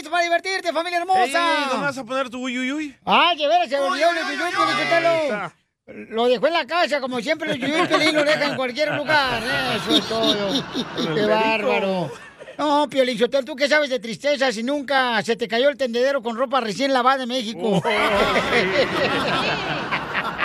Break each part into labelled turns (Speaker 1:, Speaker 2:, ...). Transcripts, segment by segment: Speaker 1: divertirte, familia hermosa.
Speaker 2: Ey, ¿Dónde vas a poner tu uy, uy, uy?
Speaker 1: Ah, que veras, se
Speaker 2: Uy,
Speaker 1: olvidó
Speaker 2: uy,
Speaker 1: el
Speaker 2: uy,
Speaker 1: Piyuy,
Speaker 2: uy.
Speaker 1: Pelichotelo.
Speaker 2: Ahí está.
Speaker 1: Lo dejó en la casa, como siempre, el Piyuy Pelín lo deja en cualquier lugar. Eso es todo.
Speaker 2: el
Speaker 1: Qué
Speaker 2: perico.
Speaker 1: bárbaro. No, Piolichotelo, ¿tú qué sabes de tristeza si nunca se te cayó el tendedero con ropa recién lavada en México?
Speaker 2: Oh, sí.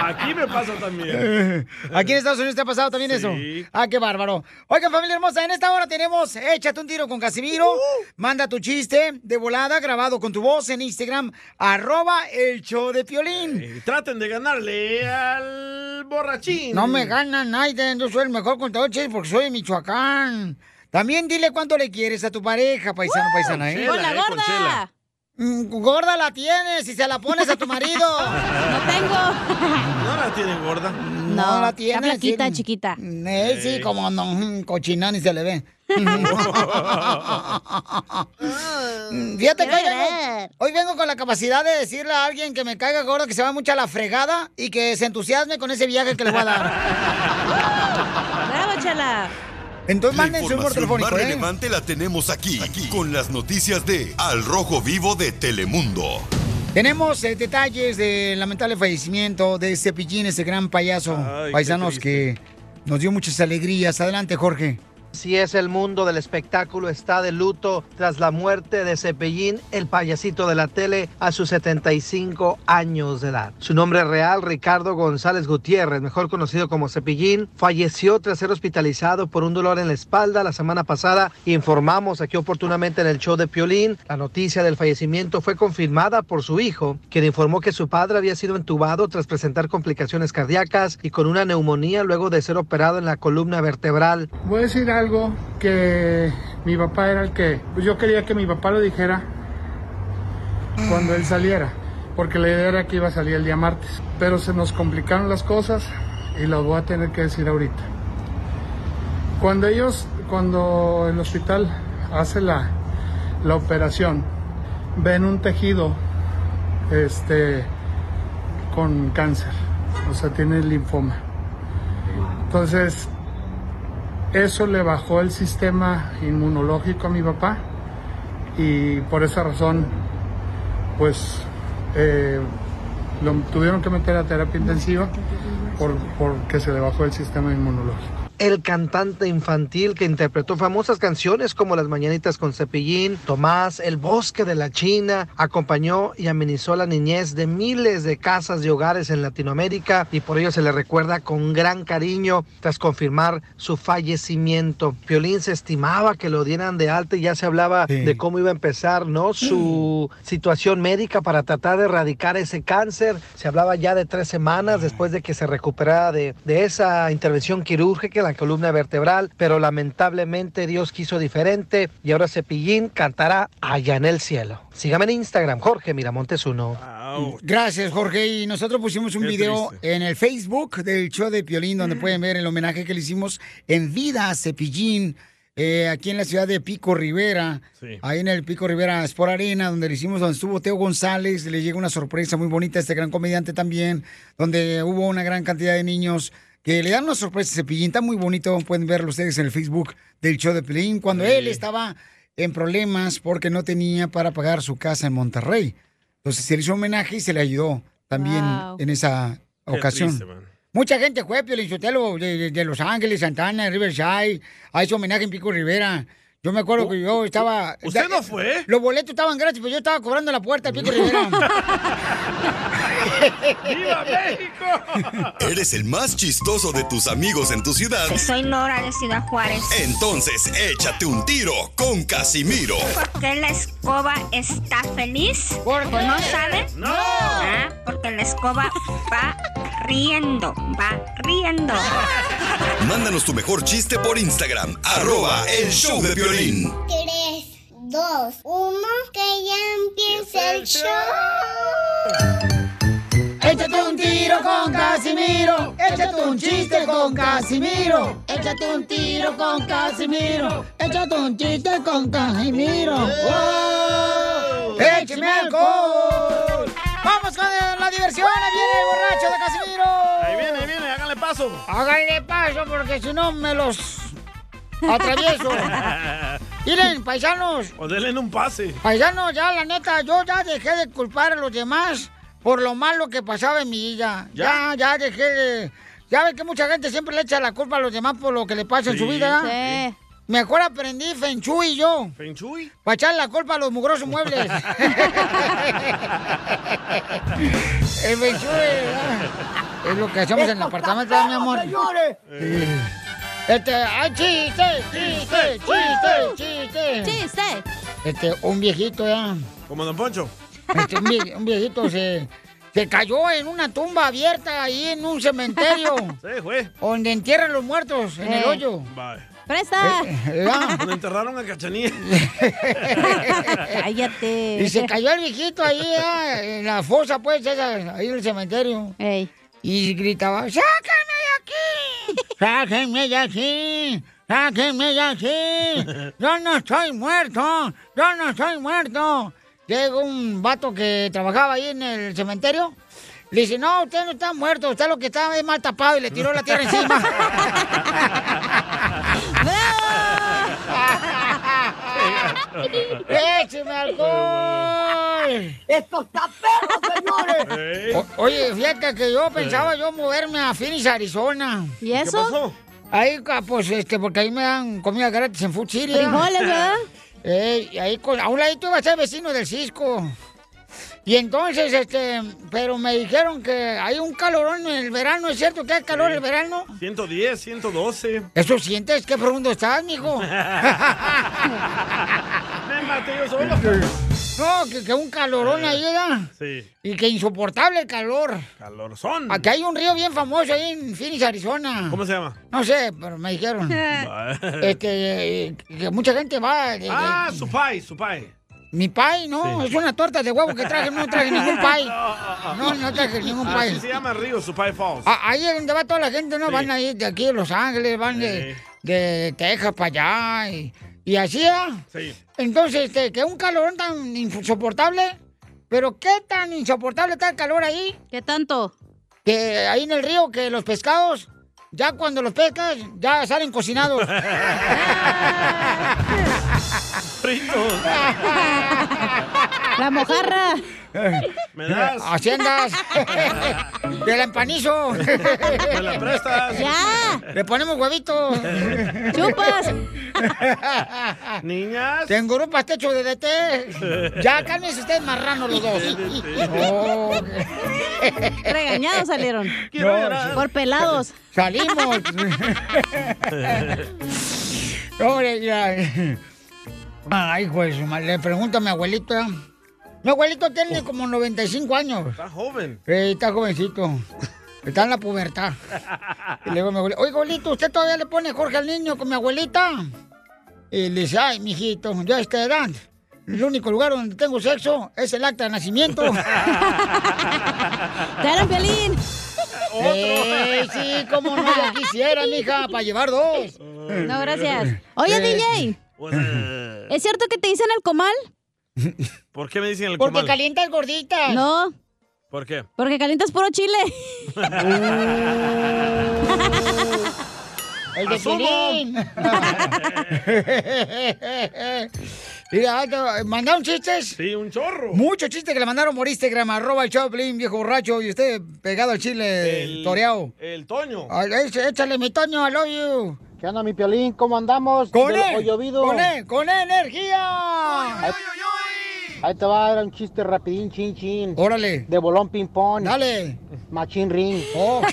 Speaker 2: Aquí me pasa también.
Speaker 1: Aquí en Estados Unidos te ha pasado también
Speaker 2: Sí.
Speaker 1: eso. Ah, qué bárbaro. Oigan, familia hermosa, en esta hora tenemos Échate un tiro con Casimiro.
Speaker 2: Uh-huh.
Speaker 1: Manda tu chiste de volada grabado con tu voz en Instagram, arroba el show de Piolín.
Speaker 2: Y Eh, traten de ganarle al borrachín.
Speaker 1: No me gana nadie, yo soy el mejor contador de chistes porque soy de Michoacán. También dile cuánto le quieres a tu pareja, paisano, paisana, ¿eh?
Speaker 2: Chela, Hola, eh, con gorda. chela.
Speaker 1: Mm, Gorda la tienes y se la pones a tu marido.
Speaker 3: No tengo.
Speaker 2: No la tienen gorda.
Speaker 1: No, la
Speaker 3: Está
Speaker 1: tienes.
Speaker 3: flaquita,
Speaker 1: sí.
Speaker 3: chiquita.
Speaker 1: Eh, sí,
Speaker 2: Ey.
Speaker 1: como no, mm, cochina ni se le ve. Mm, Fíjate que hoy vengo, hoy vengo con la capacidad de decirle a alguien que me caiga gordo que se va mucho a la fregada y que se entusiasme con ese viaje que le voy a dar.
Speaker 3: Bravo, chala.
Speaker 1: Entonces
Speaker 4: La
Speaker 1: mándense un por
Speaker 4: información más
Speaker 1: telefónico, ¿eh?
Speaker 4: relevante la tenemos aquí, aquí, con las noticias de Al Rojo Vivo de Telemundo.
Speaker 1: Tenemos eh, detalles del lamentable fallecimiento de Cepillín, ese gran payaso.
Speaker 4: Ay, qué
Speaker 1: Paisanos que nos dio muchas alegrías. Adelante, Jorge.
Speaker 5: Si es el mundo del espectáculo está de luto tras la muerte de Cepellín, el payasito de la tele, a sus 75 años de edad. Su nombre real, Ricardo González Gutiérrez, mejor conocido como Cepellín, falleció tras ser hospitalizado por un dolor en la espalda la semana pasada. Informamos aquí oportunamente en el show de Piolín. La noticia del fallecimiento fue confirmada por su hijo, quien informó que su padre había sido entubado tras presentar complicaciones cardíacas y con una neumonía luego de ser operado en la columna vertebral.
Speaker 6: Voy a decir algo que mi papá era el que pues yo quería que mi papá lo dijera cuando él saliera, porque la idea era que iba a salir el día martes, pero se nos complicaron las cosas y lo voy a tener que decir ahorita. Cuando ellos, cuando el hospital hace la, la operación, ven un tejido este, con cáncer, o sea, tiene linfoma. Entonces, eso le bajó el sistema inmunológico a mi papá y por esa razón, pues, eh, lo tuvieron que meter a terapia intensiva por, porque se le bajó el sistema inmunológico.
Speaker 5: El cantante infantil que interpretó famosas canciones como Las Mañanitas con Cepillín, Tomás, El Bosque de la China, acompañó y amenizó la niñez de miles de casas y hogares en Latinoamérica y por ello se le recuerda con gran cariño tras confirmar su fallecimiento. Piolín se estimaba que lo dieran de alta y ya se hablaba de cómo iba a empezar, ¿no? Su situación médica para tratar de erradicar ese cáncer. Se hablaba ya de tres semanas después de que se recuperara de, de esa intervención quirúrgica en la columna vertebral, pero lamentablemente Dios quiso diferente y ahora Cepillín cantará Allá en el cielo. Sígame en Instagram, Jorge Miramontes uno.
Speaker 1: Gracias, Jorge. Y nosotros pusimos un
Speaker 5: Qué
Speaker 1: video en el Facebook del show de Piolín, donde pueden ver el homenaje que le hicimos en vida a Cepillín, eh, aquí en la ciudad de Pico Rivera.
Speaker 2: Sí.
Speaker 1: Ahí en el Pico Rivera Sport Arena, donde le hicimos, donde estuvo Teo González, le llegó una sorpresa muy bonita a este gran comediante también, donde hubo una gran cantidad de niños que le dan una sorpresa a Cepillín, está muy bonito, pueden verlo ustedes en el Facebook del show de Piolín, cuando él estaba en problemas porque no tenía para pagar su casa en Monterrey. Entonces se le hizo homenaje y se le ayudó también
Speaker 2: Wow.
Speaker 1: en esa
Speaker 2: Qué
Speaker 1: ocasión.
Speaker 2: triste, man.
Speaker 1: Mucha gente fue, Piolín Sotelo, de, de- de Los Ángeles, Santana, Riverside, a ese homenaje en Pico Rivera. Yo me acuerdo que yo estaba...
Speaker 2: Oh, ¿Usted no
Speaker 1: fue? Los boletos estaban gratis, pero yo estaba cobrando la puerta de Pico Rivera.
Speaker 2: ¡Viva México!
Speaker 4: Eres el más chistoso de tus amigos en tu ciudad.
Speaker 7: Soy Nora de Ciudad Juárez.
Speaker 4: Entonces, échate un tiro con Casimiro.
Speaker 7: ¿Por qué la escoba está feliz? ¿O no saben?
Speaker 4: ¡No!
Speaker 7: Ah, porque la escoba va riendo, va riendo.
Speaker 4: Mándanos tu mejor chiste por Instagram, arroba el show de violín.
Speaker 8: 3, 2, 1, que ya empiece el show.
Speaker 1: Échate un tiro con Casimiro. Échate un chiste con Casimiro. Échate un tiro con Casimiro. Échate un chiste con Casimiro. ¡Wow! ¡Échame alcohol! ¡Vamos con la diversión! ¡Ahí viene el borracho de Casimiro!
Speaker 2: Ahí viene, ahí viene, háganle paso.
Speaker 1: Háganle paso porque si no me los atravieso. Miren, paisanos.
Speaker 2: O denle un pase.
Speaker 1: Paisanos, ya la neta, yo ya dejé de culpar a los demás por lo malo que pasaba en mi vida. Ya, ya, dejé de... Ya ves que mucha gente siempre le echa la culpa a los demás por lo que le pasa en su
Speaker 2: Sí,
Speaker 1: vida.
Speaker 2: sí.
Speaker 1: Mejor aprendí Feng Shui yo.
Speaker 2: ¿Feng Shui?
Speaker 1: Para echar la culpa a los mugrosos muebles. El Feng Shui, ah, Es lo que hacemos en el apartamento, ¿verdad, mi amor.
Speaker 9: señores.
Speaker 1: Sí. Este, ay, chiste, chiste, chiste, chiste. Chiste. Este, un viejito, ya.
Speaker 2: Como Don Poncho.
Speaker 1: Este, un, vie- un viejito se, se cayó en una tumba abierta ahí en un cementerio.
Speaker 2: Sí, güey.
Speaker 1: Donde entierran los muertos, en el
Speaker 2: Eh.
Speaker 1: hoyo. Eh, ah,
Speaker 2: Vale.
Speaker 1: ¡Presta!
Speaker 2: Lo enterraron a Cachanilla.
Speaker 1: Cállate. Y se cayó el viejito ahí, ah, en la fosa, pues, esa, ahí en el cementerio. Y gritaba, ¡sáquenme de aquí! ¡Sáquenme de aquí! ¡Sáquenme de aquí! ¡Yo no estoy muerto! ¡Yo no estoy muerto! Llega un vato que trabajaba ahí en el cementerio. Le dice, no, usted no está muerto, usted lo que está es mal tapado y le tiró la tierra encima. ¡Écheme alcohol! ¡Esto está perro, señores! oye, fíjate que yo pensaba yo moverme a Phoenix, Arizona. ¿Y eso?
Speaker 9: pasó?
Speaker 1: Ahí, ah, pues, este, porque ahí me dan comida gratis en Food City. ¿eh?
Speaker 9: Frijoles, ¿verdad?
Speaker 1: Eh, y ahí, con- a un ladito iba a ser vecino del Cisco. Y entonces, este, pero me dijeron que hay un calorón en el verano, ¿es cierto que hay calor en el verano?
Speaker 2: 110, 112.
Speaker 1: ¿Eso sientes? ¿Qué profundo estás, mijo?
Speaker 2: Me maté yo solo.
Speaker 1: No, que, que un calorón ahí era.
Speaker 2: Sí,
Speaker 1: Y que insoportable el calor.
Speaker 2: calorzón.
Speaker 1: Aquí hay un río bien famoso ahí en Phoenix, Arizona.
Speaker 2: ¿Cómo se llama?
Speaker 1: No sé, pero me dijeron. este, eh, que mucha gente va. de- de-
Speaker 2: Ah, su pai, su pai.
Speaker 1: Mi pay, no, es una torta de huevo que traje, no traje ningún pay. No, no traje ningún pay. Ah,
Speaker 2: Así se llama el río, su pai Falls.
Speaker 1: A- Ahí es donde va toda la gente, ¿no?
Speaker 2: Sí.
Speaker 1: Van ahí de aquí de Los Ángeles, van de, de Texas para allá y, y así, ¿ah?
Speaker 2: Sí.
Speaker 1: Entonces, este, que un calorón tan insoportable, pero qué tan insoportable está el calor ahí. ¿Qué tanto? Que ahí en el río, que los pescados, ya cuando los pescas, ya salen cocinados. La mojarra.
Speaker 2: ¿Me das?
Speaker 1: Así andas. Te la empanizo.
Speaker 2: ¿Me la prestas?
Speaker 1: Ya. Le ponemos huevitos. Chupas.
Speaker 2: Niñas.
Speaker 1: Te engrupas techo de DT. Ya cálmense ustedes marranos los dos. Oh.
Speaker 3: Regañados salieron.
Speaker 1: Quiero llorar.
Speaker 3: Por pelados.
Speaker 1: Salimos. Hombre, ya. Ay, pues, le pregunto a mi abuelito. ¿eh? Mi abuelito tiene como 95 años.
Speaker 2: Está joven.
Speaker 1: Eh, está jovencito. Está en la pubertad. Y le digo a mi abuelita, oiga, abuelito, ¿usted todavía le pone Jorge al niño con mi abuelita? Y le dice, ay, mijito, yo a esta edad, el único lugar donde tengo sexo es el acta de nacimiento. ¡Te harán violín!
Speaker 9: Otro.
Speaker 1: Eh, sí, cómo no lo quisiera, mija, para llevar dos.
Speaker 3: No, gracias. Oye, DJ, ¿es cierto que te dicen el comal?
Speaker 2: ¿Por qué me dicen el
Speaker 3: Porque
Speaker 2: comal?
Speaker 1: calientas gorditas.
Speaker 3: No,
Speaker 2: ¿Por qué?
Speaker 3: porque calientas puro chile.
Speaker 1: Uh, El de
Speaker 9: Asumo.
Speaker 1: Piolín. Mira, alto, ¿mandaron chistes?
Speaker 2: Sí, un chorro.
Speaker 1: Muchos chistes que le mandaron por Instagram, arroba el Choplin, viejo borracho, y usted pegado al chile toreado.
Speaker 2: El Toño.
Speaker 1: Ay, échale, échale mi Toño, I love you.
Speaker 10: ¿Qué onda, mi piolín? ¿Cómo andamos?
Speaker 1: Con
Speaker 10: Del-
Speaker 1: él,
Speaker 10: o llovido.
Speaker 1: con él, con energía.
Speaker 10: Ahí, ahí te va a dar un chiste rapidín, chin, chin.
Speaker 1: Órale.
Speaker 10: De bolón ping-pong.
Speaker 1: Dale. Oh.
Speaker 10: Machín ring.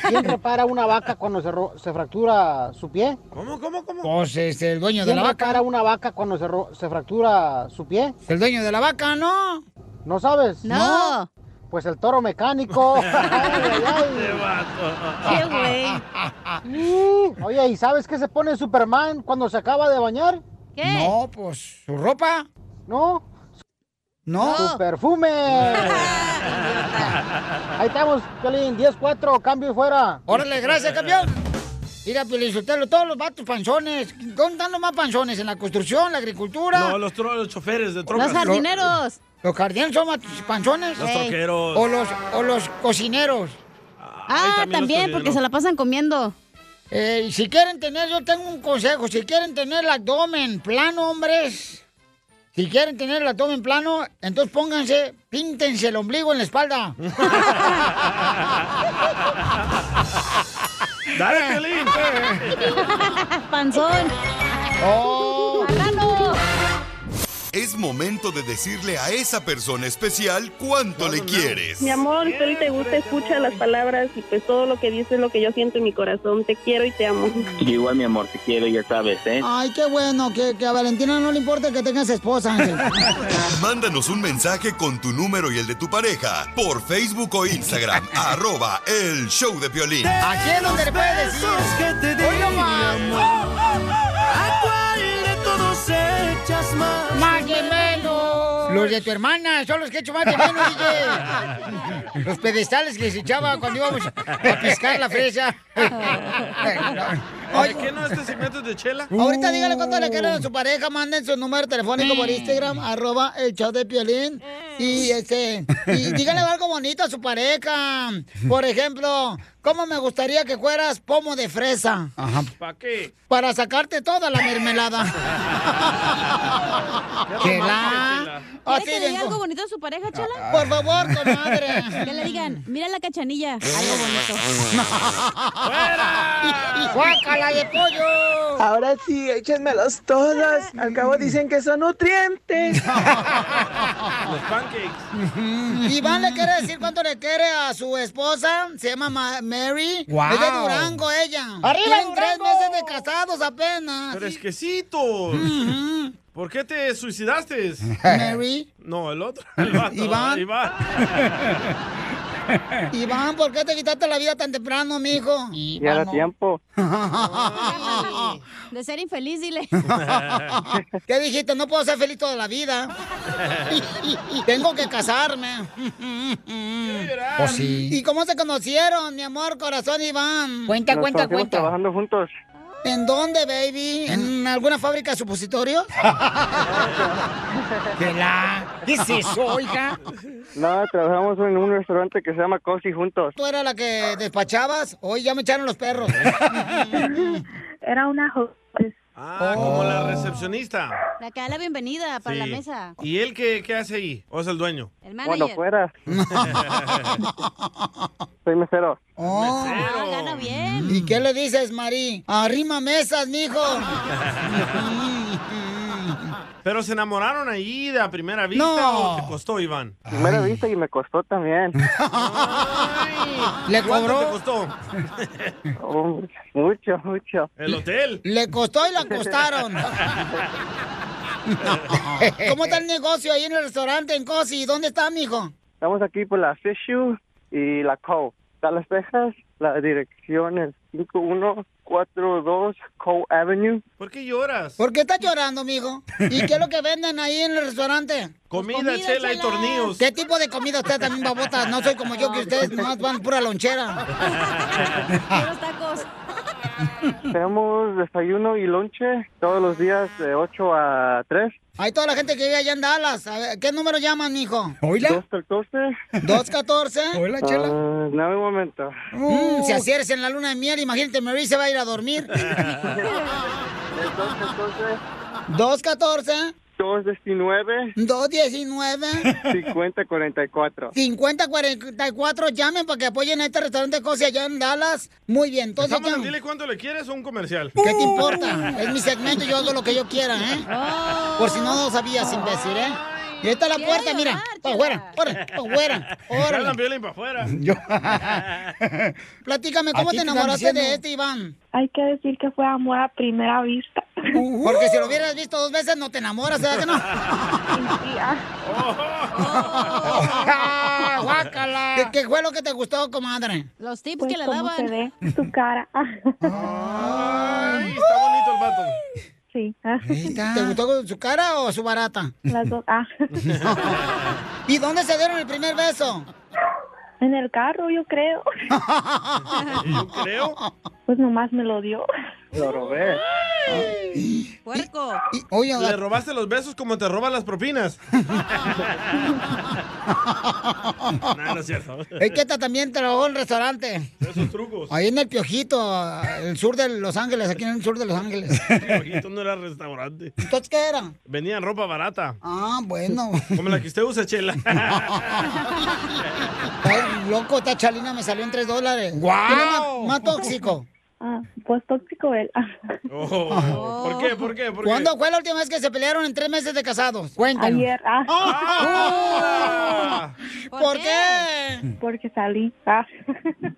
Speaker 10: ¿Quién repara una vaca cuando se, ro- se fractura su pie?
Speaker 2: ¿Cómo, cómo, cómo?
Speaker 1: Pues este, el dueño de
Speaker 10: ¿Quién
Speaker 1: la vaca.
Speaker 10: repara una vaca cuando se, ro- se fractura su pie?
Speaker 1: El dueño de la vaca, ¿no?
Speaker 10: ¿No sabes?
Speaker 1: No.
Speaker 10: Pues el toro mecánico. Ay, ay, ay. Mm, Oye, ¿y sabes qué se pone Superman cuando se acaba de bañar?
Speaker 3: ¿Qué?
Speaker 1: No, pues, su ropa.
Speaker 10: No.
Speaker 1: No.
Speaker 10: Su perfume. Ahí estamos, Piolín, 10-4, cambio y fuera.
Speaker 1: Órale, gracias, campeón. Mira, Piolizotelo, todos los vatos panzones. ¿Dónde están los más panzones? ¿En la construcción, la agricultura?
Speaker 2: No, los, tro- los choferes de trocas.
Speaker 1: jardineros. ¿Los jardineros son más panzones?
Speaker 2: Los Ey. troqueros.
Speaker 1: O los, o los cocineros.
Speaker 3: Ah, también, porque se la pasan comiendo.
Speaker 1: Eh, si quieren tener, yo tengo un consejo. Si quieren tener el abdomen plano, hombres, si quieren tener el abdomen plano, entonces pónganse, píntense el ombligo en la espalda.
Speaker 2: Dale, pues. Piolín.
Speaker 3: Panzón.
Speaker 1: ¡Oh!
Speaker 3: ¡Marrano!
Speaker 4: Es momento de decirle a esa persona especial cuánto le quieres.
Speaker 9: Mi amor, si hoy te gusta, escucha las palabras y pues todo lo que dices es lo que yo siento en mi corazón. Te quiero y te amo.
Speaker 10: Yo igual, mi amor, te quiero, ya sabes, ¿eh?
Speaker 1: Ay, qué bueno, que, que a Valentina no le importa que tengas esposa, Ángel.
Speaker 4: Mándanos un mensaje con tu número y el de tu pareja por Facebook o Instagram, arroba el show de Piolín.
Speaker 1: Aquí es donde le puedes decir. Hoy no más.
Speaker 11: ¿A cuál de todos echas más?
Speaker 1: Más que menos. Los de tu hermana son los que he hecho más de menos, DJ. Los pedestales que se echaba cuando íbamos a piscar la fresa.
Speaker 2: ¿De qué no este segmento es de chela?
Speaker 1: Uh. Ahorita dígale cuánto le quieren a su pareja, manden su número telefónico por Instagram, arroba el show de Piolín. Y este, y díganle algo bonito a su pareja. Por ejemplo, ¿cómo me gustaría que fueras pomo de fresa?
Speaker 2: Ajá. ¿Para qué?
Speaker 1: Para sacarte toda la mermelada.
Speaker 2: Qué
Speaker 1: Chela.
Speaker 3: ¿Quieres
Speaker 1: Así
Speaker 3: Ah, que le diga
Speaker 1: Ah, vengo.
Speaker 3: algo bonito a su pareja, Chela?
Speaker 1: Por favor, comadre.
Speaker 3: Que le digan, mira la cachanilla, algo bonito.
Speaker 1: ¡Guácala de pollo!
Speaker 12: Ahora sí, échenmelas todas. Al cabo dicen que son nutrientes.
Speaker 2: Ah. Los pancakes.
Speaker 1: Ah, Iván le quiere decir cuánto le quiere a su esposa. Se llama Ma- Mary.
Speaker 2: Guau.
Speaker 1: Es de Durango ella.
Speaker 2: ¡Arriba,
Speaker 1: Tienen tres
Speaker 2: Durango!
Speaker 1: meses de casados apenas.
Speaker 2: Fresquecitos. ¿Por qué te suicidaste?
Speaker 1: Mary.
Speaker 2: No, el otro. el vato,
Speaker 1: Iván.
Speaker 2: Iván.
Speaker 1: Iván, ¿por qué te quitaste la vida tan temprano, mijo?
Speaker 10: Ya era tiempo.
Speaker 3: De ser infeliz, dile.
Speaker 1: ¿Qué dijiste? No puedo ser feliz toda la vida. Tengo que casarme.
Speaker 10: Pues sí.
Speaker 1: ¿Y cómo se conocieron, mi amor, corazón, Iván? Cuenta,
Speaker 10: Nos
Speaker 1: cuenta,
Speaker 10: conocimos
Speaker 1: cuenta. Ah.
Speaker 10: trabajando juntos.
Speaker 1: ¿En dónde, baby? ¿En alguna fábrica de supositorios? ¿Qué la? ¿Qué es eso, hija?
Speaker 10: No, trabajamos en un restaurante que se llama Cosi juntos.
Speaker 1: ¿Tú eras la que despachabas? Hoy ya me echaron los perros.
Speaker 9: Era una joven.
Speaker 2: Ah, como la recepcionista.
Speaker 3: La que da la bienvenida para
Speaker 2: Sí.
Speaker 3: la mesa.
Speaker 2: ¿Y él qué, qué hace ahí? ¿O es el dueño?
Speaker 3: El
Speaker 10: Cuando
Speaker 3: manager.
Speaker 10: fuera, soy mesero.
Speaker 1: Oh.
Speaker 3: Ah, gana bien.
Speaker 1: ¿Y qué le dices, Mari? Arrima mesas, mijo.
Speaker 2: Pero se enamoraron ahí de a primera vista
Speaker 1: No.
Speaker 2: o te costó, Iván.
Speaker 10: Primera vista y me costó también.
Speaker 1: ¿Le
Speaker 2: Ah, ¿Cuánto
Speaker 1: cobró?
Speaker 2: te costó?
Speaker 10: Oh, mucho, mucho.
Speaker 2: El hotel.
Speaker 1: Le costó y la costaron. ¿Cómo está el negocio ahí en el restaurante en Cosi? ¿Dónde está, mijo?
Speaker 10: Estamos aquí por la Fishu y la Co. Está Las Vegas, la dirección es 5142 Co Avenue.
Speaker 2: ¿Por qué lloras?
Speaker 1: ¿Por qué estás llorando, mijo? ¿Y qué es lo que venden ahí en el restaurante?
Speaker 2: Comida, chela y tornillos.
Speaker 1: ¿Qué tipo de comida usted también babota? No soy como yo que ustedes nomás van pura lonchera.
Speaker 3: Quiero tacos.
Speaker 10: Tenemos desayuno y lonche todos los días de 8 a 3.
Speaker 1: Hay toda la gente que vive allá en Dallas. A ver, ¿Qué número llaman, mijo?
Speaker 10: Dos del coste.
Speaker 1: 214. Hola,
Speaker 10: Ah, dame un momento.
Speaker 1: Mm,
Speaker 2: Uh.
Speaker 1: si así eres en la luna de miel, imagínate, Mary se va a ir a dormir.
Speaker 10: Entonces, entonces,
Speaker 1: 214.
Speaker 10: 219
Speaker 1: 219.
Speaker 10: 5044.
Speaker 1: 5044, llamen para que apoyen a este restaurante Cosi allá en Dallas. Muy bien, entonces
Speaker 2: Estamos en
Speaker 1: llamen.
Speaker 2: dile cuánto le quieres o un comercial.
Speaker 1: ¿Qué te importa? Es mi segmento, yo hago lo que yo quiera, ¿eh? Por si no lo sabías, imbécil, ¿eh? Y ahí está la puerta, mira. Para afuera, órale, para afuera,
Speaker 2: Hablan
Speaker 1: órale.
Speaker 2: violín para afuera.
Speaker 1: Platícame,
Speaker 9: ¿A
Speaker 1: ¿cómo
Speaker 9: ti
Speaker 1: te
Speaker 9: te están
Speaker 1: enamoraste de
Speaker 9: diciendo?
Speaker 1: este, Iván?
Speaker 9: Hay que decir que fue amor a primera vista.
Speaker 1: Porque si lo hubieras visto dos veces, no te enamoras, ¿verdad que no? ¡Guácala! ¿Qué, qué fue lo que te gustó, comadre?
Speaker 3: Los tips
Speaker 9: Pues
Speaker 3: que le
Speaker 9: como se
Speaker 3: daban.
Speaker 9: ve tu cara.
Speaker 2: Ay, está bonito el vato.
Speaker 9: Sí. Ah.
Speaker 1: ¿Te gustó su cara o su barata?
Speaker 9: Las dos. Ah.
Speaker 1: ¿Y dónde se dieron el primer beso?
Speaker 9: En el carro, yo creo.
Speaker 2: Yo creo.
Speaker 9: Pues nomás me lo dio.
Speaker 10: Lo robé.
Speaker 3: Puerco.
Speaker 1: Oye,
Speaker 2: Le robaste los besos como te roban las propinas. no, no es cierto.
Speaker 1: Es que esta también trabajó en un restaurante.
Speaker 2: Esos trucos.
Speaker 1: Ahí en el Piojito, el sur de Los Ángeles, aquí en el sur de Los Ángeles.
Speaker 2: Ojito, no era restaurante.
Speaker 1: ¿Entonces qué era?
Speaker 2: Vendían ropa barata.
Speaker 1: Ah, bueno.
Speaker 2: Como la que usted usa, Chela.
Speaker 1: Ay, loco, esta chalina me salió en 3 dólares.
Speaker 2: ¡Guau!
Speaker 1: ¿Quién es más, más tóxico?
Speaker 9: Ah, pues tóxico él.
Speaker 2: Oh, ¿Por qué? ¿Por qué? ¿Por qué?
Speaker 1: ¿Cuándo fue la última vez que se pelearon en tres meses de casados? Cuéntanos.
Speaker 9: Ayer.
Speaker 1: Ah.
Speaker 3: ¿Por,
Speaker 1: ¿Por
Speaker 3: qué?
Speaker 9: Porque salí. Ah.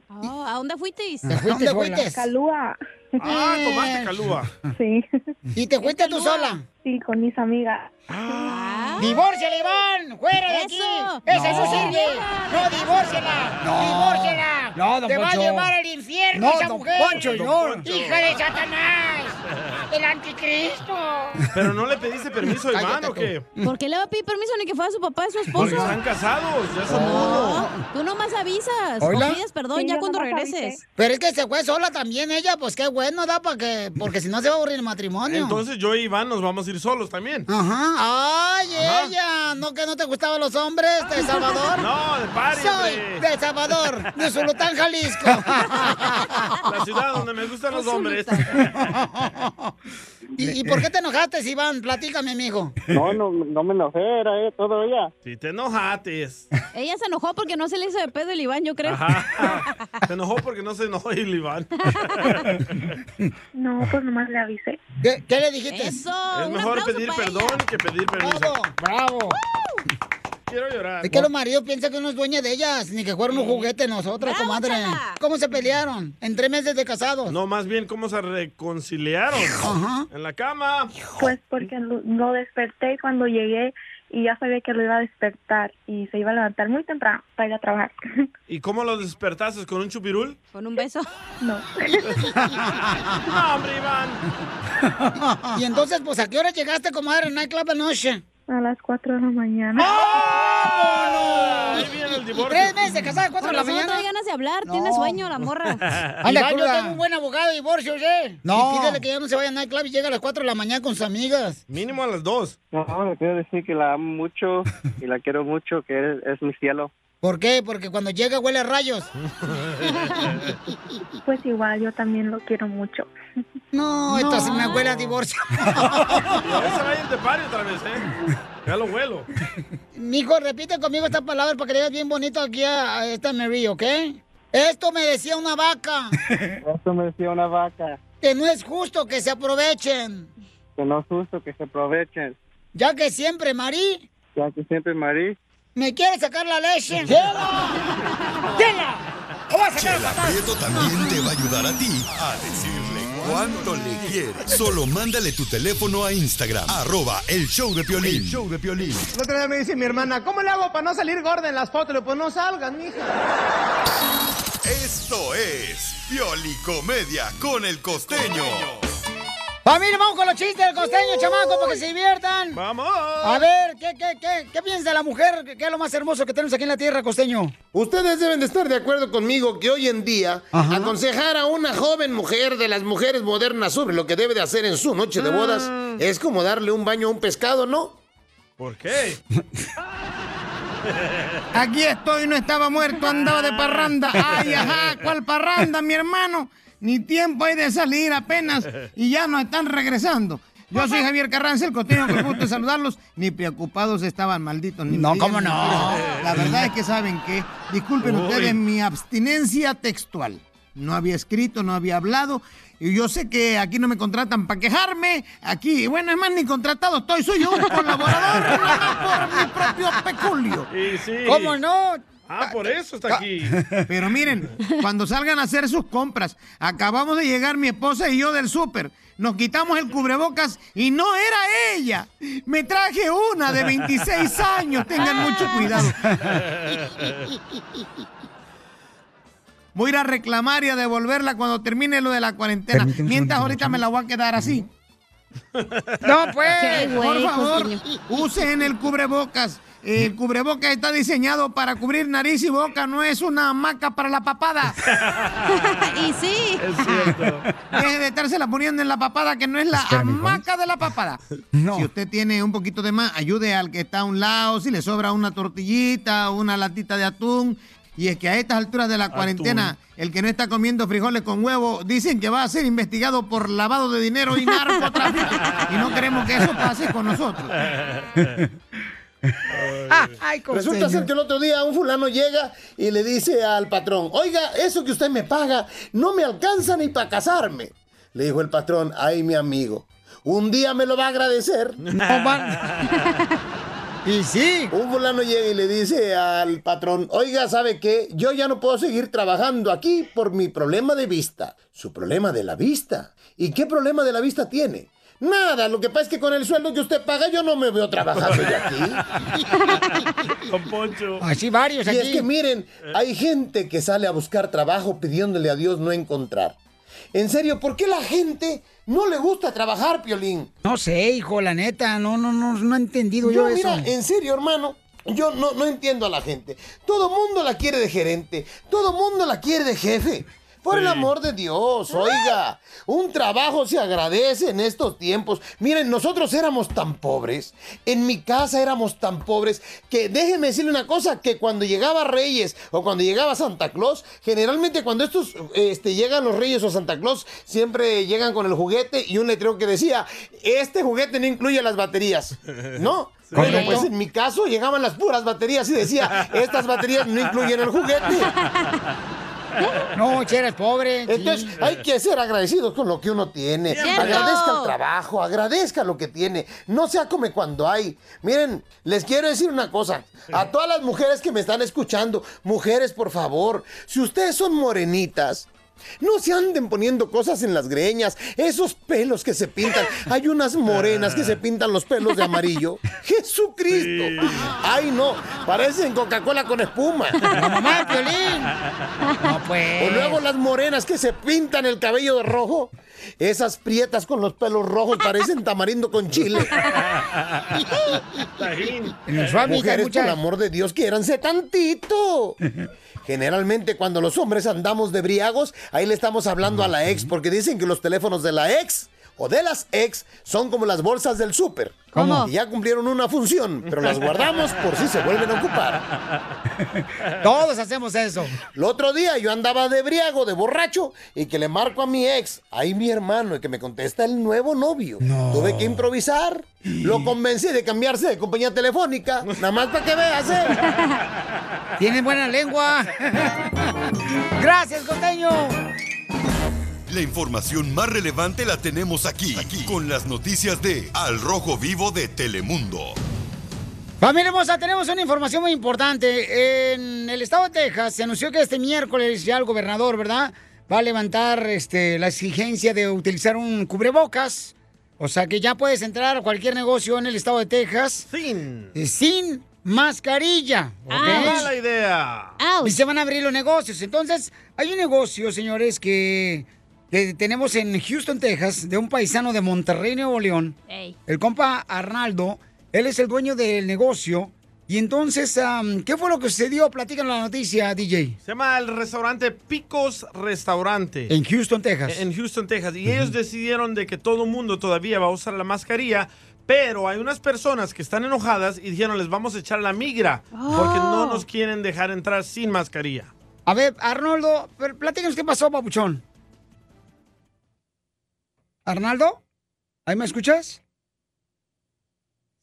Speaker 3: Oh, ¿A dónde fuisteis?
Speaker 1: ¿Te fuiste sola?
Speaker 9: Calúa.
Speaker 2: Ah, tomaste calúa.
Speaker 9: Sí.
Speaker 1: ¿Y te fuiste tú sola?
Speaker 9: Sí, con mis amigas.
Speaker 3: Ah.
Speaker 1: ¡Divórciala, Iván! ¡Fuera de aquí!
Speaker 13: No.
Speaker 1: ¡Esa es su serie! ¡No, divórciala!
Speaker 13: No.
Speaker 1: ¡Divórciala!
Speaker 13: No, don
Speaker 1: ¡Te va a
Speaker 13: Poncho.
Speaker 1: llevar al infierno
Speaker 13: No,
Speaker 1: esa
Speaker 13: don
Speaker 1: mujer!
Speaker 13: Poncho, no. Don Poncho.
Speaker 1: ¡Hija de Satanás! ¡El anticristo!
Speaker 2: ¿Pero no le pediste permiso a Iván o qué?
Speaker 1: Pues
Speaker 3: ¿Por qué le va a pedir permiso ni que fuera su papá, su esposo?
Speaker 2: Porque están casados, ya son uno.
Speaker 3: No, tú nomás avisas.
Speaker 1: ¿Hola?
Speaker 3: O pides perdón
Speaker 1: Sí,
Speaker 3: ya
Speaker 1: yo
Speaker 3: cuando
Speaker 1: nomás
Speaker 3: regreses.
Speaker 1: Pero es que se fue sola también ella, pues qué bueno, da, para que, porque si no se va a aburrir el matrimonio.
Speaker 2: Entonces yo e Iván nos vamos a ir solos también.
Speaker 1: Ajá. Ah, ¡Ay,
Speaker 2: Ajá.
Speaker 1: ella! ¿No que no te gustaban los hombres de El Salvador?
Speaker 2: No, de party,
Speaker 1: Soy
Speaker 2: hombre.
Speaker 1: de El Salvador, de Zulután, Jalisco.
Speaker 2: La ciudad donde me gustan los hombres.
Speaker 1: ¿Y, y por qué te enojaste, Iván? Platícame, mijo.
Speaker 12: No, no, no me enojé, era eh, todo ella.
Speaker 2: Si te enojates.
Speaker 3: Ella se enojó porque no se le hizo de pedo el Iván, yo creo.
Speaker 2: Ajá. Se enojó porque no se enojó el Iván.
Speaker 9: No, pues nomás le avisé.
Speaker 1: ¿Qué, qué le dijiste?
Speaker 2: es mejor pedir perdón que pedir permiso.
Speaker 1: Bravo, bravo.
Speaker 2: Quiero llorar.
Speaker 1: Es que los maridos piensan que uno es dueño de ellas, ni que fueron un juguete nosotros, comadre. ¿Cómo se pelearon? En tres meses de casados.
Speaker 2: No, más bien cómo se reconciliaron. En la cama.
Speaker 9: Pues porque lo, lo desperté y cuando llegué y ya sabía que lo iba a despertar y se iba a levantar muy temprano para ir a trabajar.
Speaker 2: ¿Y cómo lo despertaste? ¿Con un chupirul?
Speaker 3: Con un beso.
Speaker 9: No.
Speaker 2: no, hombre, Iván.
Speaker 1: Y entonces, pues, ¿a qué hora llegaste, comadre, en Nightclub anoche?
Speaker 9: A las 4 de la mañana.
Speaker 2: Ahí viene el divorcio.
Speaker 1: Tres meses de casada, cuatro de la
Speaker 3: Por razón no
Speaker 1: mañana.
Speaker 3: trae ganas de hablar, tiene sueño la morra.
Speaker 1: Anda, Iván, yo tengo un buen abogado de divorcios, ¿eh?
Speaker 2: No.
Speaker 1: Y pídele que ya no se vaya a nightclub y llega a las 4 de la mañana con sus amigas.
Speaker 2: Mínimo a las dos.
Speaker 12: No, le quiero decir que la amo mucho y la quiero mucho, que es, es mi cielo.
Speaker 1: ¿Por qué? Porque cuando llega huele a rayos.
Speaker 9: Pues igual, yo también lo quiero mucho.
Speaker 1: No, esta sí me huele a divorcio.
Speaker 2: Esa va a ir de party otra vez, ¿eh? Ya lo vuelo.
Speaker 1: Mijo, repite conmigo estas palabras para que le digas bien bonito aquí a, a esta Mary, ¿ok? Esto me decía una vaca,
Speaker 12: Esto me decía una vaca,
Speaker 1: que no es justo que se aprovechen,
Speaker 12: que no es justo que se aprovechen,
Speaker 1: ya que siempre, Marí,
Speaker 12: ya que siempre Marí.
Speaker 1: me quiere sacar la leche. ¡Tela! ¡Tela! ¿Cómo vas a sacar
Speaker 4: Chela Prieto también te va a ayudar a ti a decirle cuánto le quieres. Solo mándale tu teléfono a Instagram, arroba el show de Piolín. El show de Piolín.
Speaker 14: La otra vez me dice mi hermana, ¿cómo le hago para no salir gorda en las fotos? Le digo, pues no salgas, mija.
Speaker 4: Esto es Piolicomedia con el costeño.
Speaker 1: Familia, vamos con los chistes del costeño, chamaco, para que se diviertan.
Speaker 2: Vamos.
Speaker 1: A ver, ¿qué, qué, qué, qué piensa la mujer? ¿Qué es lo más hermoso que tenemos aquí en la tierra, costeño?
Speaker 14: Ustedes deben de estar de acuerdo conmigo que hoy en día
Speaker 1: Ajá.
Speaker 14: aconsejar a una joven mujer de las mujeres modernas sobre lo que debe de hacer en su noche de bodas
Speaker 1: Mm.
Speaker 14: es como darle un baño a un pescado, ¿no?
Speaker 2: ¿Por qué?
Speaker 15: Aquí estoy, no estaba muerto, andaba de parranda. Ay, ajá, ¿cuál parranda, mi hermano? Ni tiempo hay de salir apenas y ya nos están regresando. Yo soy Javier Carranza, el costeño, con gusto de saludarlos. Ni preocupados estaban, malditos. Ni
Speaker 1: No,
Speaker 15: me digan
Speaker 1: ¿cómo no?
Speaker 15: mentiras. La verdad es que saben que, disculpen
Speaker 1: Uy.
Speaker 15: ustedes mi abstinencia textual. No había escrito, no había hablado. Y yo sé que aquí no me contratan para quejarme. Aquí, bueno, es más, ni contratado estoy. Soy yo un colaborador nada más por mi propio peculio.
Speaker 2: Y sí.
Speaker 15: ¿Cómo no?
Speaker 2: Ah, por eso está aquí.
Speaker 15: Pero miren, cuando salgan a hacer sus compras, acabamos de llegar mi esposa y yo del súper. Nos quitamos el cubrebocas y no era ella. Me traje una de 26 años. Tengan mucho cuidado. Voy a ir a reclamar y a devolverla cuando termine lo de la cuarentena. Mientras ahorita me la voy a quedar así. No,
Speaker 1: pues. Qué
Speaker 15: Por
Speaker 1: güey,
Speaker 13: pues,
Speaker 15: favor,
Speaker 1: costeño.
Speaker 15: usen el cubrebocas.
Speaker 16: El cubreboca está diseñado para cubrir nariz y boca, no es una hamaca para la papada. y sí. Es cierto. Deje de estársela poniendo en la papada, que no es la
Speaker 11: Espérame,
Speaker 16: hamaca de la papada. Si usted tiene un poquito de más, ayude al que está a un lado, si le sobra una tortillita, una latita de atún. Y es que a estas alturas de la cuarentena, el que no está comiendo frijoles con huevo, dicen que va a ser investigado por lavado de dinero y narcotráfico. y no queremos que eso pase con nosotros.
Speaker 14: Resulta ser que el otro día un fulano llega y le dice al patrón, oiga, eso que usted me paga no me alcanza ni para casarme. Le dijo el patrón, ay mi amigo, un día me lo va a agradecer.
Speaker 1: y sí.
Speaker 14: Un fulano llega y le dice al patrón, oiga, ¿sabe qué? Yo ya no puedo seguir trabajando aquí por mi problema de vista. Su problema de la vista. ¿Y qué problema de la vista tiene? Nada, lo que pasa es que con el sueldo que usted paga yo no me veo trabajando ya aquí.
Speaker 2: Con Poncho.
Speaker 14: Y es que miren, hay gente que sale a buscar trabajo pidiéndole a Dios no encontrar. En serio, ¿por qué la gente no le gusta trabajar, Piolín?
Speaker 1: No sé, hijo, la neta, no, no, no, no he entendido yo,
Speaker 14: Yo, mira,
Speaker 1: eso.
Speaker 14: en serio, hermano, yo no, no entiendo a la gente. Todo mundo la quiere de gerente, todo mundo la quiere de jefe. Por el
Speaker 11: Sí.
Speaker 14: amor de Dios, oiga, un trabajo se agradece en estos tiempos. Miren, nosotros éramos tan pobres, en mi casa éramos tan pobres, que déjenme decirle una cosa, que cuando llegaba Reyes o cuando llegaba Santa Claus, generalmente cuando estos este, llegan los Reyes o Santa Claus, siempre llegan con el juguete y un letrero que decía, este juguete no incluye las baterías. ¿No?
Speaker 11: Sí.
Speaker 14: Bueno,
Speaker 11: Correcto.
Speaker 14: pues en mi caso llegaban las puras baterías y decía, estas baterías no incluyen el juguete.
Speaker 1: No, si eres pobre.
Speaker 14: Entonces hay que ser agradecidos con lo que uno tiene.
Speaker 11: ¡Cierto!
Speaker 14: Agradezca el trabajo, agradezca lo que tiene. No sea come cuando hay. Miren, les quiero decir una cosa. A todas las mujeres que me están escuchando, mujeres, por favor, si ustedes son morenitas, no se anden poniendo cosas en las greñas, esos pelos que se pintan. Hay unas morenas que se pintan los pelos de amarillo. ¡Jesucristo! ¡Ay, no! Parecen Coca-Cola con espuma.
Speaker 1: mamá de Piolín. pues.
Speaker 14: O luego las morenas que se pintan el cabello de rojo. Esas prietas con los pelos rojos parecen tamarindo con chile.
Speaker 11: En el Suami,
Speaker 14: Mujeres,
Speaker 11: muchas-
Speaker 14: por el amor de Dios, quiéranse tantito. Generalmente cuando los hombres andamos de briagos, ahí le estamos hablando a la ex, porque dicen que los teléfonos de la ex o de las ex son como las bolsas del súper.
Speaker 1: ¿Cómo?
Speaker 14: Y ya cumplieron una función, pero las guardamos por si se vuelven a ocupar.
Speaker 1: Todos hacemos eso.
Speaker 14: El otro día yo andaba de briago, de borracho, y que le marco a mi ex, ahí mi hermano, y que me contesta el nuevo novio. Tuve que improvisar. Lo convencí de cambiarse de compañía telefónica, nada más para que veas, ¿eh?
Speaker 1: Tienes buena lengua. Gracias, costeño.
Speaker 4: La información más relevante la tenemos aquí, aquí, con las noticias de Al Rojo Vivo de Telemundo.
Speaker 1: Familia hermosa, tenemos una información muy importante. En el estado de Texas se anunció que este miércoles ya el gobernador, ¿verdad? Va a levantar este, la exigencia de utilizar un cubrebocas. O sea que ya puedes entrar a cualquier negocio en el estado de Texas. Sin. Sin mascarilla. ¿ok?
Speaker 2: Qué Ah, mala idea.
Speaker 1: Y se van a abrir los negocios. Entonces, hay un negocio, señores, que, que tenemos en Houston, Texas, de un paisano de Monterrey, Nuevo León.
Speaker 3: Ey.
Speaker 1: El compa Arnaldo, él es el dueño del negocio. Y entonces, am, ¿qué fue lo que sucedió? Platican la noticia, DJ.
Speaker 2: Se llama el restaurante Picos Restaurante.
Speaker 1: En Houston, Texas.
Speaker 2: En Houston, Texas. Y ellos decidieron de que todo el mundo todavía va a usar la mascarilla, pero hay unas personas que están enojadas y dijeron, les vamos a echar la migra, porque no
Speaker 1: Oh.
Speaker 2: nos quieren dejar entrar sin mascarilla.
Speaker 1: A ver, Arnaldo, per- platícanos qué pasó, papuchón. ¿Arnaldo? ¿Ahí me escuchas?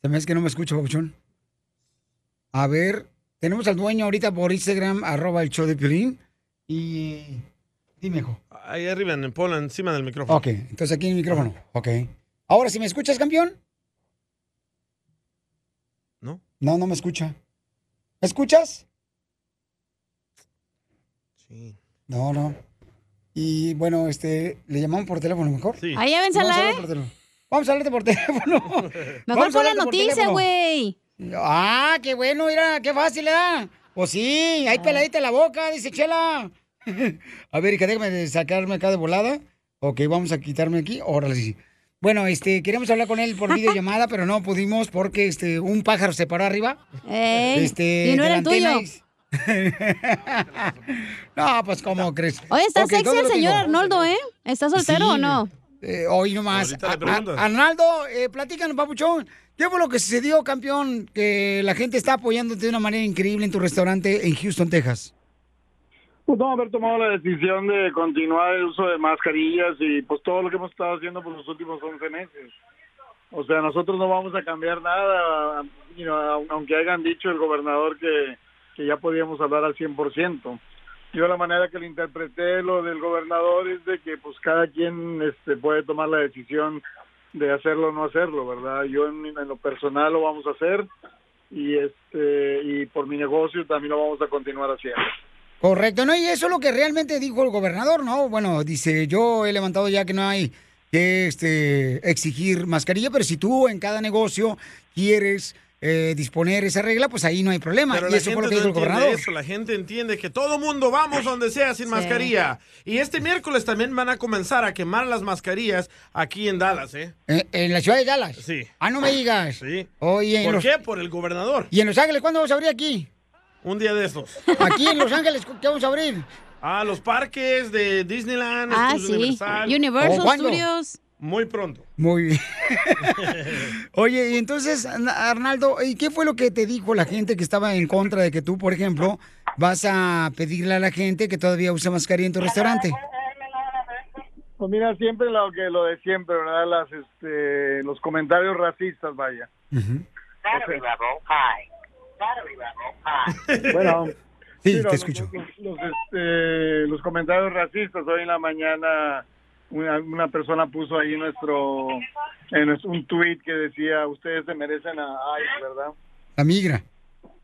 Speaker 1: Se me hace que no me escucho, papuchón. A ver, tenemos al dueño ahorita por Instagram, arroba el show de Piolín. Y dime, hijo.
Speaker 2: Ahí arriba, en ponla encima del micrófono.
Speaker 1: Ok, entonces aquí en el micrófono. Ok. Ahora, si me escuchas, campeón?
Speaker 2: ¿No?
Speaker 1: No, no me escucha. ¿Me escuchas?
Speaker 2: Sí.
Speaker 1: No, no. Y bueno, este, ¿le llamamos por teléfono mejor? Sí.
Speaker 3: Ahí avénsala, ¿eh?
Speaker 1: Vamos a hablarte por teléfono.
Speaker 3: Mejor pon
Speaker 1: Vamos a
Speaker 3: la
Speaker 1: hablarte por
Speaker 3: noticia,
Speaker 1: teléfono.
Speaker 3: güey.
Speaker 1: Ah, qué bueno, mira, qué fácil, ¿eh? Pues sí,
Speaker 3: Ah.
Speaker 1: hay peladita en la boca, dice Chela. a ver, hija, déjame de sacarme acá de volada. Ok, vamos a quitarme aquí. Órale, sí. Bueno, este, queríamos hablar con él por videollamada, pero no pudimos porque este, un pájaro se paró arriba. Este,
Speaker 3: Ey, y no
Speaker 1: de
Speaker 3: era
Speaker 1: la
Speaker 3: el tuyo.
Speaker 1: antena y- no, pues, ¿cómo crees?
Speaker 3: Oye, está
Speaker 1: Ok,
Speaker 3: sexy
Speaker 1: ¿dónde
Speaker 3: el
Speaker 1: lo
Speaker 3: señor
Speaker 1: tengo?
Speaker 3: Arnoldo, ¿eh? ¿Está soltero
Speaker 1: Sí.
Speaker 3: o no?
Speaker 1: Eh, hoy nomás.
Speaker 3: Ahorita le
Speaker 1: A- a-
Speaker 3: preguntas.
Speaker 1: Arnaldo, eh, platícanos, papuchón. ¿Qué fue lo que sucedió, campeón? Que la gente está apoyándote de una manera increíble en tu restaurante en Houston, Texas.
Speaker 17: Pues no, haber tomado la decisión de continuar el uso de mascarillas y pues todo lo que hemos estado haciendo por los últimos 11 meses. O sea, nosotros no vamos a cambiar nada, you know, au- aunque hayan dicho el gobernador que, que ya podíamos hablar al 100%. Yo la manera que le interpreté lo del gobernador es de que pues cada quien este, puede tomar la decisión de hacerlo o no hacerlo, ¿verdad? Yo en, en lo personal lo vamos a hacer y este y por mi negocio también lo vamos a continuar haciendo.
Speaker 1: Correcto, ¿no? Y eso es lo que realmente dijo el gobernador, ¿no? Bueno, dice, yo he levantado ya que no hay que este, exigir mascarilla, pero si tú en cada negocio quieres eh, disponer esa regla, pues ahí no hay problema.
Speaker 2: Pero
Speaker 1: y
Speaker 2: la
Speaker 1: eso
Speaker 2: gente
Speaker 1: fue
Speaker 2: no
Speaker 1: lo que dijo el
Speaker 2: entiende
Speaker 1: gobernador.
Speaker 2: eso. La gente entiende que todo mundo vamos donde sea sin
Speaker 1: Sí.
Speaker 2: mascarilla. Y este miércoles también van a comenzar a quemar las mascarillas aquí en Dallas, ¿eh?
Speaker 1: Eh, ¿En la ciudad de Dallas? Sí. Ah, no me digas.
Speaker 2: Sí.
Speaker 1: Oye, en
Speaker 2: ¿Por
Speaker 1: los-
Speaker 2: qué? Por el gobernador.
Speaker 1: ¿Y en Los Ángeles cuándo vamos a abrir aquí?
Speaker 2: Un día de estos.
Speaker 1: Aquí en Los Ángeles, ¿qué vamos a abrir?
Speaker 2: Ah, los parques de Disneyland,
Speaker 3: Ah,
Speaker 2: Estudios
Speaker 3: sí.
Speaker 2: Universal.
Speaker 3: Universal ¿O cuándo? Studios.
Speaker 2: Muy pronto.
Speaker 1: Muy bien. Oye, y entonces, Arna- Arnaldo, ¿y qué fue lo que te dijo la gente que estaba en contra de que tú, por ejemplo, vas a pedirle a la gente que todavía usa mascarilla en tu restaurante?
Speaker 17: Pues mira, siempre lo que lo de siempre, ¿verdad? Las, este, los comentarios racistas, vaya.
Speaker 11: Battery level high. Battery level high.
Speaker 17: Bueno,
Speaker 11: Sí,
Speaker 17: pero
Speaker 11: te
Speaker 17: los-
Speaker 11: escucho.
Speaker 17: Los, los, este, los comentarios racistas. Hoy en la mañana una, una persona puso ahí nuestro, en nuestro- un tweet que decía, ustedes se merecen a ICE, ¿verdad?
Speaker 1: La migra.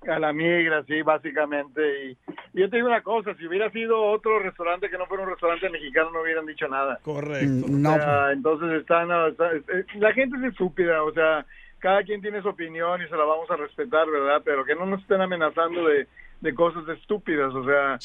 Speaker 17: A la migra, sí, básicamente. Y, y yo te digo una cosa, si hubiera sido otro restaurante que no fuera un restaurante mexicano, no hubieran dicho nada.
Speaker 2: Correcto.
Speaker 17: O sea, entonces están, o sea, es- es- la gente es estúpida, o sea, cada quien tiene su opinión y se la vamos a respetar, ¿verdad? Pero que no nos estén amenazando de, de cosas estúpidas, o sea,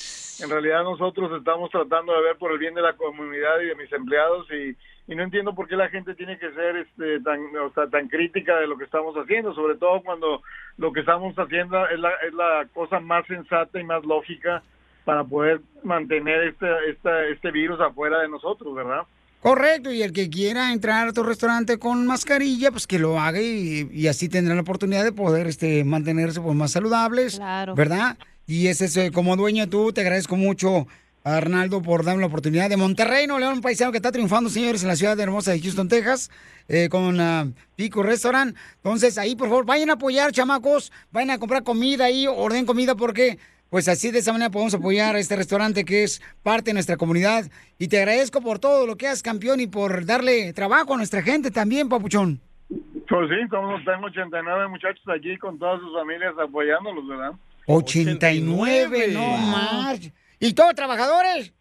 Speaker 17: en realidad nosotros estamos tratando de ver por el bien de la comunidad y de mis empleados y, y no entiendo por qué la gente tiene que ser este, tan, o sea, tan crítica de lo que estamos haciendo, sobre todo cuando lo que estamos haciendo es la, es la cosa más sensata y más lógica para poder mantener este, esta, este virus afuera de nosotros, ¿verdad?
Speaker 1: Correcto, y el que quiera entrar a tu restaurante con mascarilla, pues que lo haga y, y así tendrán la oportunidad de poder este, mantenerse pues, más saludables,
Speaker 3: Claro.
Speaker 1: ¿verdad? Y ese es, eh, como dueño tú, te agradezco mucho, Arnaldo, por darme la oportunidad de Monterrey, Nuevo León, un paisano que está triunfando, señores, en la ciudad hermosa de Houston, Texas, eh, con ah, Pico Restaurant. Entonces, ahí, por favor, vayan a apoyar, chamacos, vayan a comprar comida ahí, orden comida porque... Pues así de esa manera podemos apoyar a este restaurante que es parte de nuestra comunidad. Y te agradezco por todo lo que haces, campeón, y por darle trabajo a nuestra gente también, papuchón.
Speaker 17: Pues sí, estamos, están 89 muchachos aquí con todas sus familias apoyándolos, ¿verdad?
Speaker 1: 89, no más. ¿Y todos trabajadores?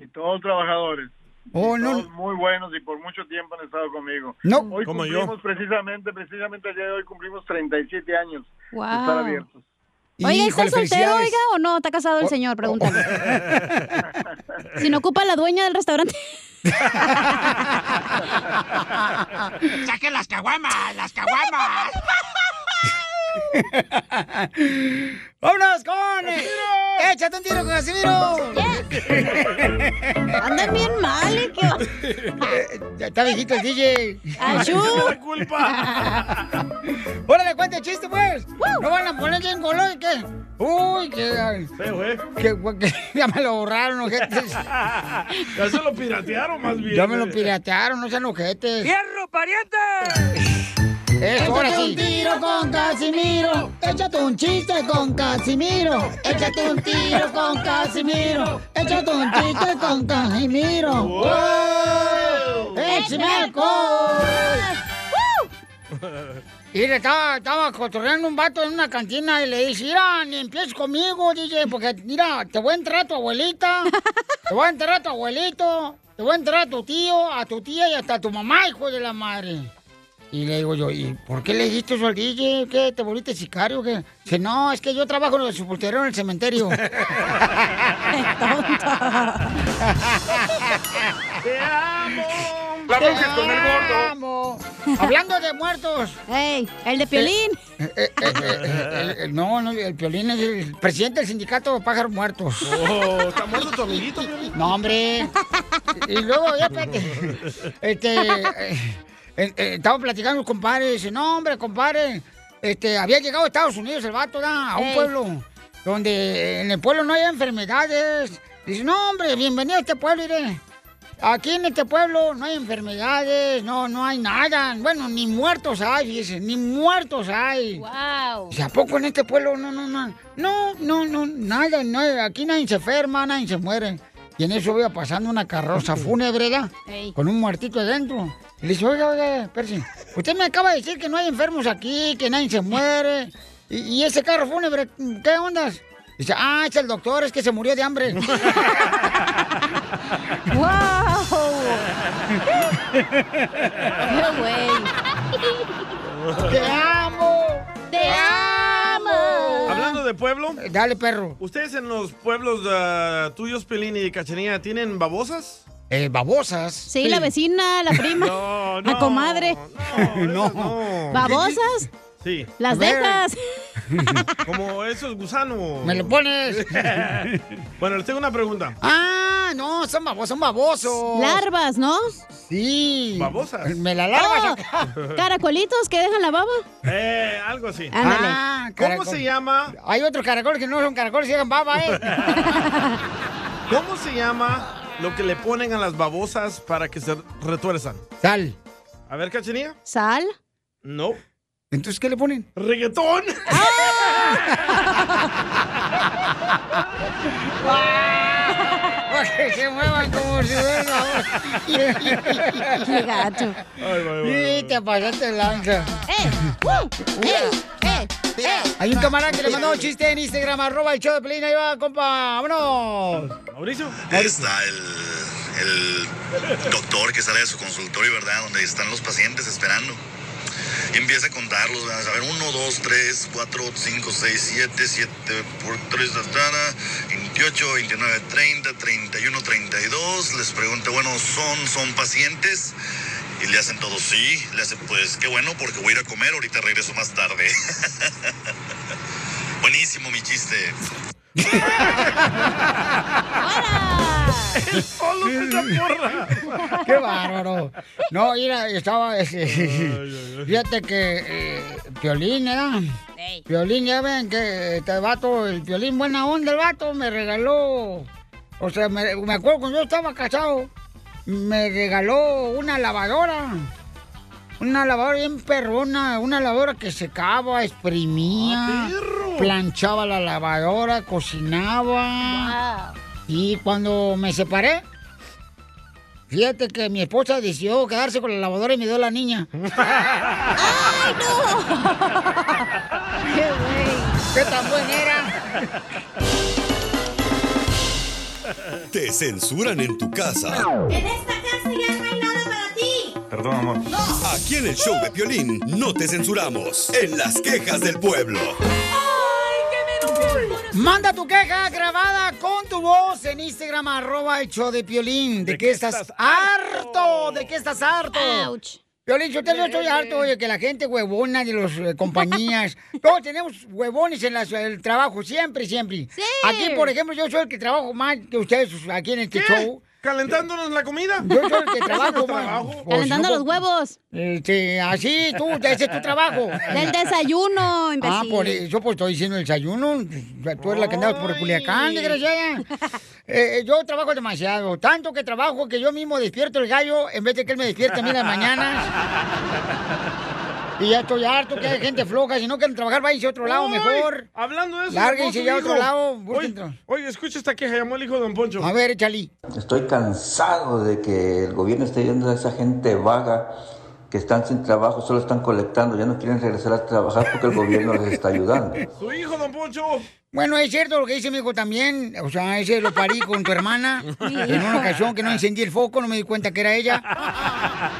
Speaker 17: Y todos trabajadores.
Speaker 1: Oh,
Speaker 17: Y
Speaker 1: no.
Speaker 17: todos muy buenos y por mucho tiempo han estado conmigo.
Speaker 1: No.
Speaker 17: Hoy
Speaker 1: Como yo.
Speaker 17: cumplimos precisamente, precisamente el día de hoy cumplimos 37 años de
Speaker 3: Wow.
Speaker 17: estar abiertos.
Speaker 3: Oiga, ¿está
Speaker 17: Híjole,
Speaker 3: soltero,
Speaker 17: felicidades.
Speaker 3: oiga, o no? ¿Está casado el señor? Pregúntale. si no ocupa la dueña del restaurante.
Speaker 11: ¡Saquen las caguamas! ¡Las caguamas!
Speaker 1: ¡Vámonos con! eh, ¡Échate un tiro con Casimiro!
Speaker 3: Andan bien mal, ¿eh?
Speaker 1: Ya está viejito el DJ.
Speaker 11: ¡Achú!
Speaker 1: la culpa! ¡Órale, cuente el chiste, pues! ¿No van a poner bien color y qué? ¡Uy, qué...
Speaker 2: Feo, ¿eh?
Speaker 1: qué guay- que ya me lo borraron, ojetes!
Speaker 2: Ya se lo piratearon más bien.
Speaker 1: Ya me lo
Speaker 2: eh.
Speaker 1: piratearon, no sean ojetes.
Speaker 11: ¡Fierro, pariente!
Speaker 1: Eso, ahora
Speaker 11: Échate
Speaker 1: sí.
Speaker 11: un tiro con Casimiro.
Speaker 1: Échate un chiste con Casimiro. Échate un tiro con Casimiro. Échate un chiste con Casimiro.
Speaker 11: ¡Wow! ¡Échame
Speaker 1: Y le estaba, estaba cotorreando un vato en una cantina y le dice, mira, ni empieces conmigo, DJ, porque mira, te voy a enterrar a tu abuelita, te voy a enterrar a tu abuelito, te voy a enterrar a tu tío, a tu tía y hasta a tu mamá, hijo de la madre. Y le digo yo, ¿y por qué le dijiste eso al DJ? ¿Qué? ¿Te volviste sicario? ¿Qué? Dice, no, es que yo trabajo en el sepulturero en el cementerio.
Speaker 11: ¡Te amo! La bronca es con el gordo.
Speaker 1: Vamos. Hablando de muertos.
Speaker 3: ¡Ey! ¡El de Piolín!
Speaker 1: Eh, eh, eh, eh, el- el- no, no, el Piolín es el presidente del sindicato de pájaros muertos.
Speaker 2: Oh, ¿está muerto tu amiguito, Piolín?
Speaker 1: No, hombre. Y y luego, ya, espérate. Este, eh, eh, eh, estaba platicando con compadre, dice, no, hombre, compadre, este, había llegado a Estados Unidos el vato, ¿da? a un
Speaker 11: Ey.
Speaker 1: pueblo, donde en el pueblo no hay enfermedades. Dice, no, hombre, bienvenido a este pueblo, iré. Aquí en este pueblo no hay enfermedades, no, no hay nada. Bueno, ni muertos hay, fíjese, ni muertos hay.
Speaker 3: ¡Wow!
Speaker 1: Dice, ¿a poco en este pueblo no, no, no? No, no, no, nada, no, aquí nadie se enferma, nadie se muere. Y en eso iba pasando una carroza fúnebre, ¿verdad?
Speaker 3: Ey.
Speaker 1: Con un muertito adentro. Y le dice, oiga, oiga, Percy, usted me acaba de decir que no hay enfermos aquí, que nadie se muere. Y, y ese carro fúnebre, ¿qué ondas? Dice, ah, es el doctor, es que se murió de hambre.
Speaker 11: ¡Qué
Speaker 1: ¡Te amo!
Speaker 3: ¡Te amo!
Speaker 2: Hablando de pueblo.
Speaker 1: Eh, Dale, perro.
Speaker 2: ¿Ustedes en los pueblos ah, tuyos, Pelín y Cachanilla, tienen babosas?
Speaker 1: Eh, babosas.
Speaker 3: Sí, la vecina, la prima, la comadre.
Speaker 1: No.
Speaker 3: ¿Babosas?
Speaker 2: Sí.
Speaker 3: Las dejas.
Speaker 2: Como esos gusanos.
Speaker 1: Me lo pones.
Speaker 2: bueno, les tengo una pregunta.
Speaker 1: Ah, no, son babos, son babosos.
Speaker 3: Larvas, ¿no?
Speaker 1: Sí.
Speaker 2: Babosas.
Speaker 1: Me la larvas
Speaker 3: Oh, caracolitos que dejan la baba.
Speaker 2: Eh, algo así.
Speaker 3: Ándale.
Speaker 1: Ah,
Speaker 2: ¿Cómo
Speaker 1: caracol.
Speaker 2: se llama?
Speaker 1: Hay otros caracoles que no son caracoles, llegan baba, ¿eh?
Speaker 2: ¿Cómo se llama lo que le ponen a las babosas para que se retuerzan?
Speaker 1: Sal.
Speaker 2: A ver, Cachanilla.
Speaker 3: ¿Sal?
Speaker 2: No.
Speaker 1: ¿Entonces qué le ponen?
Speaker 2: ¡Reggaetón!
Speaker 3: Ah.
Speaker 1: Para que se muevan como si fueran babosas.
Speaker 11: Qué gacho. Eh,
Speaker 1: Y te pasaste de lanza.
Speaker 11: uh,
Speaker 1: Hay un camarada que le mandó un chiste en Instagram, arroba el show de Pelín, ahí va, compa, vámonos.
Speaker 2: Mauricio.
Speaker 18: Está el, el doctor que sale de su consultorio, ¿verdad? Donde están los pacientes esperando. Y empieza a contarlos, ¿verdad? A ver, 1, 2, 3, 4, 5, 6, 7, 7 por 3, 28, 29, 30, 31, 32. Les pregunta, bueno, ¿son, son pacientes? Y le hacen todo sí. Le hacen, pues qué bueno, porque voy a ir a comer, ahorita regreso más tarde. Buenísimo mi chiste.
Speaker 11: ¡El solo de esa porra!
Speaker 1: ¡Qué bárbaro! No, mira, estaba. ese- fíjate que. eh, Piolín, ¿verdad? Piolín, ya ven que este vato, el Piolín, buena onda, el vato me regaló. O sea, me, me acuerdo cuando yo estaba casado, me regaló una lavadora. Una lavadora bien perrona, una lavadora que secaba, exprimía, planchaba la lavadora, cocinaba. Y cuando me separé, Fíjate que mi esposa decidió quedarse con la lavadora y me dio la niña. ¡Ay, no! ¡Qué güey! ¡Qué tan buena era!
Speaker 4: Te censuran en tu casa.
Speaker 11: esta casa ya no hay nada para ti.
Speaker 4: Perdón, amor. Aquí en el show de Piolín no te censuramos. En las quejas del pueblo.
Speaker 1: Manda tu queja grabada con tu voz en Instagram, arroba hecho de Piolín. ¿De, qué, estás, harto? ¿De qué estás harto? Piolín, yo, te- yo estoy harto de que la gente huevona de las compañías... Todos tenemos huevones en las- el trabajo, siempre, siempre. Aquí, por ejemplo, yo soy el que trabajo más que ustedes aquí en este show.
Speaker 2: ¿Calentándonos la comida?
Speaker 1: Yo soy el que
Speaker 2: Eso
Speaker 1: trabajo
Speaker 2: es
Speaker 1: más.
Speaker 2: trabajo.
Speaker 1: Pues,
Speaker 3: Calentando
Speaker 1: no,
Speaker 3: los huevos.
Speaker 1: Este, así, tú, ese es tu trabajo.
Speaker 3: Del desayuno, imbécil.
Speaker 1: Ah, por eso, pues estoy diciendo el desayuno. Tú eres la que andabas por Culiacán, desgraciada. Eh, yo trabajo demasiado, tanto que trabajo que yo mismo despierto el gallo en vez de que él me despierte a mí en las mañanas. Y ya estoy harto que hay gente floja, si no quieren trabajar, váyanse a otro lado
Speaker 2: Uy,
Speaker 1: mejor.
Speaker 2: Hablando de eso.
Speaker 1: Lárguense ya a
Speaker 2: llamó su
Speaker 1: otro
Speaker 2: hijo.
Speaker 1: lado.
Speaker 2: Oye,
Speaker 1: busquen tra-
Speaker 2: oye, escucha esta queja, llamó el hijo de Don Poncho.
Speaker 1: A ver, échale.
Speaker 19: Estoy cansado de que el gobierno esté yendo a esa gente vaga que están sin trabajo, solo están colectando, ya no quieren regresar a trabajar porque el gobierno les está ayudando.
Speaker 2: Su hijo, Don Poncho.
Speaker 1: Bueno, es cierto lo que dice mi hijo también. O sea, ese lo parí con tu hermana. En una ocasión que no encendí el foco, no me di cuenta que era ella.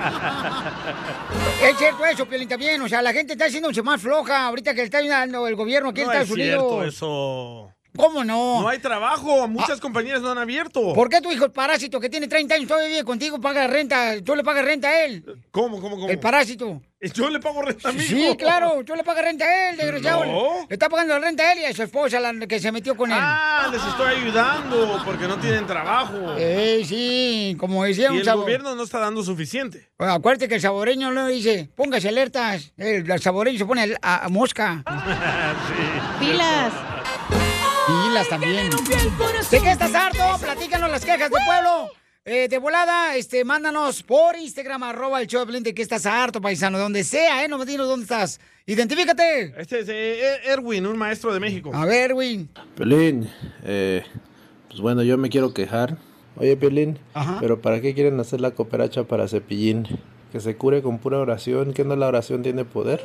Speaker 1: Es cierto eso, Piolín, también. O sea, la gente está haciéndose más floja ahorita que está ayudando el gobierno aquí en
Speaker 2: No
Speaker 1: Estados
Speaker 2: es cierto
Speaker 1: Unidos.
Speaker 2: eso.
Speaker 1: ¿Cómo no?
Speaker 2: No hay trabajo, muchas compañías no han abierto.
Speaker 1: ¿Por qué tu hijo, el parásito, que tiene 30 años, todavía vive contigo, paga renta? ¿Tú le pagas renta a él?
Speaker 2: ¿Cómo, cómo, cómo?
Speaker 1: El parásito.
Speaker 2: Yo le pago renta a mi
Speaker 1: Sí,
Speaker 2: hijo.
Speaker 1: claro, tú le pagas renta a él, desgraciado.
Speaker 2: No.
Speaker 1: Le está pagando la renta a él y a su esposa, la que se metió con él.
Speaker 2: Ah, les estoy ayudando porque no tienen trabajo.
Speaker 1: Eh, sí, como
Speaker 2: y
Speaker 1: decía un
Speaker 2: el
Speaker 1: chavo.
Speaker 2: gobierno no está dando suficiente.
Speaker 1: Bueno, acuérdate que el saboreño no dice, póngase alertas. El, el saboreño se pone al- a, a mosca.
Speaker 3: Pilas.
Speaker 1: Pilas también. ¿De qué estás harto? Platícanos las quejas del pueblo. Eh, de volada, este, mándanos por Instagram, arroba el show de Piolín, de que estás harto, paisano, donde sea, ¿eh? No me digas dónde estás. Identifícate.
Speaker 2: Este es eh, Erwin, un maestro de México.
Speaker 1: A ver, Erwin.
Speaker 20: Pelín, eh, pues bueno, yo me quiero quejar. Oye, Pelín,
Speaker 1: Ajá.
Speaker 20: pero ¿para qué quieren hacer la cooperacha para Cepillín? Que se cure con pura oración, que no la oración tiene poder.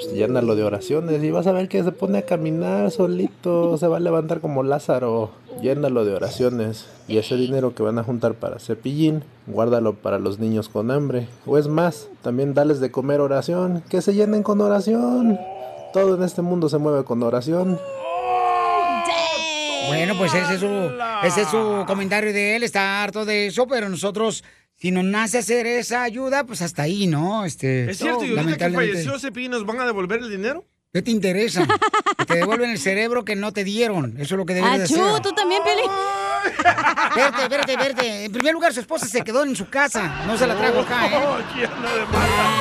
Speaker 20: Pues llena lo de oraciones y vas a ver que se pone a caminar solito, se va a levantar como Lázaro. Llénalo de oraciones y ese dinero que van a juntar para Cepillín, guárdalo para los niños con hambre. O es más, también dales de comer oración, que se llenen con oración. Todo en este mundo se mueve con oración.
Speaker 1: Bueno, pues ese es, su, ese es su comentario de él, está harto de eso, pero nosotros, si nos nace hacer esa ayuda, pues hasta ahí, ¿no? Este,
Speaker 2: Es cierto, y ahorita que
Speaker 1: lamentablemente.
Speaker 2: falleció Cepillín, ¿nos van a devolver el dinero?
Speaker 1: ¿Qué te interesa? Que te devuelven el cerebro que no te dieron. Eso es lo que debes de hacer.
Speaker 3: Achú, Ah, tú también, Piolín.
Speaker 1: Verte, verte, verte. En primer lugar, su esposa se quedó en su casa. No se la trajo acá,
Speaker 3: Oh,
Speaker 1: ¿eh?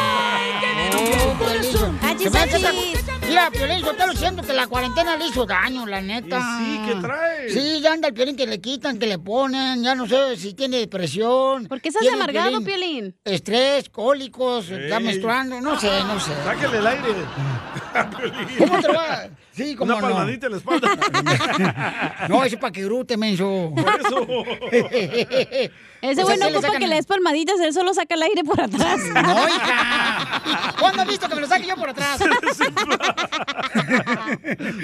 Speaker 1: Oh, Piolín.
Speaker 3: Achis,
Speaker 1: Se me hace
Speaker 3: achis.
Speaker 1: esa- Mira, Piolín, yo te lo siento que la cuarentena le hizo daño, la neta.
Speaker 3: Y sí, ¿qué trae?
Speaker 1: Sí, ya anda el Piolín que le quitan, que le ponen, ya no sé si tiene depresión. ¿Por qué
Speaker 3: estás amargado, Piolín?
Speaker 1: Estrés, cólicos, está
Speaker 3: Ey.
Speaker 1: menstruando, no sé, no sé.
Speaker 2: Sáquele el aire.
Speaker 1: ¿Cómo te va? Sí, cómo
Speaker 2: Una
Speaker 1: no.
Speaker 2: palmadita en la espalda.
Speaker 1: No, eso es para que grute, menso. Pues
Speaker 3: Ese güey no ocupa que le des palmaditas, él solo saca el aire por atrás.
Speaker 1: No, hija. ¿Cuándo has visto que me lo saque yo por atrás?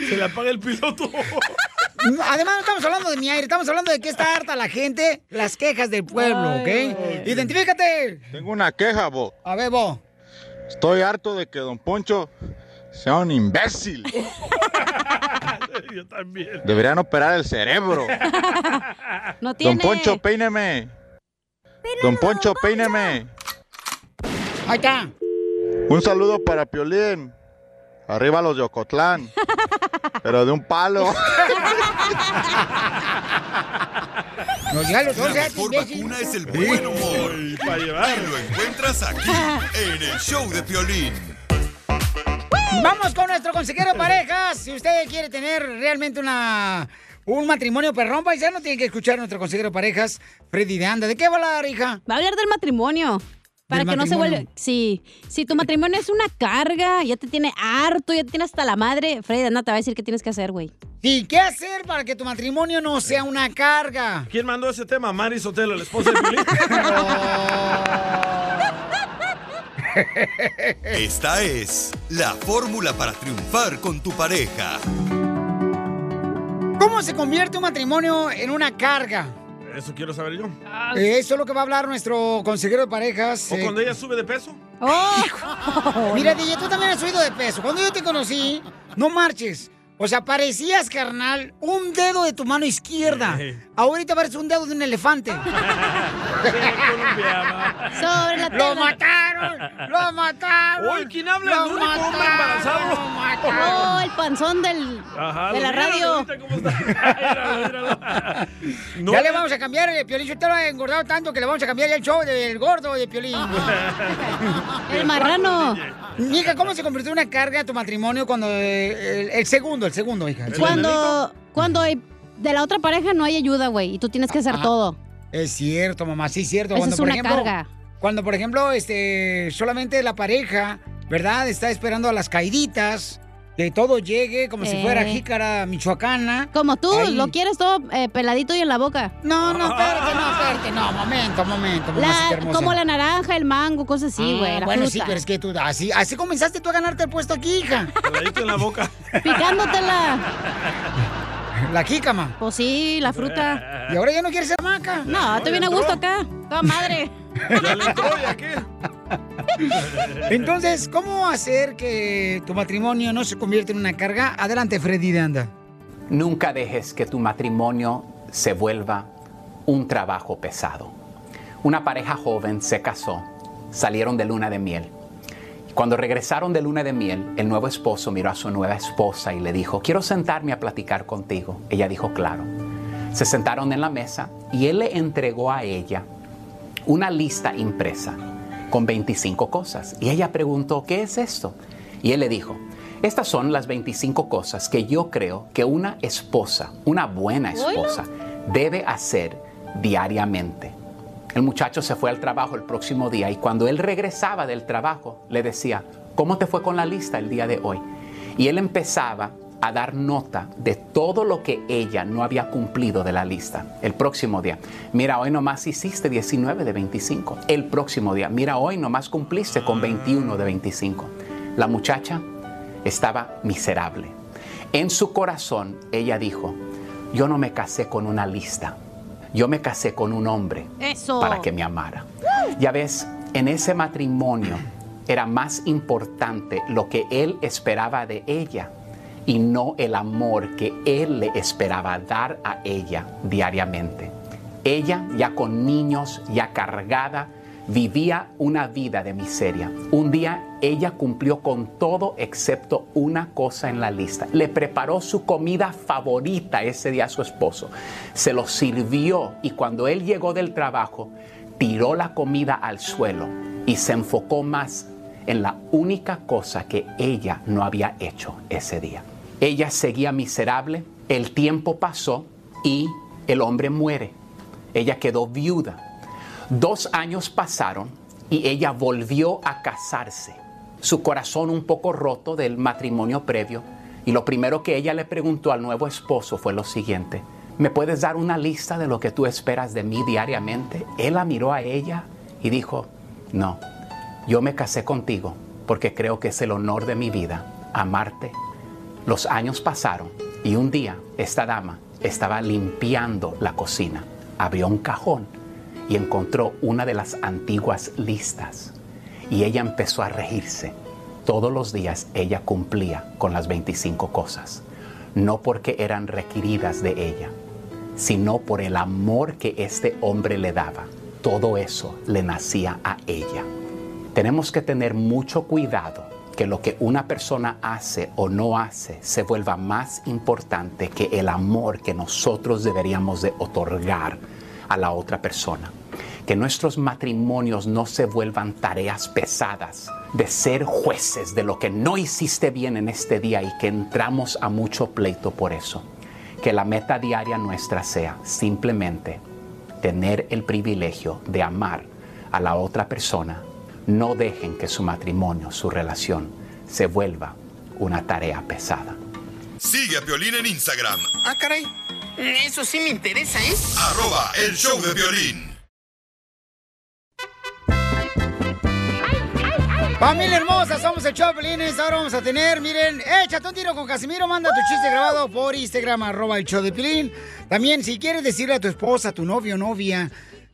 Speaker 2: Se le apaga el piloto.
Speaker 1: No, Además, no estamos hablando de mi aire, estamos hablando de que está harta la gente, las quejas del pueblo, ¿ok? Identifícate.
Speaker 17: Tengo una queja, Bo.
Speaker 1: A ver, Bo.
Speaker 17: Estoy harto de que Don Poncho sea un imbécil.
Speaker 2: Yo también.
Speaker 17: Deberían operar el cerebro.
Speaker 3: No
Speaker 17: Don
Speaker 3: tiene.
Speaker 17: Poncho, peíneme. Don Poncho, peíneme.
Speaker 1: Ahí está.
Speaker 17: Un saludo para Piolín. Arriba los de Ocotlán. Pero de un palo.
Speaker 1: dos,
Speaker 4: La mejor vacuna es el buen humor. Y lo encuentras aquí, en el show de Piolín.
Speaker 1: Vamos con nuestro consejero de parejas. Si usted quiere tener realmente una un matrimonio perrón, paisano, tiene que escuchar a nuestro consejero de parejas, Freddy de Anda. ¿De qué va a hablar, hija?
Speaker 3: Va a hablar del matrimonio. Para
Speaker 1: ¿Del
Speaker 3: que no se
Speaker 1: matrimonio?
Speaker 3: vuelva. Sí. Si tu matrimonio es una carga, ya te tiene harto, ya te tiene hasta la madre, Freddy, no te va a decir qué tienes que hacer, güey.
Speaker 1: ¿Y qué hacer para que tu matrimonio no sea una carga?
Speaker 2: ¿Quién mandó ese tema? Mari Sotelo, la esposa de Piolín.
Speaker 4: Esta es la fórmula para triunfar con tu pareja.
Speaker 1: ¿Cómo se convierte un matrimonio en una carga?
Speaker 2: Eso quiero saber yo.
Speaker 3: Ah.
Speaker 1: Eh, Eso es lo que va a hablar nuestro consejero de parejas.
Speaker 2: ¿O
Speaker 1: eh,
Speaker 2: cuando ella sube de peso?
Speaker 3: Oh.
Speaker 1: Mira, DJ, tú también has subido de peso. Cuando yo te conocí, no marches. O sea, parecías, carnal, un dedo de tu mano izquierda.
Speaker 3: Sí.
Speaker 1: Ahorita pareces un dedo de un elefante.
Speaker 3: Sobre la
Speaker 1: ¡Lo
Speaker 3: tela.
Speaker 1: mataron! ¡Lo mataron!
Speaker 3: Uy, ¿quién habla?
Speaker 1: ¡Lo
Speaker 3: El único hombre
Speaker 1: mataron!
Speaker 3: embarazado.
Speaker 1: ¡Lo mataron!
Speaker 3: Oh, el panzón del,
Speaker 1: Ajá,
Speaker 3: de la
Speaker 1: lo vieron
Speaker 3: radio.
Speaker 1: ya le vamos a cambiar el Piolín. Usted lo ha engordado tanto que le vamos a cambiar ya el show del gordo de Piolín.
Speaker 3: El marrano.
Speaker 1: Mija, ¿cómo se convirtió en una carga a tu matrimonio cuando... eh, el, el segundo, el segundo, hija. el segundo.
Speaker 3: Cuando, cuando hay- de la otra pareja no hay ayuda, güey, y tú tienes que hacer
Speaker 1: Ajá.
Speaker 3: todo.
Speaker 1: Es cierto, mamá, sí es cierto.
Speaker 3: Esa
Speaker 1: Cuando,
Speaker 3: es
Speaker 1: por
Speaker 3: una
Speaker 1: ejemplo,
Speaker 3: carga.
Speaker 1: Cuando, por ejemplo, este, solamente la pareja, ¿verdad? Está esperando a las caiditas, que todo llegue como si
Speaker 3: Eh.
Speaker 1: fuera jícara michoacana.
Speaker 3: Como tú,
Speaker 1: Ahí.
Speaker 3: lo quieres todo eh, peladito y en la boca.
Speaker 1: No, no, espérate, no, espérate, no, momento, momento, mamacita
Speaker 3: La,
Speaker 1: hermosa.
Speaker 3: como la naranja, el mango, cosas así,
Speaker 1: Ah,
Speaker 3: güey. la
Speaker 1: bueno,
Speaker 3: fruta.
Speaker 1: sí, pero es que tú, así, así comenzaste tú a ganarte el puesto aquí, hija.
Speaker 2: Peladito en la boca.
Speaker 3: Picándotela.
Speaker 1: La jícama.
Speaker 3: Pues sí, la fruta.
Speaker 1: ¿Y ahora ya no quieres ser maca?
Speaker 3: No, te viene a gusto acá. Toda madre.
Speaker 1: Entonces, ¿cómo hacer que tu matrimonio no se convierta en una carga? Adelante, Freddy de Anda.
Speaker 21: Nunca dejes que tu matrimonio se vuelva un trabajo pesado. Una pareja joven se casó, salieron de luna de miel. Cuando regresaron de luna de miel, el nuevo esposo miró a su nueva esposa y le dijo, quiero sentarme a platicar contigo. Ella dijo, claro. Se sentaron en la mesa y él le entregó a ella una lista impresa con 25 cosas. Y ella preguntó, ¿qué es esto? Y él le dijo, estas son las 25 cosas que yo creo que una esposa, una buena esposa, debe hacer diariamente. El muchacho se fue al trabajo el próximo día y cuando él regresaba del trabajo le decía, ¿cómo te fue con la lista el día de hoy? Y él empezaba a dar nota de todo lo que ella no había cumplido de la lista. El próximo día, mira, hoy nomás hiciste 19 de 25. El próximo día, mira, hoy nomás cumpliste con 21 de 25. La muchacha estaba miserable. En su corazón, ella dijo, yo no me casé con una lista, yo me casé con un hombre
Speaker 3: Eso.
Speaker 21: para que me amara. Ya ves, en ese matrimonio era más importante lo que él esperaba de ella y no el amor que él le esperaba dar a ella diariamente. Ella, ya con niños, ya cargada, vivía una vida de miseria. Un día ella cumplió con todo excepto una cosa en la lista. Le preparó su comida favorita ese día a su esposo. Se lo sirvió y cuando él llegó del trabajo, tiró la comida al suelo y se enfocó más en la única cosa que ella no había hecho ese día. Ella seguía miserable, el tiempo pasó y el hombre muere. Ella quedó viuda. Dos años pasaron y ella volvió a casarse, su corazón un poco roto del matrimonio previo, y lo primero que ella le preguntó al nuevo esposo fue lo siguiente, ¿me puedes dar una lista de lo que tú esperas de mí diariamente? Él la miró a ella y dijo, no, yo me casé contigo porque creo que es el honor de mi vida, amarte. Los años pasaron y un día esta dama estaba limpiando la cocina, abrió un cajón y encontró una de las antiguas listas. Y ella empezó a regirse. Todos los días ella cumplía con las 25 cosas, no porque eran requeridas de ella, sino por el amor que este hombre le daba. Todo eso le nacía a ella. Tenemos que tener mucho cuidado que lo que una persona hace o no hace se vuelva más importante que el amor que nosotros deberíamos de otorgar a la otra persona. Que nuestros matrimonios no se vuelvan tareas pesadas de ser jueces de lo que no hiciste bien en este día y que entramos a mucho pleito por eso. Que la meta diaria nuestra sea simplemente tener el privilegio de amar a la otra persona. No dejen que su matrimonio, su relación, se vuelva una tarea pesada.
Speaker 4: Sigue a Piolín en Instagram,
Speaker 22: Ah, caray. Eso sí me interesa, ¿eh?
Speaker 4: arroba el show de violín.
Speaker 1: Familia hermosa, somos el Choplines. Ahora vamos a tener, miren, échate un tiro con Casimiro. Manda tu chiste grabado por Instagram, arroba el show de Pilín. También, si quieres decirle a tu esposa, a tu novio o novia,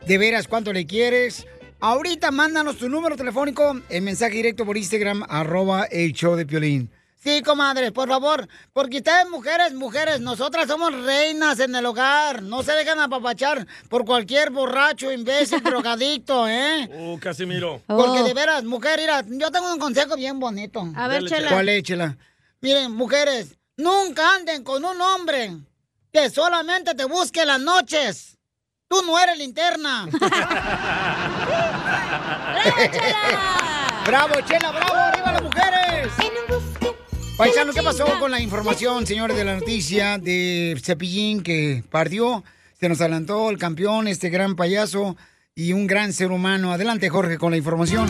Speaker 1: de veras cuánto le quieres, ahorita mándanos tu número telefónico en mensaje directo por Instagram, arroba el show de Piolín. Sí, comadre, por favor, porque ustedes mujeres, mujeres, nosotras somos reinas en el hogar. No se dejan apapachar por cualquier borracho, imbécil, drogadicto, ¿eh?
Speaker 2: Oh, Casimiro.
Speaker 1: Porque de veras, mujer, mira, yo tengo un consejo bien bonito.
Speaker 3: Oh. A ver, Dale, Chela.
Speaker 1: ¿Cuál es, Chela? Miren, mujeres, nunca anden con un hombre que solamente te busque en las noches. Tú no eres linterna. ¡Bravo, Chela! ¡Bravo! ¡Arriba las mujeres! Paisano, ¿qué pasó con la información, señores, de la noticia de Cepillín que partió? Se nos adelantó el campeón, este gran payaso y un gran ser humano. Adelante, Jorge, con la información.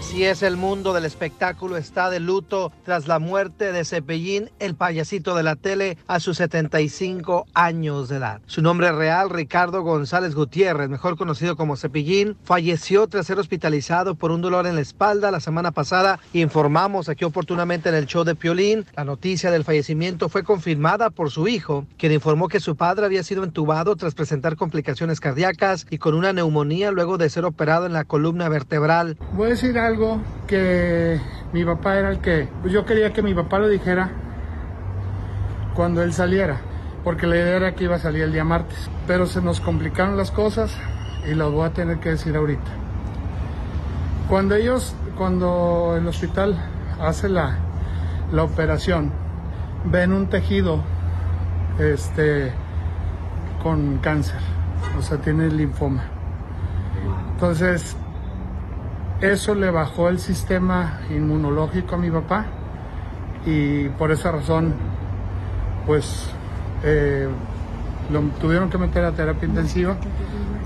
Speaker 5: Si es el mundo del espectáculo está de luto tras la muerte de Cepellín, el payasito de la tele, a sus 75 años de edad. Su nombre real, Ricardo González Gutiérrez, mejor conocido como Cepellín, falleció tras ser hospitalizado por un dolor en la espalda la semana pasada. Informamos aquí oportunamente en el show de Piolín. La noticia del fallecimiento fue confirmada por su hijo, quien informó que su padre había sido entubado tras presentar complicaciones cardíacas y con una neumonía luego de ser operado en la columna vertebral.
Speaker 6: Voy a decir algo eh, pues que mi papá era el que, yo quería que mi papá lo dijera cuando él saliera, porque la idea era que iba a salir el día martes, pero se nos complicaron las cosas y lo voy a tener que decir ahorita. Cuando ellos, cuando el hospital hace la, la operación, ven un tejido este, con cáncer, o sea, tiene linfoma. Entonces, eso le bajó el sistema inmunológico a mi papá y por esa razón, pues, eh, lo tuvieron que meter a terapia intensiva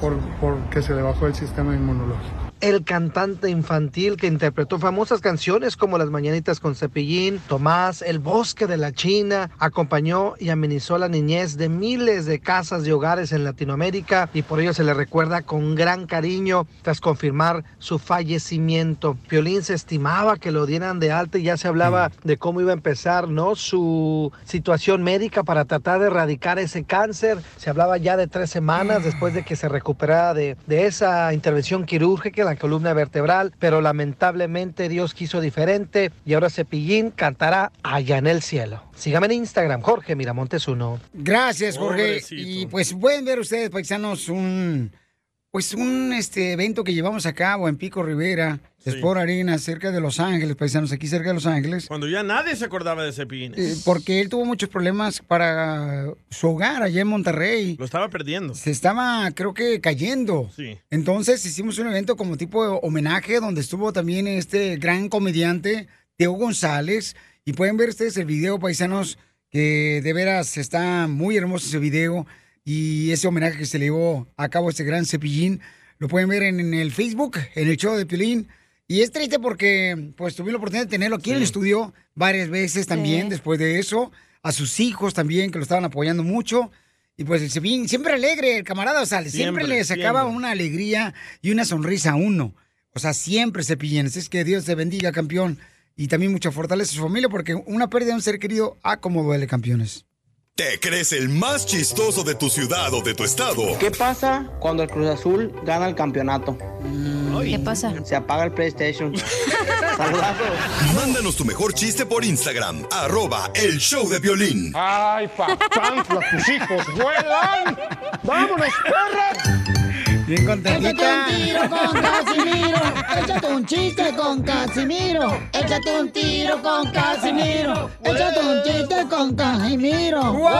Speaker 6: por, porque se le bajó el sistema inmunológico.
Speaker 5: El cantante infantil que interpretó famosas canciones como Las Mañanitas con Cepillín, Tomás, El Bosque de la China, acompañó y amenizó la niñez de miles de casas y hogares en Latinoamérica y por ello se le recuerda con gran cariño tras confirmar su fallecimiento. Piolín se estimaba que lo dieran de alta y ya se hablaba de cómo iba a empezar ¿no? su situación médica para tratar de erradicar ese cáncer. Se hablaba ya de tres semanas después de que se recuperara de, de esa intervención quirúrgica, la columna vertebral, pero lamentablemente Dios quiso diferente y ahora Cepillín cantará Allá en el cielo. Sígame en Instagram, Jorge Miramontes uno.
Speaker 1: Gracias, Jorge. Y pues pueden ver ustedes, paisanos, un pues un este evento que llevamos a cabo en Pico Rivera,
Speaker 2: Sí.
Speaker 1: Sport Arena, cerca de Los Ángeles, paisanos, aquí cerca de Los Ángeles.
Speaker 2: Cuando ya nadie se acordaba de Cepillín.
Speaker 1: eh, Porque él tuvo muchos problemas para su hogar allá en Monterrey.
Speaker 2: Lo estaba perdiendo.
Speaker 1: Se estaba, creo que, cayendo.
Speaker 2: Sí.
Speaker 1: Entonces hicimos un evento como tipo de homenaje donde estuvo también este gran comediante, Teo González. Y pueden ver ustedes el video, paisanos, que de veras está muy hermoso ese video. Y ese homenaje que se le llevó a cabo a este gran cepillín, lo pueden ver en, en el Facebook, en el show de Pilín. Y es triste porque pues tuve la oportunidad de tenerlo aquí en el estudio varias veces también después de eso. A sus hijos también, que lo estaban apoyando mucho. Y pues el Cepillín, siempre alegre, el camarada, o sea, siempre,
Speaker 2: Siempre,
Speaker 1: le sacaba
Speaker 2: siempre.
Speaker 1: una alegría y una sonrisa a uno. O sea, siempre Cepillín. Así es que Dios te bendiga, campeón. Y también mucha fortaleza a su familia, porque una pérdida de un ser querido, ah, cómo duele, campeones.
Speaker 4: ¿Te crees el más chistoso de tu ciudad o de tu estado?
Speaker 7: ¿Qué pasa cuando el Cruz Azul gana el campeonato? ¿Qué pasa? Se apaga el PlayStation.
Speaker 4: Mándanos tu mejor chiste por Instagram, arroba el show de violín.
Speaker 23: ¡Ay, papantla, tus hijos vuelan! ¡Vámonos, perra!
Speaker 1: Bien
Speaker 23: contentita.
Speaker 13: Échate un tiro con Casimiro. Échate un chiste con Casimiro. Échate un tiro con Casimiro. Échate un chiste con Casimiro.
Speaker 1: ¡Wow!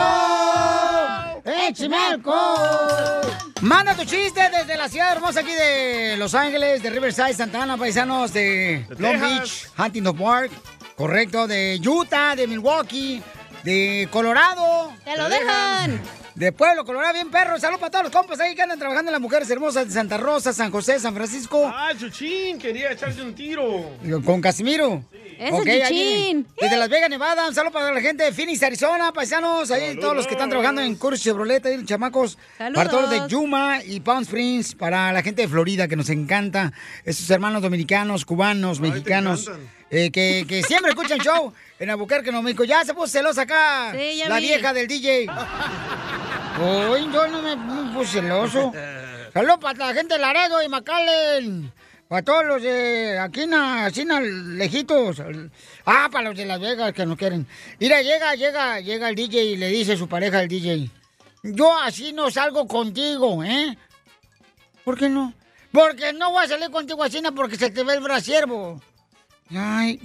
Speaker 13: ¡Échame alcohol!
Speaker 1: Manda tu chiste desde la ciudad hermosa aquí de Los Ángeles, de Riverside, Santa Ana, paisanos de, Long
Speaker 2: Texas.
Speaker 1: Beach, Huntington Park, correcto, de Utah, de Milwaukee, de Colorado.
Speaker 3: ¡Te lo dejan!
Speaker 1: De Pueblo Colorado, bien perro. Saludos para todos los compas ahí que andan trabajando en las mujeres hermosas de Santa Rosa, San José, San Francisco.
Speaker 2: Ah, Chuchín, quería echarse un tiro.
Speaker 1: Con Casimiro.
Speaker 2: Ese
Speaker 1: Ok, ahí
Speaker 2: Chichín.
Speaker 1: viene. Desde Las Vegas, Nevada, un saludo para la gente de Phoenix, Arizona, paisanos, ahí todos los que están trabajando en Curso Chevrolet, ahí los chamacos.
Speaker 3: Saludos.
Speaker 1: Para todos los de Yuma y Palm Springs, para la gente de Florida que nos encanta, esos hermanos dominicanos, cubanos, mexicanos, eh, que, que siempre escuchan show en Albuquerque, Nuevo México. Ya se puso celosa acá
Speaker 13: Sí, ya
Speaker 1: la
Speaker 13: vi.
Speaker 1: vieja del DJ. Hoy yo no me, me puse celoso. Saludos para la gente de Laredo y Macalen. Para todos los de aquí, na- así na- lejitos. Ah, para los de Las Vegas que no quieren. Mira, llega, llega, llega el DJ y le dice su pareja al DJ. Yo así no salgo contigo, ¿eh? ¿Por qué no? Porque no voy a salir contigo así, na, porque se te ve el brasiervo. Ay,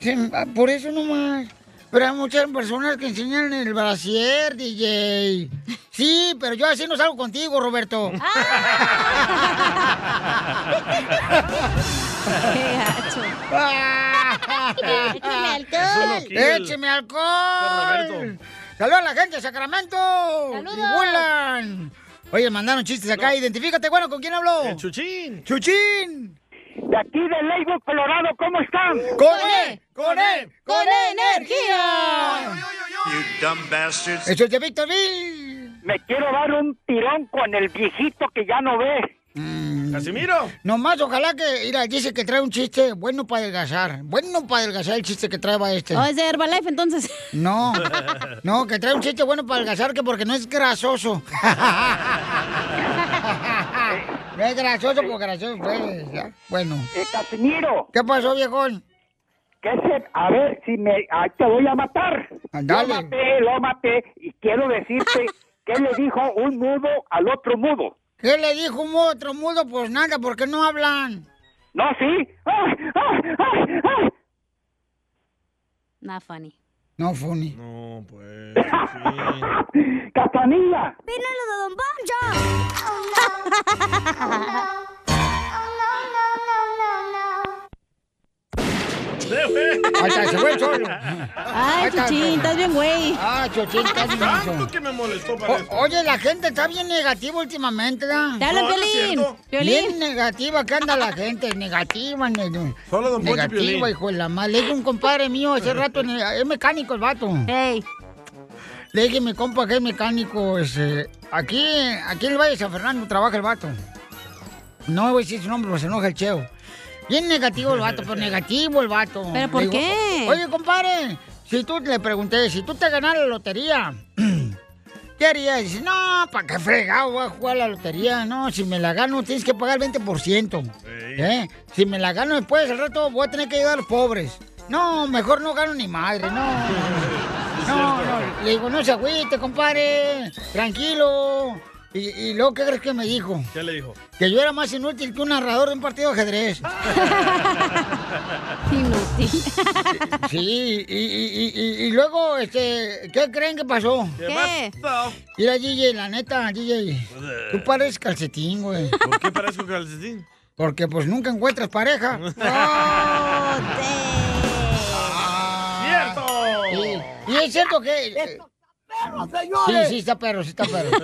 Speaker 1: se- ah, por eso nomás. Pero hay muchas personas que enseñan el brasier, DJ. Sí, pero yo así no salgo contigo, Roberto.
Speaker 13: ¡Qué gacho! ¡Échame alcohol!
Speaker 1: Ah. ¡Écheme alcohol! ¡Saludos a la gente de Sacramento!
Speaker 13: ¡Saludos!
Speaker 1: ¡Y Woodland! Oye, mandaron chistes acá. Identifícate, bueno, ¿con quién habló?
Speaker 2: Chuchín.
Speaker 1: ¡Chuchín!
Speaker 11: De aquí de Leywood, Colorado, ¿cómo están?
Speaker 1: ¡Con él! ¡Con él! ¡Con energía!
Speaker 11: You dumb bastards.
Speaker 1: Eso es de Victorville.
Speaker 11: Me quiero dar un tirón con el viejito que ya no ve.
Speaker 2: Casimiro.
Speaker 1: Mm. Nomás, ojalá que. Mira, dice que trae un chiste bueno para adelgazar. Bueno para adelgazar el chiste que trae va este.
Speaker 3: ¿O Oh, es de Herbalife entonces?
Speaker 1: No, no, que trae un chiste bueno para adelgazar que porque no es grasoso. no
Speaker 8: Eh,
Speaker 1: es grasoso porque grasoso, pues, ya. Bueno.
Speaker 11: Casimiro.
Speaker 1: ¿Qué pasó, viejón?
Speaker 8: ¿Qué se- A ver, si me... ah, te voy a matar. Lo maté, lo maté. Y quiero decirte qué le dijo un mudo al otro mudo.
Speaker 13: ¿Qué le dijo un otro mudo? Pues nada, ¿por qué no hablan?
Speaker 8: No, sí.
Speaker 3: Not funny.
Speaker 1: No, funny.
Speaker 2: No, pues.
Speaker 8: ¡Catanilla!
Speaker 1: Ahí está, se fue el cholo.
Speaker 3: Ay,
Speaker 1: Ahí está.
Speaker 3: Chuchín, estás bien, güey.
Speaker 1: Ah, Chuchín, estás bien gacho.
Speaker 2: Tanto que me molestó para eso.
Speaker 1: O- oye, la gente está bien negativa últimamente, ¿verdad?
Speaker 2: Te hablan, No, no es Piolín. cierto. Piolín.
Speaker 1: Bien negativa que anda la gente, negativa, ne-
Speaker 2: Solo Don Poncho y
Speaker 1: negativa,
Speaker 2: Piolín.
Speaker 1: hijo de la madre. Le dije a un compadre mío hace rato, en el- es mecánico el vato. Le dije, mi compa que es mecánico, este, aquí, aquí en el Valle de San Fernando trabaja el vato. No voy a decir su nombre, pues se enoja el cheo. Bien negativo el vato, pero negativo el vato.
Speaker 3: ¿Pero por
Speaker 1: Le digo,
Speaker 3: qué?
Speaker 1: Oye, compadre, si tú le pregunté, si tú te ganas la lotería, ¿qué harías? Dice, no, ¿para qué fregado voy a jugar a la lotería? No, si me la gano tienes que pagar el 20%. ¿eh? Si me la gano después, al rato voy a tener que ayudar a los pobres. No, mejor no gano ni madre, no. No, no, le digo, no se agüite, compadre, tranquilo. Y, y luego, ¿qué crees que me dijo?
Speaker 2: ¿Qué le dijo?
Speaker 1: Que yo era más inútil que un narrador de un partido de ajedrez.
Speaker 3: Inútil.
Speaker 1: Sí, y, y- y- y- y luego, este, ¿qué creen que pasó?
Speaker 2: ¿Qué pasó?
Speaker 1: Mira, DJ, la neta, DJ, tú pareces calcetín, güey.
Speaker 2: ¿Por qué parezco calcetín?
Speaker 1: Porque pues nunca encuentras pareja.
Speaker 2: ¡Cierto!
Speaker 1: Y, y es cierto que... eh, Sí, sí, está perro, sí está perro. Eh,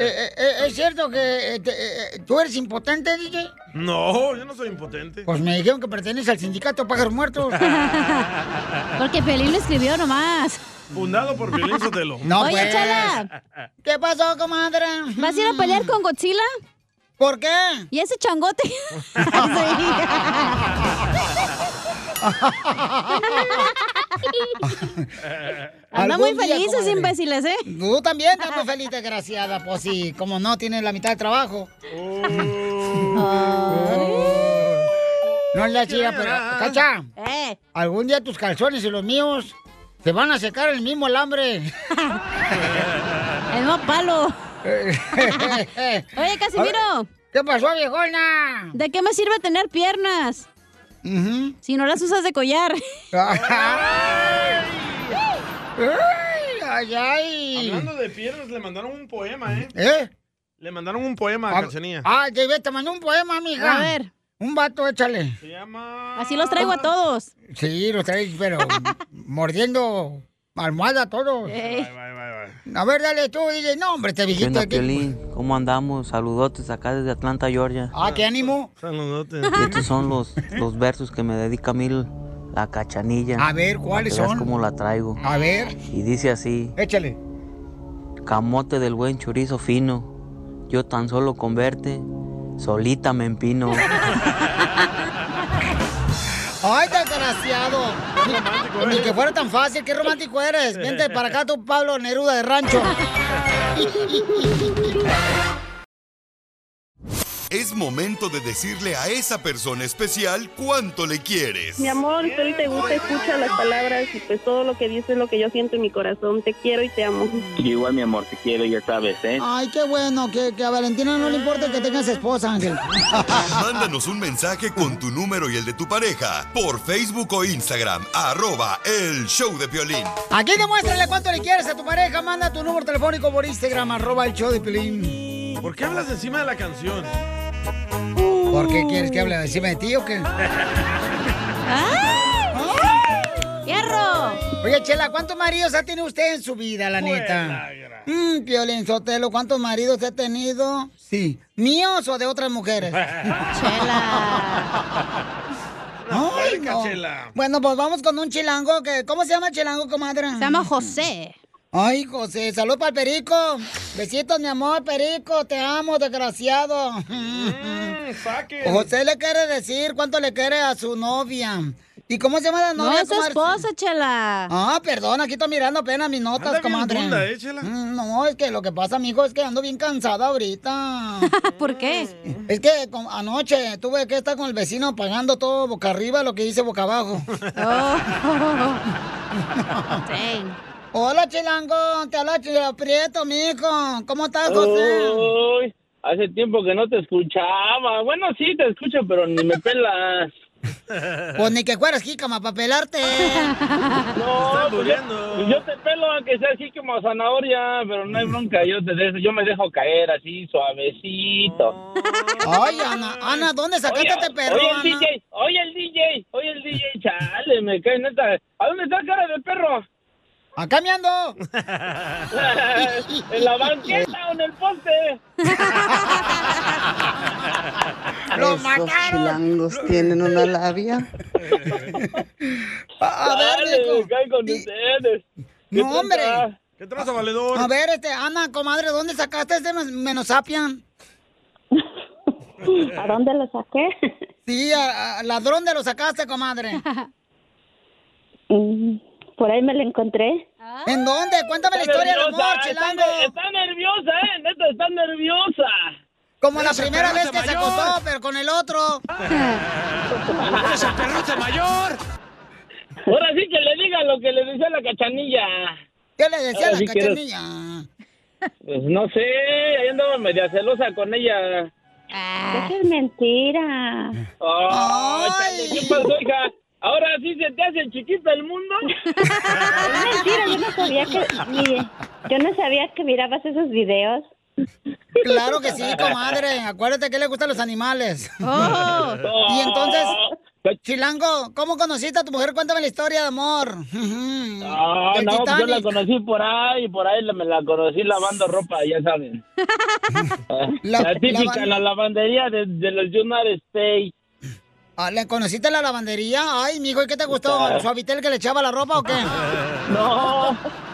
Speaker 1: eh, eh, ¿Es cierto que eh, te- eh, eh, tú eres impotente, DJ?
Speaker 2: No, yo no soy impotente.
Speaker 1: Pues me dijeron que perteneces al sindicato Pájaros Muertos.
Speaker 3: Porque Piolín lo escribió nomás.
Speaker 2: Fundado por Violín Sotelo.
Speaker 1: No,
Speaker 3: Oye,
Speaker 1: pues.
Speaker 3: Chala.
Speaker 1: ¿Qué pasó, comadre?
Speaker 3: ¿Vas a ir a pelear con Godzilla?
Speaker 1: ¿Por qué?
Speaker 3: ¿Y ese changote? Anda muy
Speaker 1: Algún día,
Speaker 3: felices,
Speaker 1: comadre.
Speaker 3: imbéciles, ¿eh?
Speaker 1: Tú también estás muy feliz, desgraciada. Pues sí, como no tienes la mitad de trabajo. No es la chica, pero. ¡Cacha!
Speaker 3: Eh.
Speaker 1: Algún día tus calzones y los míos te van a secar el mismo alambre.
Speaker 3: El mismo palo.
Speaker 1: Eh.
Speaker 3: Oye, Casimiro.
Speaker 1: ¿Qué pasó, viejona?
Speaker 3: ¿De qué me sirve tener piernas? Si no las usas de collar.
Speaker 1: ay, ay.
Speaker 2: Hablando de piedras, le mandaron un poema, ¿eh?
Speaker 1: ¿Eh?
Speaker 2: Le mandaron un poema a Cachanía.
Speaker 1: Ah, David, te mandó un poema, amiga.
Speaker 2: A
Speaker 3: ver.
Speaker 1: Un vato, échale.
Speaker 3: Así los traigo a todos.
Speaker 1: Sí, los traes, pero mordiendo almohada a todos. A ver, dale tú, dile, no, hombre, este te
Speaker 9: ¿Qué
Speaker 1: dijiste
Speaker 9: onda,
Speaker 1: que...
Speaker 9: Piolín? ¿Cómo andamos? Saludotes acá desde Atlanta, Georgia.
Speaker 1: Ah, qué ánimo.
Speaker 2: Saludote.
Speaker 9: Y estos son los, los versos que me dedica a mí la cachanilla.
Speaker 1: A ver,
Speaker 9: Para
Speaker 1: ¿cuáles
Speaker 9: que veas
Speaker 1: son?
Speaker 9: cómo la traigo.
Speaker 1: A ver,
Speaker 9: Y dice así.
Speaker 1: Échale.
Speaker 9: Camote del buen chorizo fino. Yo tan solo con verte, solita me empino.
Speaker 1: ay, desgraciado. Ni, ni que fuera tan fácil, qué romántico eres. Vente para acá tú, Pablo Neruda de Rancho.
Speaker 4: Es momento de decirle a esa persona especial cuánto le quieres.
Speaker 12: Mi amor, si a ti te gusta, escucha las palabras y pues todo lo que dices es lo que yo siento en mi corazón. Te quiero y te amo.
Speaker 8: Igual, mi amor, te quiero, ya sabes, ¿eh?
Speaker 1: Ay, qué bueno, que, que a Valentina no le importa que tengas esposa, Ángel.
Speaker 4: Mándanos un mensaje con tu número y el de tu pareja por Facebook o Instagram, arroba el show de violín.
Speaker 1: Aquí demuéstrale cuánto le quieres a tu pareja. Manda tu número telefónico por Instagram, arroba el show de Pilín.
Speaker 2: ¿Por qué hablas encima de la canción?
Speaker 1: ¿Por qué quieres que hable encima de ti o qué?
Speaker 3: ¡Hierro!
Speaker 1: Oye, Chela, ¿cuántos maridos ha tenido usted en su vida,
Speaker 13: Pues,
Speaker 1: la neta? Mmm, Piolín Sotelo, ¿cuántos maridos ha tenido? Sí. ¿Míos o de otras mujeres? Ay, no. Bueno, pues vamos con un chilango. Que, ¿Cómo se llama el chilango, comadre? Se
Speaker 3: llama José.
Speaker 1: Ay, José, salud para el perico. Besitos, mi amor, perico. Te amo, desgraciado. José le quiere decir cuánto le quiere a su novia. ¿Y cómo se llama la
Speaker 3: No,
Speaker 1: novia?
Speaker 3: es su esposa,
Speaker 1: chela. Ah, perdón, aquí estoy mirando apenas mis notas,
Speaker 3: Anda bien
Speaker 1: comadre.
Speaker 3: dunda, eh,
Speaker 1: Mm, No, es que lo que pasa, mijo, es que ando bien cansada ahorita.
Speaker 3: ¿Por qué?
Speaker 1: Es que com- anoche tuve que estar con el vecino pagando todo boca arriba lo que hice boca abajo.
Speaker 3: Oh.
Speaker 1: Hola, Chilango. Te habla Chilo Prieto, mijo. ¿Cómo estás, Ah, José?
Speaker 10: Oh, Uy, hace tiempo que no te escuchaba. Bueno, sí te escucho, pero ni me pelas.
Speaker 1: Pues ni que fueras jícama para pelarte.
Speaker 10: No, pues yo, yo te pelo aunque sea así como zanahoria, pero no hay bronca, yo te dejo- yo me dejo caer así suavecito.
Speaker 1: Ay, Ana, Ana, ¿dónde sacaste este perro,
Speaker 10: Oye el
Speaker 1: Ana?
Speaker 10: DJ, oye el DJ, oye el DJ, chale, me cae neta. ¿A dónde está cara de perro?
Speaker 1: Acá me ando.
Speaker 10: en la banqueta o en el poste.
Speaker 14: Esos chilangos tienen una labia.
Speaker 1: A ver,
Speaker 10: Dale,
Speaker 1: viejo.
Speaker 10: me cae con
Speaker 7: Eh.
Speaker 10: ustedes. ¿Qué
Speaker 1: No, hombre.
Speaker 10: tranza?
Speaker 1: ¿Qué traza, valedor? A ver, este, Ana, comadre, ¿dónde sacaste este men- menosapian?
Speaker 16: ¿A dónde lo saqué?
Speaker 1: Sí, a, a- ladrón de lo sacaste, comadre.
Speaker 16: Mm, Por ahí me lo encontré.
Speaker 5: Ah.
Speaker 1: ¿En dónde? Cuéntame la
Speaker 10: Está
Speaker 1: historia del
Speaker 10: nerviosa,
Speaker 1: amor,
Speaker 10: está
Speaker 1: chilango.
Speaker 10: ne- Está nerviosa, eh, neta, está nerviosa.
Speaker 1: Como la primera vez que se acostó, pero con el otro.
Speaker 10: ¡Ese perrote mayor! Ahora sí que le diga lo que le decía la cachanilla.
Speaker 1: ¿Qué le decía
Speaker 10: Ahora
Speaker 1: la
Speaker 10: sí que eres-
Speaker 1: cachanilla?
Speaker 10: Pues no sé, ahí andaba media celosa con ella.
Speaker 16: Eso es mentira.
Speaker 10: Oh, chale, ¿Qué pasó, hija? ¿Ahora sí se te hace chiquita el mundo?
Speaker 16: Es mentira, yo no sabía que mire, yo no sabía que mirabas esos videos.
Speaker 1: Claro que sí, comadre. Acuérdate que le gustan los animales.
Speaker 16: Oh.
Speaker 1: Y entonces,
Speaker 10: Oh.
Speaker 1: Chilango, ¿cómo conociste a tu mujer? Cuéntame la historia de amor. Ujú.
Speaker 10: Ah,
Speaker 1: Del
Speaker 10: no, yo la
Speaker 1: Titanic.
Speaker 10: conocí por ahí, por ahí la- me la conocí lavando ropa, ya saben. Ah,
Speaker 1: La-
Speaker 10: La, típica,
Speaker 1: lavan-
Speaker 10: la lavandería de, de los United States.
Speaker 1: Ah, ¿Le conociste en la lavandería? Ay, mijo, ¿y qué te gustó? ¿El suavitel que le echaba la ropa o qué?
Speaker 10: Ah. No,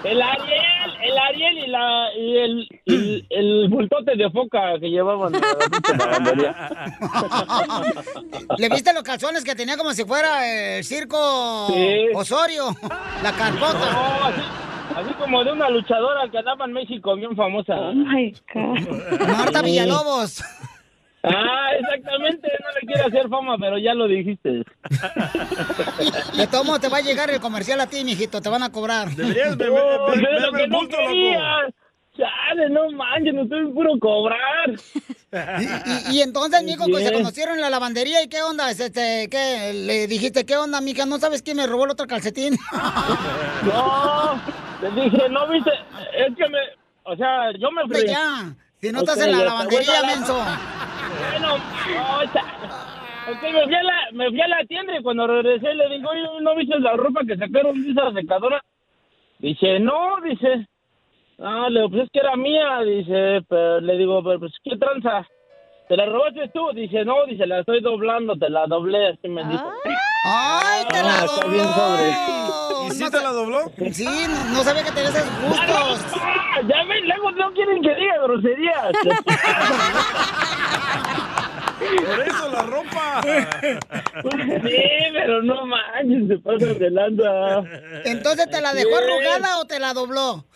Speaker 10: el Ariel, el Ariel y la y el, y el bultote de foca que llevaban a la pinche lavandería.
Speaker 1: ¿Le viste los calzones que tenía como si fuera eh, el circo
Speaker 10: Sí.
Speaker 1: Osorio? La
Speaker 10: No, así,
Speaker 1: carpota.
Speaker 10: así como de una luchadora que andaba en México bien famosa.
Speaker 1: Marta
Speaker 10: Sí.
Speaker 1: Villalobos.
Speaker 10: Ah, exactamente, no le quiero hacer fama, pero ya lo dijiste.
Speaker 1: De todos modos, te va a llegar el comercial a ti, mijito. Te van a cobrar.
Speaker 10: Deberías ver- ver- Oh, ver- pero verme que el no bulto, loco. quería. Chale, no manches, no estoy puro cobrar.
Speaker 1: Y, y entonces, mijo, pues, se
Speaker 10: Bien.
Speaker 1: conocieron en la lavandería. ¿Y qué onda? Este, ¿qué? Le dijiste, ¿qué onda, mija? ¿No sabes quién me robó el otro calcetín?
Speaker 10: No, le dije, no viste, es que me, o sea, yo me
Speaker 1: Hombre,
Speaker 10: fui.
Speaker 1: ya. Si no
Speaker 10: Ok,
Speaker 1: estás en la
Speaker 10: ya está.
Speaker 1: lavandería,
Speaker 10: Bueno, la-
Speaker 1: menso.
Speaker 10: Bueno, no, chale. Es que me fui, a la, me fui a la tienda y cuando regresé le digo, oye, ¿no viste la ropa que sacaron de esa secadora? Dice, no, dice. Ah, le digo, pues es que era mía, dice, pero le digo, pero pues qué tranza. ¿Te la robaste tú? Dice, no, dice, la estoy doblando, te la doblé, así me dijo. Ah,
Speaker 1: ¡Ay, te la
Speaker 10: está bien sobre.
Speaker 1: dobló! ¿Y sí te la dobló? Sí, no, no sabía que tenías esos gustos.
Speaker 10: Ya ven, luego Ah, no quieren que diga groserías.
Speaker 2: Por eso la ropa.
Speaker 10: sí, pero no manches, se pasan de lanza.
Speaker 1: Entonces, ¿te la dejó arrugada o te la dobló?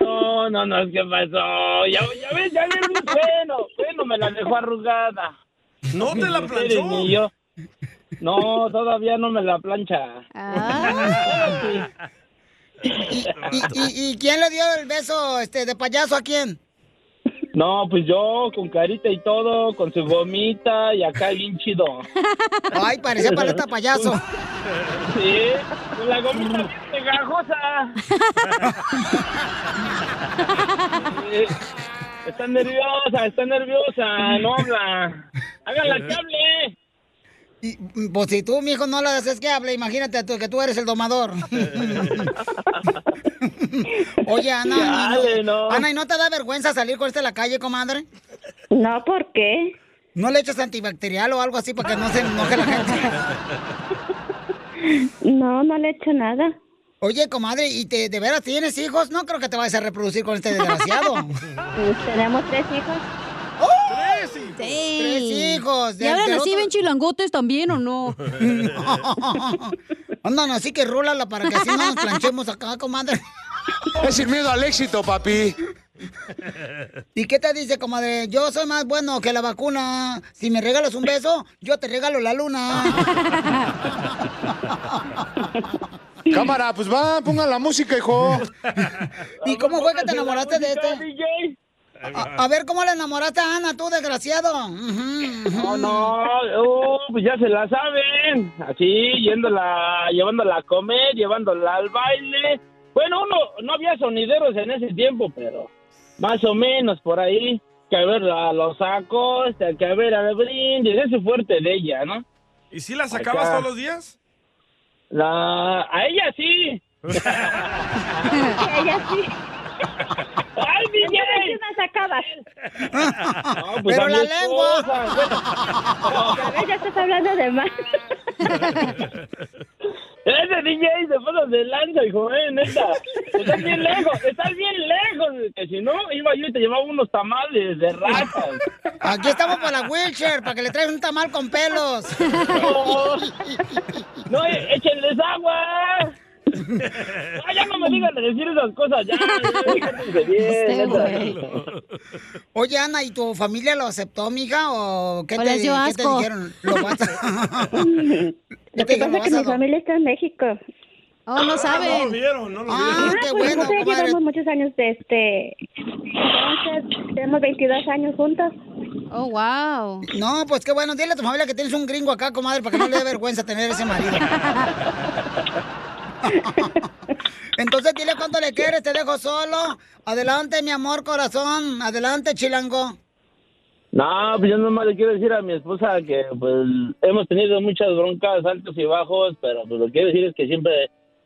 Speaker 10: No, no, no, ¿qué pasó? Ya, Pues, ya ves, ya ves, bueno, bueno, me la dejó arrugada.
Speaker 2: No te la
Speaker 10: planchó. Ni yo. No, todavía no me la plancha.
Speaker 3: Ah.
Speaker 1: ¿Y, y, y quién le dio el beso este, de payaso a quién?
Speaker 10: No, pues yo, con carita y todo, con su gomita y acá bien chido.
Speaker 1: Ay, parecía paleta payaso.
Speaker 10: Sí, con la gomita bien pegajosa. Sí, Está nerviosa, está nerviosa, no habla. Háganla que hable.
Speaker 1: Y, pues si tú, mijo, no la haces que hable, imagínate tú, que tú eres el domador. Oye, Ana, y no-
Speaker 10: Chale, no.
Speaker 1: Ana, ¿y no te da vergüenza salir con este a la calle, comadre?
Speaker 16: No, ¿por qué?
Speaker 1: ¿No le echas antibacterial o algo así para que no se enoje la gente?
Speaker 16: No, no le he hecho nada.
Speaker 1: Oye, comadre, ¿y te, de veras tienes hijos? No creo que te vayas a reproducir con este desgraciado.
Speaker 16: Tenemos tres hijos.
Speaker 1: ¡Oh!
Speaker 3: Sí.
Speaker 1: Tres hijos.
Speaker 3: ¿Y ahora
Speaker 1: Del
Speaker 3: así
Speaker 1: otro-
Speaker 3: ven chilangotes también o no?
Speaker 1: Andan así que rólala para que así no nos planchemos acá, comadre.
Speaker 23: Es sin miedo al éxito, papi.
Speaker 1: ¿Y qué te dice, comadre? Yo soy más bueno que la vacuna. Si me regalas un beso, yo te regalo la luna.
Speaker 23: Cámara, pues va, ponga la música, hijo.
Speaker 1: ¿Y cómo fue que te enamoraste de este? A, a ver, ¿cómo le enamoraste a Ana, tú, desgraciado?
Speaker 10: No, no, oh, pues ya se la saben. Así, yéndola, llevándola a comer, llevándola al baile. Bueno, uno, no había sonideros en ese tiempo, pero más o menos por ahí. Que a ver a los sacos, que a ver a la brindis, ese fuerte de ella, ¿no?
Speaker 2: ¿Y si la sacabas
Speaker 10: Acá.
Speaker 2: todos los días?
Speaker 10: La, a ella sí. a ella sí. ¡Ay, Miguel!
Speaker 11: No,
Speaker 10: pues
Speaker 11: Pero
Speaker 10: a mi
Speaker 11: la
Speaker 10: esposa,
Speaker 11: lengua.
Speaker 16: Ya estás hablando de más.
Speaker 10: Ese DJ se pasa de lanza, hijo, eh, neta. Estás bien lejos, estás bien lejos. Que si no, iba yo y te llevaba unos tamales de ratas.
Speaker 1: Aquí estamos para la wheelchair, para que le traigas un tamal con pelos.
Speaker 10: No, eh, échenles agua. No, ya no me digan de decir esas cosas, ya. ya, bien,
Speaker 1: Este
Speaker 10: neta.
Speaker 1: güey. Oye, Ana, ¿y tu familia lo aceptó, mija? ¿O qué,
Speaker 16: ¿O
Speaker 1: te,
Speaker 16: les dio
Speaker 1: qué te
Speaker 16: asco?
Speaker 1: dijeron? ¿Lo vas a-
Speaker 16: Lo que
Speaker 1: digo,
Speaker 16: pasa es que mi
Speaker 1: basado.
Speaker 16: familia está en México.
Speaker 3: Oh,
Speaker 2: Ah, No lo vieron, no lo vieron.
Speaker 16: Ah, pues nosotros llevamos muchos años de este. Entonces, tenemos 22 años juntos.
Speaker 3: Oh, wow.
Speaker 1: No, pues qué bueno. Dile a tu familia que tienes un gringo acá, comadre, para que no le dé vergüenza tener ese marido. Entonces dile cuánto le quieres, te dejo solo. Adelante, mi amor, corazón. Adelante, chilango.
Speaker 10: No, pues yo nomás le quiero decir a mi esposa que pues hemos tenido muchas broncas altos y bajos, pero pues lo que quiero decir es que siempre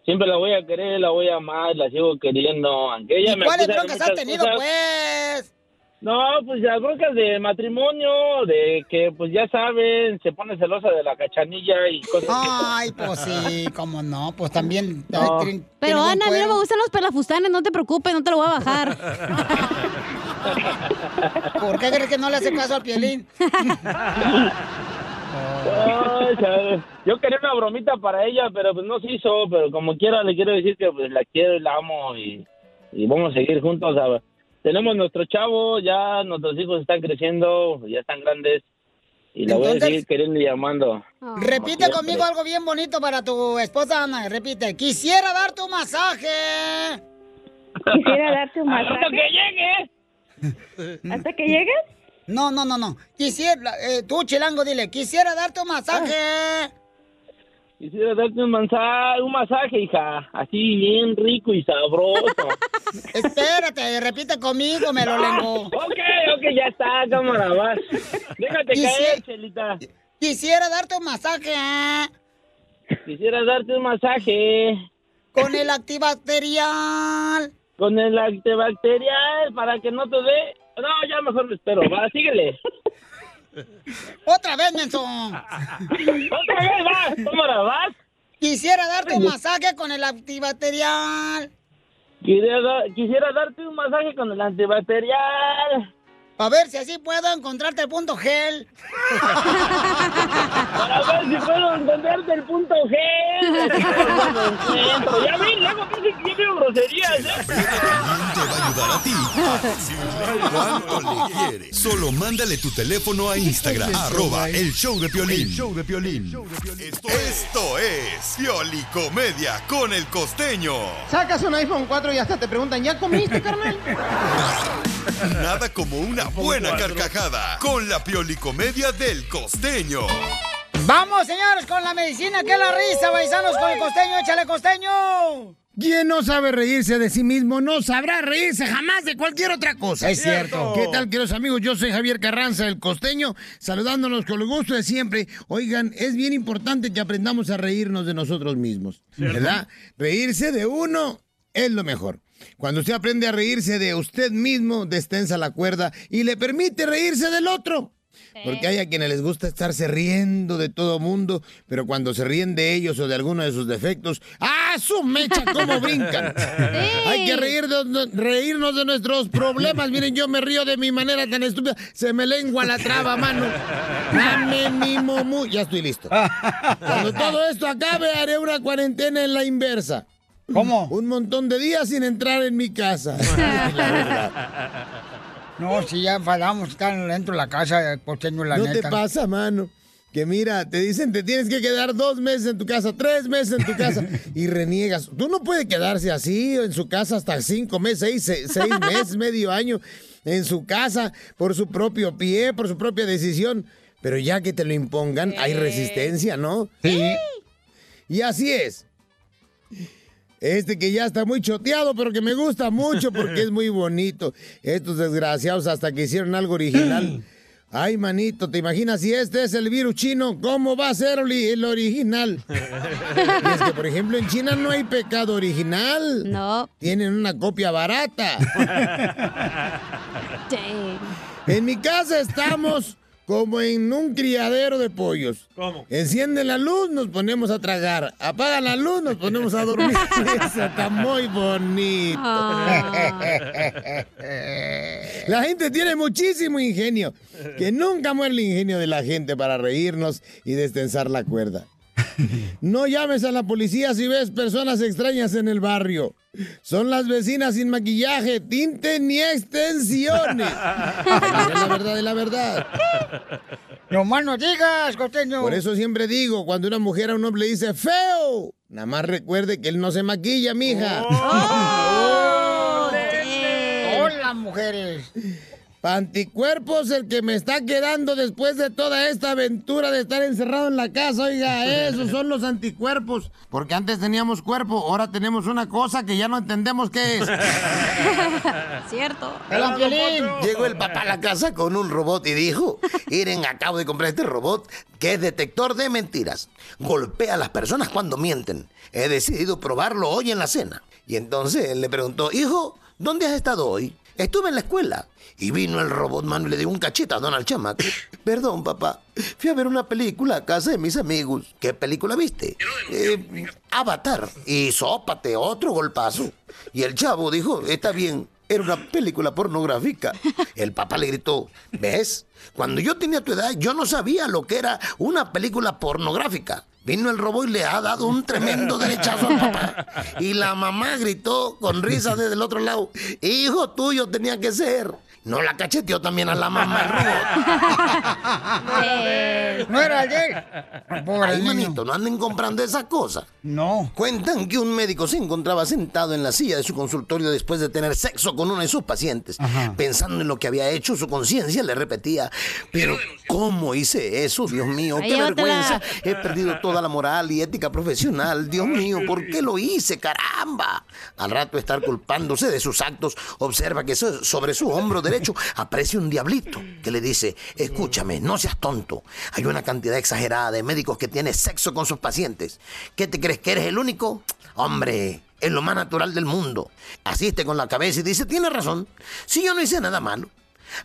Speaker 10: siempre la voy a querer, la voy a amar, la sigo queriendo, aunque ella
Speaker 1: ¿Y
Speaker 10: me
Speaker 1: cuáles
Speaker 10: acusa de
Speaker 1: broncas has
Speaker 10: muchas
Speaker 1: tenido,
Speaker 10: cosas.
Speaker 1: pues?
Speaker 10: No, pues las broncas de matrimonio, de que pues ya saben, se pone celosa de la cachanilla y cosas
Speaker 1: Ay, pues sí, cómo no, pues también.
Speaker 10: No.
Speaker 1: ay, tienen-
Speaker 3: Pero
Speaker 1: tienen
Speaker 3: Ana, a
Speaker 1: buen
Speaker 3: mí no me
Speaker 1: cuero.
Speaker 3: gustan los pelafustanes, no te preocupes, no te lo voy a bajar.
Speaker 1: ¿Por qué crees que no le hace caso al pielín?
Speaker 10: Ay, chale. yo quería una bromita para ella, pero pues no se hizo, pero como quiera le quiero decir que pues la quiero y la amo y, y vamos a seguir juntos. ¿sabes? Tenemos nuestro chavo, ya nuestros hijos están creciendo, ya están grandes y la voy a
Speaker 1: Entonces-
Speaker 10: seguir queriendo y llamando.
Speaker 1: Repite conmigo algo bien bonito para tu esposa Ana. Repite. Quisiera darte un masaje.
Speaker 16: Quisiera darte un masaje.
Speaker 1: Hasta que
Speaker 10: llegue.
Speaker 1: ¿Hasta que llegues? No, no, no, no. Quisiera, eh, tú, chilango, dile, quisiera darte un
Speaker 16: Ah.
Speaker 1: masaje.
Speaker 10: Quisiera darte un, mansa- un masaje, hija, así bien rico y sabroso.
Speaker 1: Espérate, repite conmigo, me lo lengo.
Speaker 10: ok, ok, ya está, cámara, vas. Déjate
Speaker 1: Quisiera-
Speaker 10: caer, Chelita.
Speaker 1: Quisiera darte un masaje eh.
Speaker 10: Quisiera darte un masaje.
Speaker 1: con el antibacterial.
Speaker 10: con el antibacterial para que no te dé. No, ya mejor me espero. Va, síguele.
Speaker 1: Otra vez, menso.
Speaker 10: Otra vez vas, cámara, vas.
Speaker 1: Quisiera darte un masaje con el antibacterial.
Speaker 10: Quisiera, da- quisiera darte un masaje con el antibacterial.
Speaker 1: A ver si así puedo encontrarte el punto gel.
Speaker 10: Para ver si puedo encontrarte el punto G. ya vi, luego casi que yo digo groserías. ¿eh?
Speaker 4: Te va a ayudar a ti a decirle cuánto le quiere. Solo mándale tu teléfono a Instagram, arroba el show de Piolín.
Speaker 17: El
Speaker 4: Esto, esto es Piolicomedia con el costeño.
Speaker 17: Sacas un iPhone 4 y hasta te preguntan, ¿ya comiste, carnal?
Speaker 4: Nada como una buena carcajada con la Piolicomedia del costeño.
Speaker 1: Vamos, señores, con la medicina que es la risa, paisanos, con el costeño, échale costeño.
Speaker 17: Quien no sabe reírse de sí mismo no sabrá reírse jamás de cualquier otra cosa.
Speaker 1: Es cierto.
Speaker 17: ¿Qué tal, queridos amigos? Yo soy Javier Carranza, el costeño, saludándonos con el gusto de siempre. Oigan, es bien importante que aprendamos a reírnos de nosotros mismos,
Speaker 18: Cierto.
Speaker 17: ¿verdad? Reírse de uno es lo mejor. Cuando usted aprende a reírse de usted mismo, destensa la cuerda y le permite reírse del otro.
Speaker 14: Porque hay a quienes les gusta estarse riendo de todo mundo, pero cuando se ríen de ellos o de alguno de sus defectos, ¡ah, su mecha, cómo brincan! Hay que reírnos, de- reírnos de nuestros problemas. Miren, yo me río de mi manera tan estúpida. Se me lengua la traba, mano. Dame mi momu. Ya estoy listo. Cuando todo esto acabe, haré una cuarentena en la inversa.
Speaker 1: ¿Cómo?
Speaker 14: Un montón de días sin entrar en mi casa. La verdad.
Speaker 1: No, si ya enfadamos, están dentro de la casa, el costeño, la
Speaker 14: ¿No
Speaker 1: neta.
Speaker 14: te pasa, mano? Que mira, te dicen, te tienes que quedar dos meses en tu casa, tres meses en tu casa, y reniegas. Tú no puedes quedarse así en su casa hasta cinco meses, seis, se- seis meses, medio año en su casa, por su propio pie, por su propia decisión. Pero ya que te lo impongan, hay resistencia, ¿no?
Speaker 1: Sí.
Speaker 14: Y así es. Este que ya está muy choteado, pero que me gusta mucho porque es muy bonito. Estos desgraciados hasta que hicieron algo original. Ay, manito, ¿te imaginas si este es el virus chino? ¿Cómo va a ser oli- el original? Y es que, por ejemplo, en China no hay pecado original.
Speaker 3: No.
Speaker 14: Tienen una copia barata. En mi casa estamos como en un criadero de pollos.
Speaker 2: ¿Cómo?
Speaker 14: Enciende la luz, nos ponemos a tragar. Apaga la luz, nos ponemos a dormir. Eso está muy bonito. La gente tiene muchísimo ingenio. Que nunca muere el ingenio de la gente para reírnos y destensar la cuerda. No llames a la policía si ves personas extrañas en el barrio. Son las vecinas sin maquillaje, tinte ni extensiones. Es la verdad, es la verdad.
Speaker 1: Nomás no digas, costeño.
Speaker 14: Por eso siempre digo, cuando una mujer a un hombre le dice feo, nada más recuerde que él no se maquilla, mija.
Speaker 1: Oh, Hola, mujeres.
Speaker 14: Panticuerpos, el que me está quedando después de toda esta aventura de estar encerrado en la casa, oiga, esos son los anticuerpos. Porque antes teníamos cuerpo, ahora tenemos una cosa que ya no entendemos qué es.
Speaker 3: Cierto.
Speaker 5: Hola, Piolín. Llegó el papá a la casa con un robot y dijo, Miren, acabo de comprar este robot que es detector de mentiras. Golpea a las personas cuando mienten. He decidido probarlo hoy en la cena. Y entonces él le preguntó, hijo, ¿dónde has estado hoy? Estuve en la escuela. Y vino el robot, mano, y le dio un cachete a Donald Chamac. Perdón, papá. Fui a ver una película a casa de mis amigos. ¿Qué película viste? Eh, Avatar. Y sópate, otro golpazo. Y el chavo dijo, está bien. Era una película pornográfica. El papá le gritó, ¿ves? Cuando yo tenía tu edad, yo no sabía lo que era una película pornográfica. Vino el robo y le ha dado un tremendo derechazo al papá. Y la mamá gritó con risa desde el otro lado, hijo tuyo tenía que ser. No la cacheteó también a la mamá el robot.
Speaker 1: No era ayer.
Speaker 5: Ay, manito, no anden comprando esas cosas.
Speaker 1: No.
Speaker 5: Cuentan que un médico se encontraba sentado en la silla de su consultorio después de tener sexo con uno de sus pacientes. Pensando en lo que había hecho, su conciencia le repetía, pero ¿cómo hice eso? Dios mío,
Speaker 3: Ahí
Speaker 5: qué
Speaker 3: llévatela.
Speaker 5: vergüenza. He perdido toda la moral y ética profesional. Dios mío, ¿por qué lo hice? Caramba. Al rato de estar culpándose de sus actos, observa que so- sobre su hombro derecho aparece un diablito que le dice, escúchame, no seas tonto. Hay una cantidad exagerada de médicos que tienen sexo con sus pacientes. ¿Qué te crees que eres el único? Hombre, es lo más natural del mundo. Asiste con la cabeza y dice, tiene razón. Si yo no hice nada malo.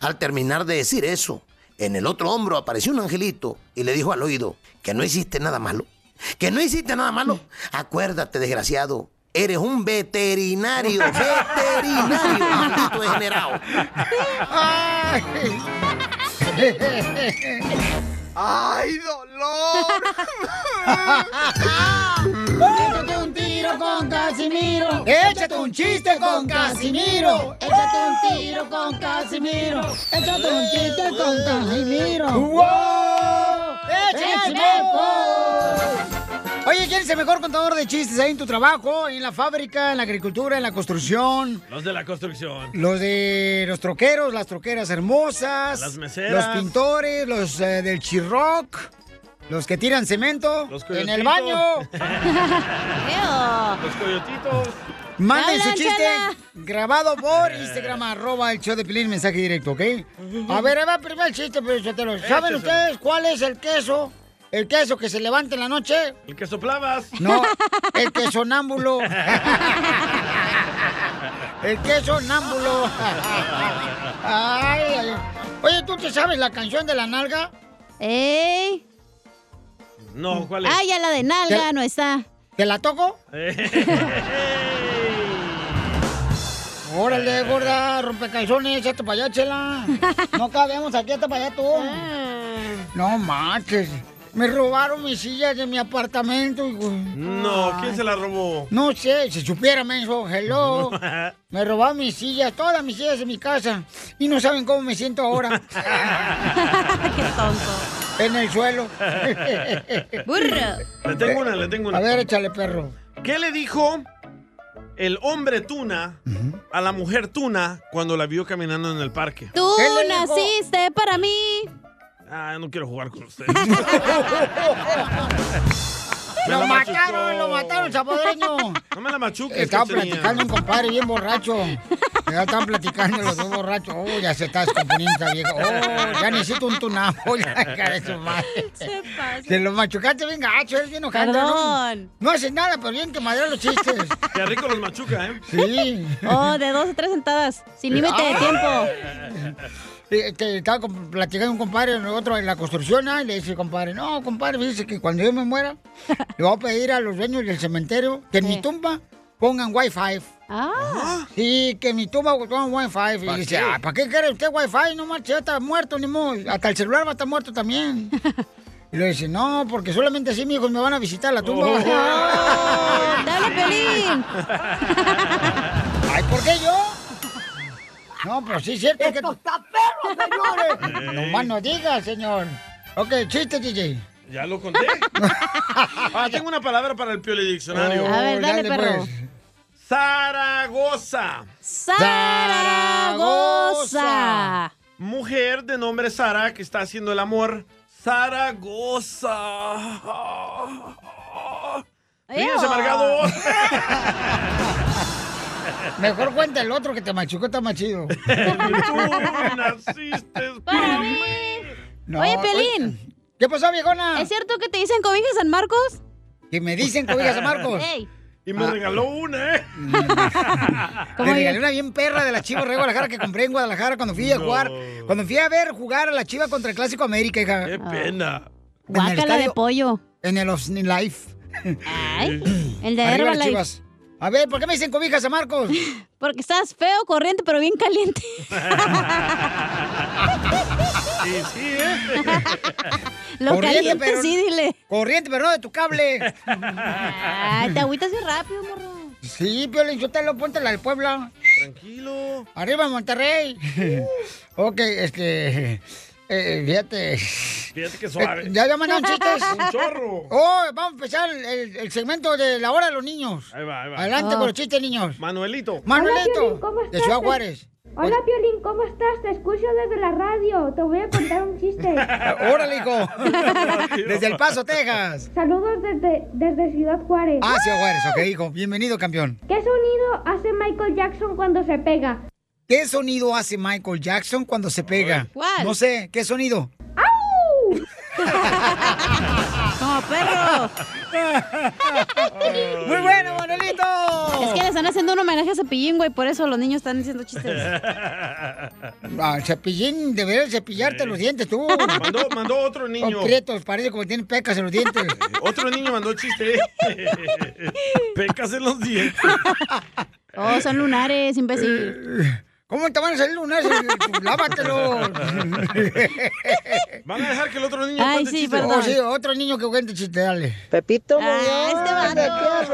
Speaker 5: Al terminar de decir eso, en el otro hombro apareció un angelito y le dijo al oído que no hiciste nada malo. Que no hiciste nada malo. Acuérdate, desgraciado. Eres un veterinario, veterinario, maldito degenerado.
Speaker 13: ¡Ay, dolor! Échate un tiro con Casimiro.
Speaker 1: Échate un chiste
Speaker 13: con Casimiro. Échate un tiro con Casimiro. Échate un chiste con Casimiro.
Speaker 1: ¡Wow! ¡Échame alcohol! Oye, ¿quién es el mejor contador de chistes ahí en tu trabajo? ¿En la fábrica, en la agricultura, en la construcción?
Speaker 2: Los de la construcción.
Speaker 1: Los de los troqueros, las troqueras hermosas.
Speaker 2: Las meseras.
Speaker 1: Los pintores, los eh, del chirroc. Los que tiran cemento. en el
Speaker 2: coyotitos.
Speaker 1: baño.
Speaker 2: Los coyotitos.
Speaker 1: Manden su
Speaker 2: Hablan,
Speaker 1: chiste
Speaker 2: Chela.
Speaker 1: grabado por Instagram, arroba el show de Pilín, mensaje directo, ¿ok? A ver, a ver, primero el chiste, pero yo te lo... ¿Saben
Speaker 2: Échaselo.
Speaker 1: ustedes cuál es el queso? ¿El queso que se levanta en la noche?
Speaker 2: El que soplabas.
Speaker 1: No, el que sonámbulo. Ah. El que sonámbulo. Ay, ay. Oye, ¿tú te sabes la canción de la nalga? ¡Ey!
Speaker 2: No, ¿cuál es?
Speaker 3: Ah, ya la de nalga no está.
Speaker 1: ¿Te la toco?
Speaker 2: Eh.
Speaker 1: Órale, gorda, rompecalzones, échate para allá, chela. No cabemos aquí hasta para allá tú. Ah. No manches. Me robaron mis sillas de mi apartamento. hijo.
Speaker 2: No, ¿quién se la robó?
Speaker 1: No sé, si supiera, menso, hello. Me robaron mis sillas, todas mis sillas de mi casa. Y no saben cómo me siento ahora. Qué tonto. En el suelo.
Speaker 2: Le tengo una, le tengo una.
Speaker 1: A ver, échale, perro.
Speaker 2: ¿Qué le dijo el hombre tuna a la mujer tuna cuando la vio caminando en el parque?
Speaker 3: Tú
Speaker 2: ¿Qué le dijo?
Speaker 3: naciste para mí.
Speaker 2: Ah, no quiero jugar con usted. Me
Speaker 1: ¡Lo
Speaker 2: la machucó.
Speaker 1: mataron, lo mataron, saboreño!
Speaker 2: No me la machuques,
Speaker 1: Estaba
Speaker 2: Cachanilla.
Speaker 1: platicando un compadre bien borracho. Ya estaban platicando los dos borrachos. Oh, ya se está descomponiendo esa vieja. Oh, ya necesito un tunao. Ya, hija de su madre.
Speaker 3: Se pasa.
Speaker 1: Se lo machucaste bien gacho, eres bien enojado.
Speaker 3: Perdón.
Speaker 1: No, no haces nada, pero bien que madre los chistes.
Speaker 2: Qué rico los machuca, ¿eh?
Speaker 1: Sí.
Speaker 3: Oh, de dos a tres sentadas, sin límite
Speaker 1: Ah.
Speaker 3: de tiempo.
Speaker 1: Eh, que estaba con- platicando un compadre en otro en la construcción ah, y le dice compadre no compadre dice que cuando yo me muera le voy a pedir a los dueños del cementerio que en mi tumba pongan wifi ah sí que en mi tumba pongan wifi y
Speaker 24: ¿Para
Speaker 1: dice
Speaker 24: qué?
Speaker 1: ah, para qué quiere usted wifi no marche ya está muerto ni modo hasta el celular va a estar muerto también y le dice no porque solamente así mis hijos me van a visitar la tumba
Speaker 3: dale pelín
Speaker 1: ay por qué yo no pero sí es cierto que señores! No más no digas, señor. Ok, chiste, DJ.
Speaker 2: Ya lo conté. Ah, tengo una palabra para el Pioli Diccionario.
Speaker 1: A ver, dale, Dale, perro. pues.
Speaker 2: Zaragoza.
Speaker 3: Zaragoza.
Speaker 2: Mujer de nombre Sara que está haciendo el amor. Zaragoza. Ríos amargados.
Speaker 1: Mejor cuenta el otro que te machucó, está más chido.
Speaker 3: Para mí.
Speaker 1: No,
Speaker 3: Oye, Pelín.
Speaker 1: ¿Qué pasó, viejona?
Speaker 3: ¿Es cierto que te dicen cobija San Marcos?
Speaker 1: Que me dicen cobijas a Marcos. Ah. Mm.
Speaker 3: Ey.
Speaker 2: Y me regaló una, ¿eh?
Speaker 1: Le regalé una bien perra de la Chiva de Guadalajara que compré en Guadalajara cuando fui a jugar. Cuando fui a ver jugar a la Chiva contra el Clásico América, hija. Qué
Speaker 2: Pena.
Speaker 3: Guácala de pollo.
Speaker 1: En el Osni Life.
Speaker 3: Ay, el de
Speaker 1: Arriba las
Speaker 3: Herbalife.
Speaker 1: Chivas. A ver, ¿por qué me dicen cobijas a Marcos?
Speaker 3: Porque estás feo, corriente, pero bien caliente.
Speaker 2: Sí, sí, ¿eh?
Speaker 3: Lo caliente,
Speaker 1: pero-
Speaker 3: sí, dile.
Speaker 1: Corriente, pero no de tu cable.
Speaker 3: Ay, te agüitas bien rápido, morro.
Speaker 1: Sí, Piolín, yo te lo ponte la del Puebla.
Speaker 2: Tranquilo.
Speaker 1: Arriba, Monterrey. ok, este. eh, fíjate.
Speaker 2: Fíjate que suave.
Speaker 1: Eh, ¿Ya ya mandaron chistes?
Speaker 2: Un chorro.
Speaker 1: Oh, vamos a empezar el, el segmento de la hora de los niños.
Speaker 2: Ahí va, ahí va.
Speaker 1: Adelante con los chistes, niños.
Speaker 2: Manuelito.
Speaker 1: Manuelito,
Speaker 13: Hola, Piolín, ¿cómo
Speaker 1: de
Speaker 13: estás?
Speaker 1: Ciudad Juárez.
Speaker 13: Hola, Piolín, ¿cómo estás? Te escucho desde la radio. Te voy a contar un chiste.
Speaker 1: Ah, Órale, hijo. Desde El Paso, Texas.
Speaker 13: Saludos desde, desde Ciudad Juárez.
Speaker 1: Ah, Ciudad Juárez, ok, hijo. Bienvenido, campeón.
Speaker 13: ¿Qué sonido hace Michael Jackson cuando se pega?
Speaker 1: ¿Qué sonido hace Michael Jackson cuando se pega?
Speaker 13: ¿Cuál?
Speaker 1: No sé, ¿qué sonido?
Speaker 13: ¡Au!
Speaker 3: Como perro.
Speaker 1: Muy bueno, Manuelito.
Speaker 3: Es que le están haciendo un homenaje a Cepillín, güey, por eso los niños están diciendo chistes.
Speaker 1: Ah, el cepillín, deberías cepillarte los dientes tú.
Speaker 2: Mandó, mandó otro niño.
Speaker 1: Con prietos, parece como que tienen pecas en los dientes.
Speaker 2: Otro niño mandó chiste. Pecas en los dientes.
Speaker 3: Oh, son lunares,
Speaker 2: Eh,
Speaker 3: imbécil.
Speaker 1: ¿Cómo te van a salir lunares? Lávatelo.
Speaker 2: Van a dejar que el otro niño
Speaker 1: Ay,
Speaker 2: cuente
Speaker 1: sí,
Speaker 2: chistes.
Speaker 1: perdón. Oh, sí, otro niño que cuente chiste, dale. Ah,
Speaker 25: Pepito
Speaker 1: este A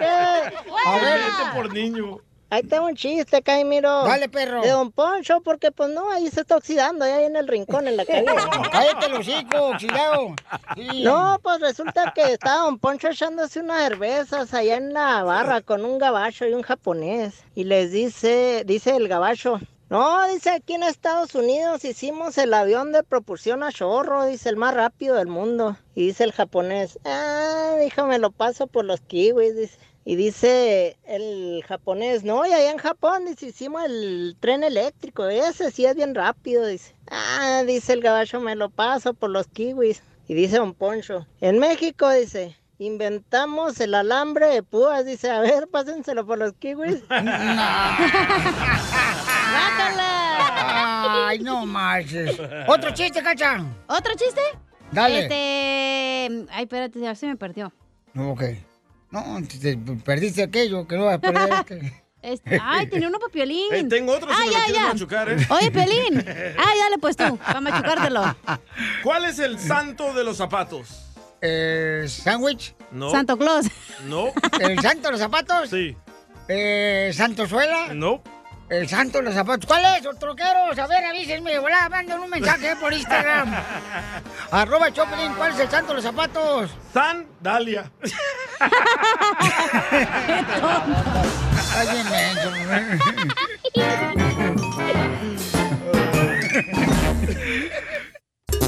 Speaker 1: ver.
Speaker 2: Vete por niño.
Speaker 25: Ahí está un chiste, Caimiro.
Speaker 1: pues, Dale, perro.
Speaker 25: De Don Poncho, porque pues no, ahí se está oxidando, ahí en el rincón, en la cabina.
Speaker 1: Oh, Cállate los hocico, oxidado. Sí.
Speaker 25: No, pues resulta que estaba Don Poncho echándose unas cervezas allá en la barra con un gabacho y un japonés. Y les dice, dice el gabacho, no, dice aquí en Estados Unidos hicimos el avión de propulsión a chorro, dice el más rápido del mundo. Y dice el japonés, ah, dijo, me lo paso por los kiwis, dice. Y dice el japonés, no, y allá en Japón dice, hicimos el tren eléctrico, ese sí es bien rápido, dice. Ah, dice el gabacho, me lo paso por los kiwis. Y dice don Poncho, en México dice, inventamos el alambre de púas, dice, a ver, pásenselo por los kiwis.
Speaker 3: ¡Guácala!
Speaker 1: Ay, no marches. ¿Otro chiste, Cacha?
Speaker 3: ¿Otro chiste?
Speaker 1: Dale.
Speaker 3: Este... Ay, espérate, ya se me perdió.
Speaker 1: Ok. No, te- te perdiste aquello que no vas a perder. este.
Speaker 3: Este- Ay, tenía uno para Piolín.
Speaker 1: Eh, tengo otro si
Speaker 3: Ay,
Speaker 1: me lo
Speaker 3: ay,
Speaker 1: quieres
Speaker 3: ay.
Speaker 2: machucar, ¿eh?
Speaker 3: Oye, Piolín. Ay, dale pues tú, para machucártelo.
Speaker 2: ¿Cuál es el santo de los zapatos?
Speaker 1: Eh, ¿Sándwich?
Speaker 2: No.
Speaker 3: Santo Claus.
Speaker 2: No.
Speaker 1: ¿El santo de los zapatos? Sí. Eh, ¿Santosuela?
Speaker 2: No.
Speaker 1: El santo de los zapatos. ¿Cuál es, los troqueros? A ver, avísenme de volada, manden un mensaje por Instagram. Arroba Choplin, ¿cuál es el santo de los zapatos?
Speaker 2: San Dalia.
Speaker 1: Ay, bien menso.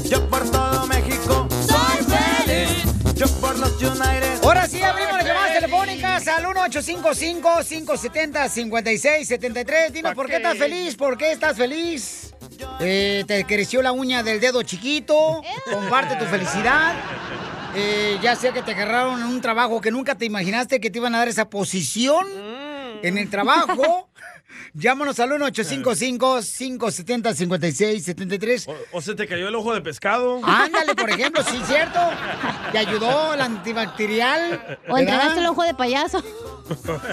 Speaker 15: Yo por todo México soy feliz. Yo por los United.
Speaker 1: Ahora sí, abrimos las llamadas telefónicas al 1-855-570-5673. Dinos por qué estás feliz, por qué estás feliz. Eh, te creció la uña del dedo chiquito. Comparte tu felicidad. Eh, ya sea que te agarraron en un trabajo que nunca te imaginaste que te iban a dar esa posición en el trabajo. Llámanos al 1-855-570-5673.
Speaker 2: ¿O se te cayó el ojo de pescado?
Speaker 1: Ándale, por ejemplo, sí, cierto. Te ayudó el antibacterial.
Speaker 3: O entregaste el
Speaker 1: ¿verdad?
Speaker 3: ojo de payaso.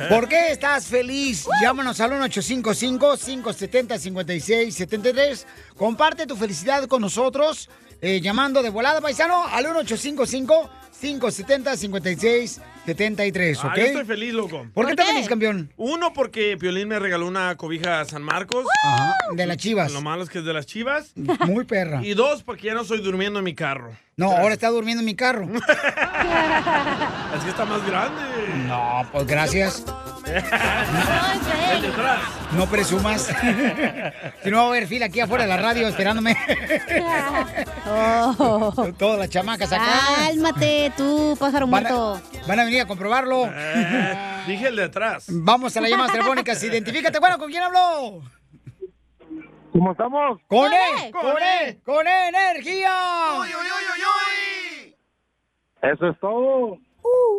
Speaker 1: ¿Por qué estás feliz? Llámanos al 1-855-570-5673. Comparte tu felicidad con nosotros eh, llamando de volada, paisano, al 1-855-570-5673,
Speaker 2: Ah,
Speaker 1: ¿ok?
Speaker 2: yo estoy feliz, loco.
Speaker 1: ¿Por qué estás feliz, campeón?
Speaker 2: Uno, porque Piolín me regaló una cobija a San Marcos.
Speaker 1: Ajá, de las chivas.
Speaker 2: Lo malo es que es de las chivas.
Speaker 1: Muy perra.
Speaker 2: Y dos, porque ya no estoy durmiendo en mi carro.
Speaker 1: No, ahora está durmiendo en mi carro.
Speaker 2: Es que está más grande.
Speaker 1: No, pues gracias.
Speaker 2: El de atrás.
Speaker 1: No presumas. si no va a haber fila aquí afuera de la radio esperándome. Todas las chamacas acá.
Speaker 3: Oh. Cálmate tú, pájaro
Speaker 1: Van a-
Speaker 3: muerto.
Speaker 1: Van a venir a comprobarlo.
Speaker 2: Eh, dije el de atrás.
Speaker 1: Vamos a las llamadas telefónicas. Identifícate, bueno, ¿con quién habló?
Speaker 13: ¿Cómo estamos?
Speaker 1: ¡Con E! ¡Con E! ¡Con E energía!
Speaker 13: E. Eso es todo.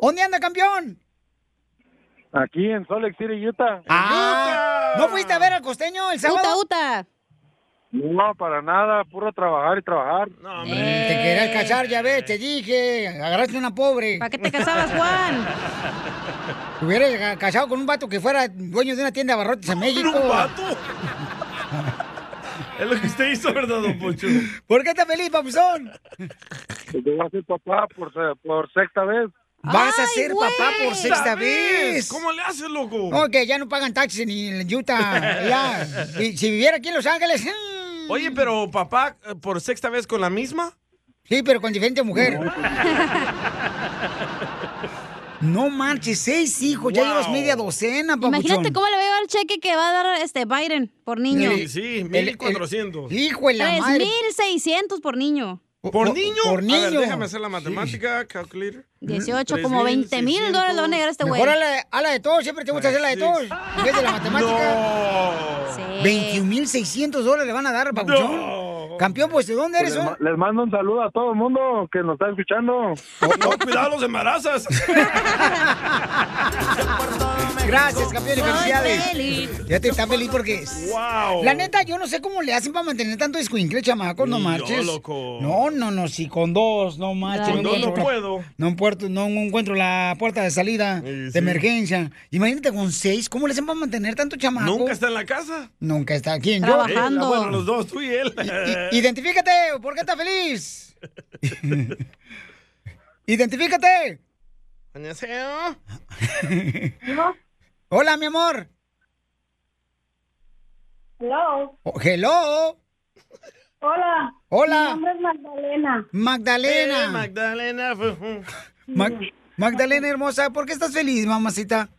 Speaker 1: ¿Dónde anda, campeón?
Speaker 13: Aquí en Salt Lake City, Utah.
Speaker 1: Ah, ¿No fuiste a ver al costeño el sábado?
Speaker 3: Uta,
Speaker 13: No, para nada, puro trabajar y trabajar.
Speaker 1: Eh, Mm, Te querías casar, ya ves, te dije. Agarraste una pobre. ¿Para
Speaker 3: qué te casabas, Juan?
Speaker 1: Te hubieras ca- casado con un vato que fuera dueño de una tienda de abarrotes en México.
Speaker 2: un vato? Es lo que usted hizo, ¿verdad, don Poncho?
Speaker 1: ¿Por qué estás feliz, papuzón?
Speaker 13: Yo voy a ser papá por, se- por sexta vez.
Speaker 1: Vas a ser papá por sexta vez.
Speaker 2: ¿Cómo le haces, loco?
Speaker 1: No, que ya no pagan taxis ni en Utah. ya. Y si viviera aquí en Los Ángeles. mm.
Speaker 2: Oye, pero papá, eh, ¿por sexta vez con la misma?
Speaker 1: Sí, pero con diferente mujer. No manches, seis hijos, ya
Speaker 2: Wow.
Speaker 1: llevas media docena, papuchón.
Speaker 3: Imagínate cómo le va a llevar el cheque que va a dar este Biden por niño.
Speaker 2: Sí, sí, 1400.
Speaker 1: Hijo de la madre.
Speaker 3: 3600 por niño.
Speaker 2: ¿Por niño?
Speaker 1: por
Speaker 2: A ver,
Speaker 1: niño.
Speaker 2: déjame hacer la matemática, calculator.
Speaker 3: 18, como 20 mil dólares le van a negar a este güey.
Speaker 1: Mejor a la, a la de todos, ah, siempre te gusta hacer la de todos. En vez de la matemática.
Speaker 2: Oh.
Speaker 3: Sí.
Speaker 1: 21.600 dólares le van a dar, papuchón. Campeón, pues, ¿de dónde eres?
Speaker 13: Les, ma-
Speaker 1: oh?
Speaker 13: les mando un saludo a todo el mundo que nos está escuchando.
Speaker 2: No, cuidado, los embarazas.
Speaker 1: Gracias, campeón, y
Speaker 13: Soy
Speaker 1: felicidades.
Speaker 13: feliz.
Speaker 1: Ya te Este está feliz porque.
Speaker 2: Wow.
Speaker 1: La neta, yo no sé cómo le hacen para mantener tanto escuincle, chamacos, no
Speaker 2: Ni yo,
Speaker 1: marches.
Speaker 2: loco.
Speaker 1: No, no, no, si con dos, no marches.
Speaker 2: Con dos no
Speaker 1: encuentro-
Speaker 2: puedo.
Speaker 1: No, puerto, no encuentro la puerta de salida de
Speaker 2: sí.
Speaker 1: emergencia. Imagínate con seis, ¿cómo le hacen para mantener tanto chamaco?
Speaker 2: Nunca está en la casa.
Speaker 1: Nunca está aquí en
Speaker 2: Eh, bueno, los dos, eh. tú y él.
Speaker 1: Identifícate, ¿por qué estás feliz? Identifícate. Hola, mi amor.
Speaker 9: Hello.
Speaker 1: Oh, hello.
Speaker 9: Hola.
Speaker 1: Hola.
Speaker 9: Mi nombre es Magdalena.
Speaker 1: Magdalena.
Speaker 9: Eh,
Speaker 2: Magdalena.
Speaker 1: Mag- Magdalena hermosa, ¿por qué estás feliz, mamacita?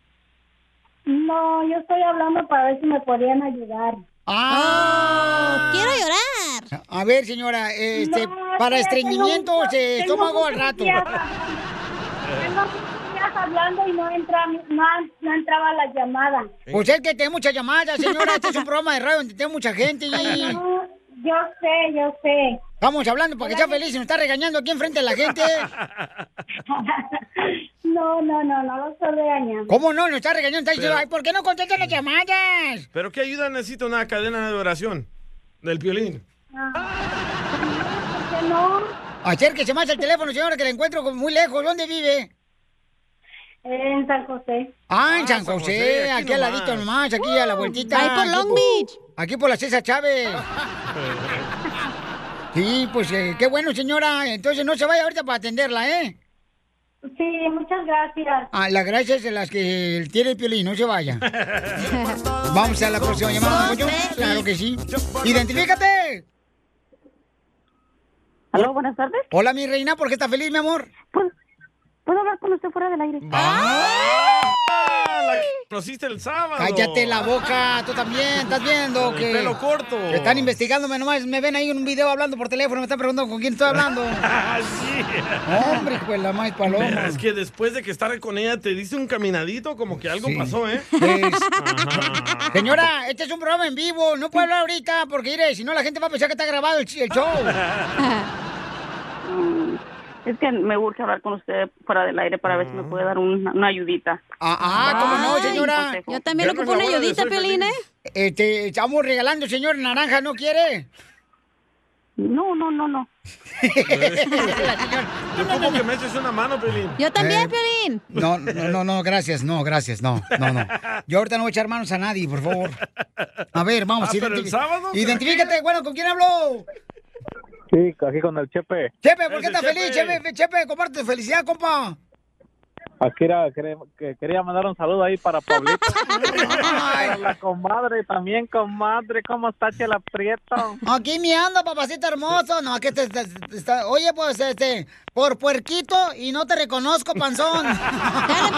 Speaker 9: No, yo estoy hablando para ver si me podían ayudar.
Speaker 1: ¡Ah!
Speaker 9: Oh, quiero llorar.
Speaker 1: A ver, señora, este,
Speaker 9: No,
Speaker 1: para
Speaker 9: es que tengo
Speaker 1: estreñimiento,
Speaker 9: mucho-
Speaker 1: eh,
Speaker 9: tengo
Speaker 1: estómago al
Speaker 9: muchos
Speaker 1: rato.
Speaker 9: días- Tengo muchos días hablando y no, entra, no, no entraba la llamada.
Speaker 1: Pues es que tiene muchas llamadas, señora. Este es un programa de radio donde tiene mucha gente. Y...
Speaker 9: Yo sé, yo sé.
Speaker 1: Vamos hablando para que sea feliz y me está regañando aquí enfrente de la gente.
Speaker 9: No, no, no, no lo estoy regañando.
Speaker 1: ¿Cómo no? Nos está regañando. Está diciendo,
Speaker 2: Pero-
Speaker 1: ay, ¿por qué no contestan las llamadas?
Speaker 2: ¿Pero qué ayuda necesita una cadena de oración? Del violín.
Speaker 1: ¿Por qué no? Acérquese más al teléfono, señora, que la encuentro como muy lejos. ¿Dónde vive?
Speaker 26: En San José. Uh,
Speaker 1: Ah, en
Speaker 2: pues,
Speaker 1: San José,
Speaker 2: eh,
Speaker 1: aquí, al ladito nomás, aquí a la vueltita.
Speaker 26: Ahí por
Speaker 1: aquí
Speaker 26: Long Beach.
Speaker 1: Aquí por la César Chávez. Sí, pues eh, qué bueno, señora. Entonces no se vaya ahorita para atenderla, ¿eh?
Speaker 26: Sí, muchas gracias.
Speaker 1: Ah, las gracias de las que tiene el piolín, no se vaya. Vamos a la próxima llamada, ¿no, yo? Claro que sí. ¡Identifícate!
Speaker 27: Aló, buenas tardes. Pues,
Speaker 1: Hola, mi reina, ¿por qué estás feliz, mi amor?
Speaker 27: ¿Puedo hablar con usted fuera del aire?
Speaker 2: Ah, la conociste el sábado.
Speaker 1: Cállate la boca, tú también, estás viendo
Speaker 2: El
Speaker 1: que...
Speaker 2: pelo corto.
Speaker 1: que Están investigándome nomás, me ven ahí en un video hablando por teléfono, me están preguntando con quién estoy hablando.
Speaker 2: Sí.
Speaker 1: Hombre, hijo de la más
Speaker 2: Pero
Speaker 1: paloma.
Speaker 2: Es que después de que estar con ella te dice un caminadito como que algo pasó, ¿eh?
Speaker 1: Señora, este es un programa en vivo, no puedo hablar ahorita porque, mire, si no la gente va a pensar que está grabado el, ch- el show.
Speaker 27: Mm, Es que me urge hablar con usted fuera del aire para ver si me puede dar una, una ayudita.
Speaker 1: Ah, Ah, ¿cómo no, señora?
Speaker 27: Yo también
Speaker 1: lo
Speaker 27: ocupo una ayudita, Piolín,
Speaker 3: ¿eh?
Speaker 1: Este, estamos regalando, señor, naranja, ¿no quiere?
Speaker 27: No, no, no, no.
Speaker 2: Yo como que me eches una mano, Pelín.
Speaker 1: Eh,
Speaker 28: Piolín.
Speaker 1: No, no, no, no, gracias, no, gracias, no, no, no. Yo ahorita no voy a echar manos a nadie, por favor. A ver, vamos,
Speaker 13: Ah, pero el
Speaker 1: identifi-
Speaker 13: sábado,
Speaker 1: identifícate, bueno, ¿con quién habló?
Speaker 12: Sí, aquí con el Chepe.
Speaker 1: Chepe, ¿por qué estás feliz? Chepe, Chepe, comparte tu felicidad, compa.
Speaker 12: Aquí era, quere- que- quería mandar un saludo ahí para Pablito. Para la comadre también, comadre. ¿Cómo está Chela Prieto?
Speaker 1: Aquí me ando, papacito hermoso. No, que te, te- te- está- Oye, pues, este, por puerquito y no te reconozco, panzón. ¡Dale,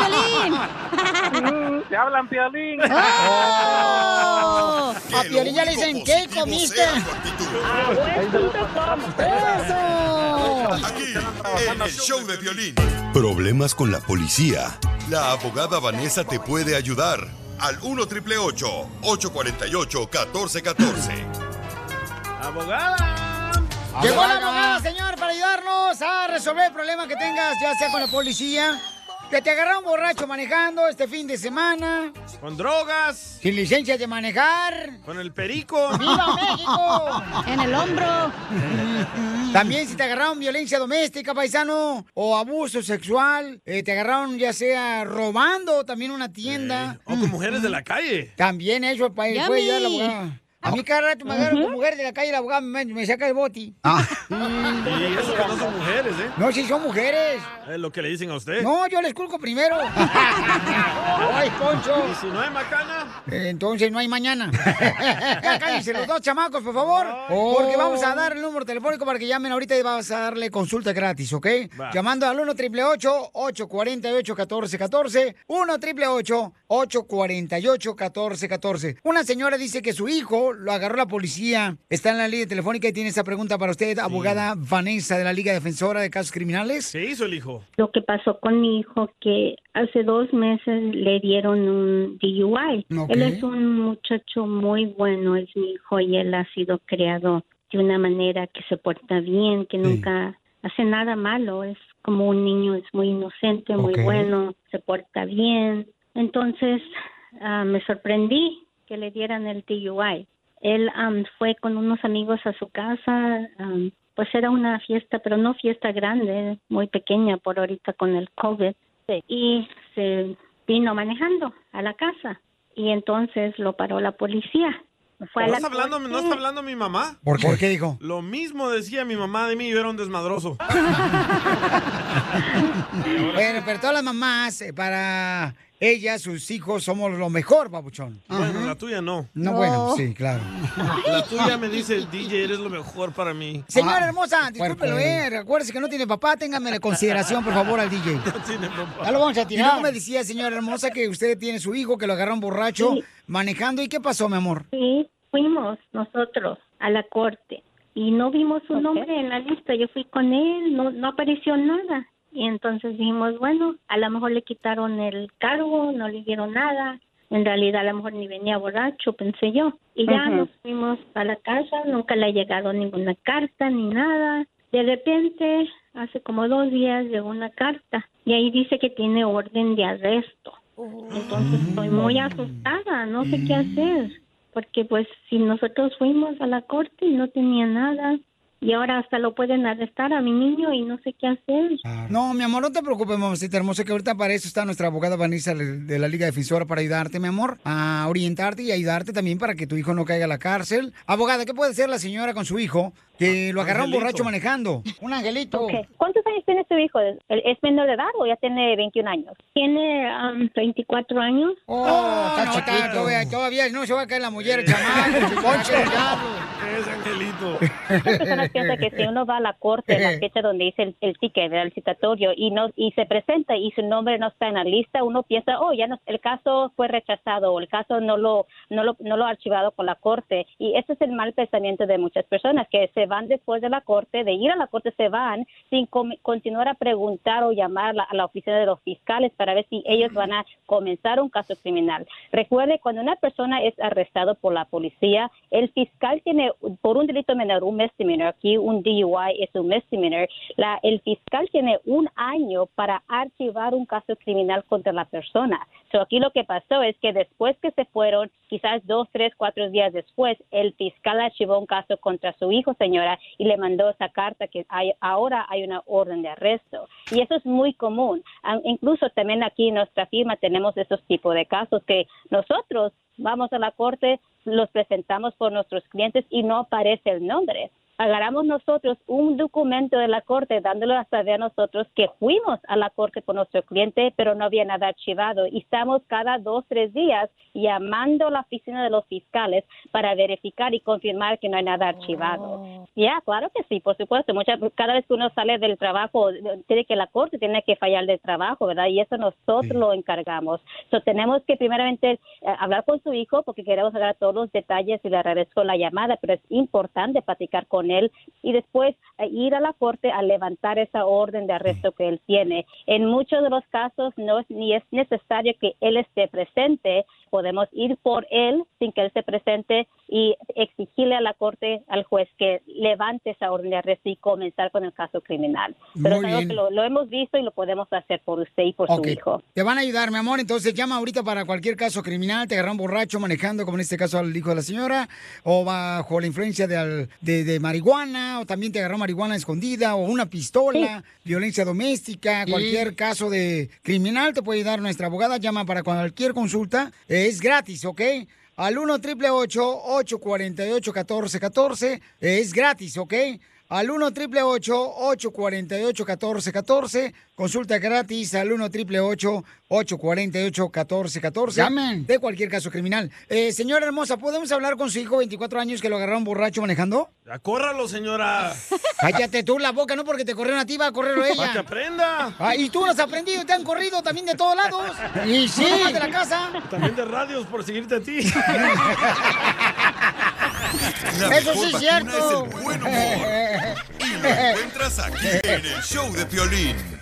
Speaker 1: Piolín!
Speaker 12: ¡Te hablan, Piolín!
Speaker 1: ¡Oh! A
Speaker 13: Que lo
Speaker 1: Piolín ya le
Speaker 13: único
Speaker 1: dicen, ¿qué
Speaker 13: positivo
Speaker 1: comiste?
Speaker 13: sea
Speaker 1: ¡Eso!
Speaker 4: Aquí, en el show de violín. Problemas con la policía. La abogada Vanessa te puede ayudar. Al 1 triple 848 1414.
Speaker 2: ¡Abogada!
Speaker 1: Llegó la abogada, señor, para ayudarnos a resolver el problema que tengas, ya sea con la policía, que te agarraron borracho manejando este fin de semana,
Speaker 2: Con drogas,
Speaker 1: sin licencia de manejar.
Speaker 2: con el perico.
Speaker 1: ¡Viva México!
Speaker 28: En el hombro.
Speaker 1: Mm-hmm. También si te agarraron violencia doméstica, paisano, o abuso sexual, eh, te agarraron ya sea robando también una tienda.
Speaker 2: O con mujeres de la calle.
Speaker 1: También eso pa- eh,
Speaker 2: Yummy.
Speaker 1: puede ayudar a la abogada. A mí cada rato me agarran con mujeres de la calle y la abogada me, me saca el boti. Mm,
Speaker 2: Y eso que no son mujeres, ¿eh?
Speaker 1: Ah. No, si son mujeres.
Speaker 2: Es lo que le dicen a usted.
Speaker 1: No, yo les culco primero. ¡Ay, Poncho!
Speaker 2: Y si no hay macana.
Speaker 1: Eh, Entonces no hay mañana. ya cállense los dos chamacos, por favor.
Speaker 2: Oh.
Speaker 1: Porque vamos a dar el número telefónico para que llamen ahorita y vas a darle consulta gratis, ¿ok?
Speaker 13: Va.
Speaker 1: Llamando al 1 888 848 1414 1 888 848 1414 Una señora dice que su hijo lo agarró la policía. Está en la línea telefónica y tiene esta pregunta para usted, abogada Vanessa de la Liga Defensora de Casos Criminales.
Speaker 2: ¿Qué hizo el hijo?
Speaker 27: Lo que pasó con mi hijo que hace dos meses le dieron un DUI.
Speaker 1: Ok.
Speaker 27: Él es un muchacho muy bueno, es mi hijo y él ha sido creado de una manera que se porta bien, que nunca hace nada malo, es como un niño, es muy inocente, muy
Speaker 16: Ok.
Speaker 27: bueno, se porta bien. Entonces ah, me sorprendí que le dieran el DUI. Él am, fue con unos amigos a su casa, am, pues era una fiesta, pero no fiesta grande, muy pequeña por ahorita con el COVID. Y se vino manejando a la casa y entonces lo paró la policía. Fue a
Speaker 2: ¿No
Speaker 27: la
Speaker 2: está, hablando, ¿No está hablando mi mamá?
Speaker 1: ¿Por qué? ¿Por qué, hijo?
Speaker 2: Lo mismo decía mi mamá de mí, yo era un desmadroso.
Speaker 1: Bueno, pero todas las mamás, eh, para ellas, sus hijos, somos lo mejor, babuchón.
Speaker 2: Bueno, la tuya no.
Speaker 1: No, bueno, sí, claro.
Speaker 2: La tuya me dice, DJ, eres lo mejor para mí. Ah.
Speaker 1: Señora hermosa, discúlpelo, eh. Acuérdese que no tiene papá, téngame la consideración, por favor, al DJ. Ya lo vamos a tirar. Y luego me decía, señora hermosa, que usted tiene su hijo, que lo agarraron borracho, manejando. ¿Y qué pasó, mi amor?
Speaker 27: Sí, fuimos nosotros a la corte y no vimos su nombre en la lista. Yo fui con él, no, no apareció nada. Y entonces dijimos, bueno, a lo mejor le quitaron el cargo, no le dieron nada. En realidad, a lo mejor ni venía borracho, pensé yo. Y ya Ujú. nos fuimos a la casa, nunca le ha llegado ninguna carta ni nada. De repente, hace como dos días llegó una carta y ahí dice que tiene orden de arresto. Entonces estoy muy asustada, no sé qué hacer.
Speaker 5: porque pues si nosotros fuimos a la corte y no tenía nada y ahora hasta lo pueden arrestar a mi niño y no sé qué hacer.
Speaker 1: No, mi amor, no te preocupes, mamacita hermosa, que ahorita para eso está nuestra abogada Vanessa de de la Liga Defensora para ayudarte, mi amor, a orientarte y ayudarte también para que tu hijo no caiga a la cárcel. Abogada, ¿qué puede hacer la señora con su hijo que lo agarraron
Speaker 13: Angelito.
Speaker 1: borracho manejando? Un angelito.
Speaker 16: Ok. ¿Cuántos años tiene su hijo? ¿Es- ¿Es menor de edad o ya tiene 21 años?
Speaker 5: Tiene 24 años.
Speaker 1: Oh,
Speaker 10: Ah,
Speaker 1: está chiquito. todavía, todavía no se va a caer la mujer, chamaco, Poncho, ya.
Speaker 2: Es angelito.
Speaker 16: Muchas personas piensan que si uno va a la corte en la fecha donde dice el, el ticket, ¿verdad? el citatorio, y no y se presenta y su nombre no está en la lista, uno piensa, oh, ya no, el caso fue rechazado o el caso no lo no lo, no lo ha archivado con la corte. Y ese es el mal pensamiento de muchas personas, que se van después de la corte, de ir a la corte se van sin com- continuar a preguntar o llamar a la, a la oficina de los fiscales para ver si ellos van a comenzar un caso criminal. Recuerde, cuando una persona es arrestado por la policía, el fiscal tiene por un delito menor un misdemeanor. Aquí un DUI es un misdemeanor. La- el fiscal tiene un año para archivar un caso criminal contra la persona. So, aquí lo que pasó es que después que se fueron, quizás dos, tres, cuatro días después, el fiscal archivó un caso contra su hijo, señora, y le mandó esa carta que hay- ahora hay una orden de arresto. Y eso es muy común. Ah, incluso también aquí en nuestra firma tenemos esos tipos de casos que nosotros vamos a la corte, los presentamos por nuestros clientes y no aparece el nombre. Agarramos nosotros un documento de la corte dándolo a saber a nosotros que fuimos a la corte por nuestro cliente, pero no había nada archivado. Y estamos cada dos, tres días llamando a la oficina de los fiscales para verificar y confirmar que no hay nada archivado. Ya, claro que sí, por supuesto. Mucha, cada vez que uno sale del trabajo, tiene que la corte tiene que fallar del trabajo, ¿verdad? Y eso nosotros lo encargamos. So, tenemos que primeramente eh, hablar con su hijo porque queremos saber todos los detalles y le agradezco la llamada, pero es importante platicar con él y después eh, ir a la corte a levantar esa orden de arresto que él tiene. En muchos de los casos no es ni es necesario que él esté presente, podemos ir por él sin que él se presente y exigirle a la corte, al juez, que levante esa orden de arresto y comenzar con el caso criminal. Pero
Speaker 1: Muy
Speaker 16: es algo que
Speaker 1: bien.
Speaker 16: lo, lo hemos visto y lo podemos hacer por usted y por
Speaker 1: Ok.
Speaker 16: su hijo.
Speaker 1: Te van a ayudar, mi amor. Entonces llama ahorita para cualquier caso criminal. Te agarraron borracho manejando, como en este caso al hijo de la señora, o bajo la influencia de, al- de- de marihuana, o también te agarró marihuana escondida, o una pistola, violencia doméstica,
Speaker 13: Sí.
Speaker 1: cualquier caso de criminal te puede ayudar nuestra abogada. Llama para cualquier consulta. Es gratis, ¿ok? Al 1 888 848 1414 Es gratis, ¿ok? al 1 888 848 1414 Consulta gratis al 1 888 848 1414
Speaker 13: Llamen.
Speaker 1: De cualquier caso criminal. Eh, señora hermosa, ¿podemos hablar con su hijo, 24 años, que lo agarraron borracho manejando?
Speaker 2: Acórralo, señora.
Speaker 1: Cállate tú la boca, no porque te corrieron a ti, va a correr
Speaker 2: Para que
Speaker 1: ella.
Speaker 2: aprenda.
Speaker 1: Ah, y tú lo has aprendido, te han corrido también de todos lados.
Speaker 2: Y sí.
Speaker 1: No nomás de la casa.
Speaker 2: También de radios por seguirte a ti.
Speaker 4: La
Speaker 1: Eso
Speaker 4: mejor
Speaker 1: sí es
Speaker 4: vacuna
Speaker 1: cierto.
Speaker 4: es el buen humor. Y lo encuentras aquí en el show de Piolín.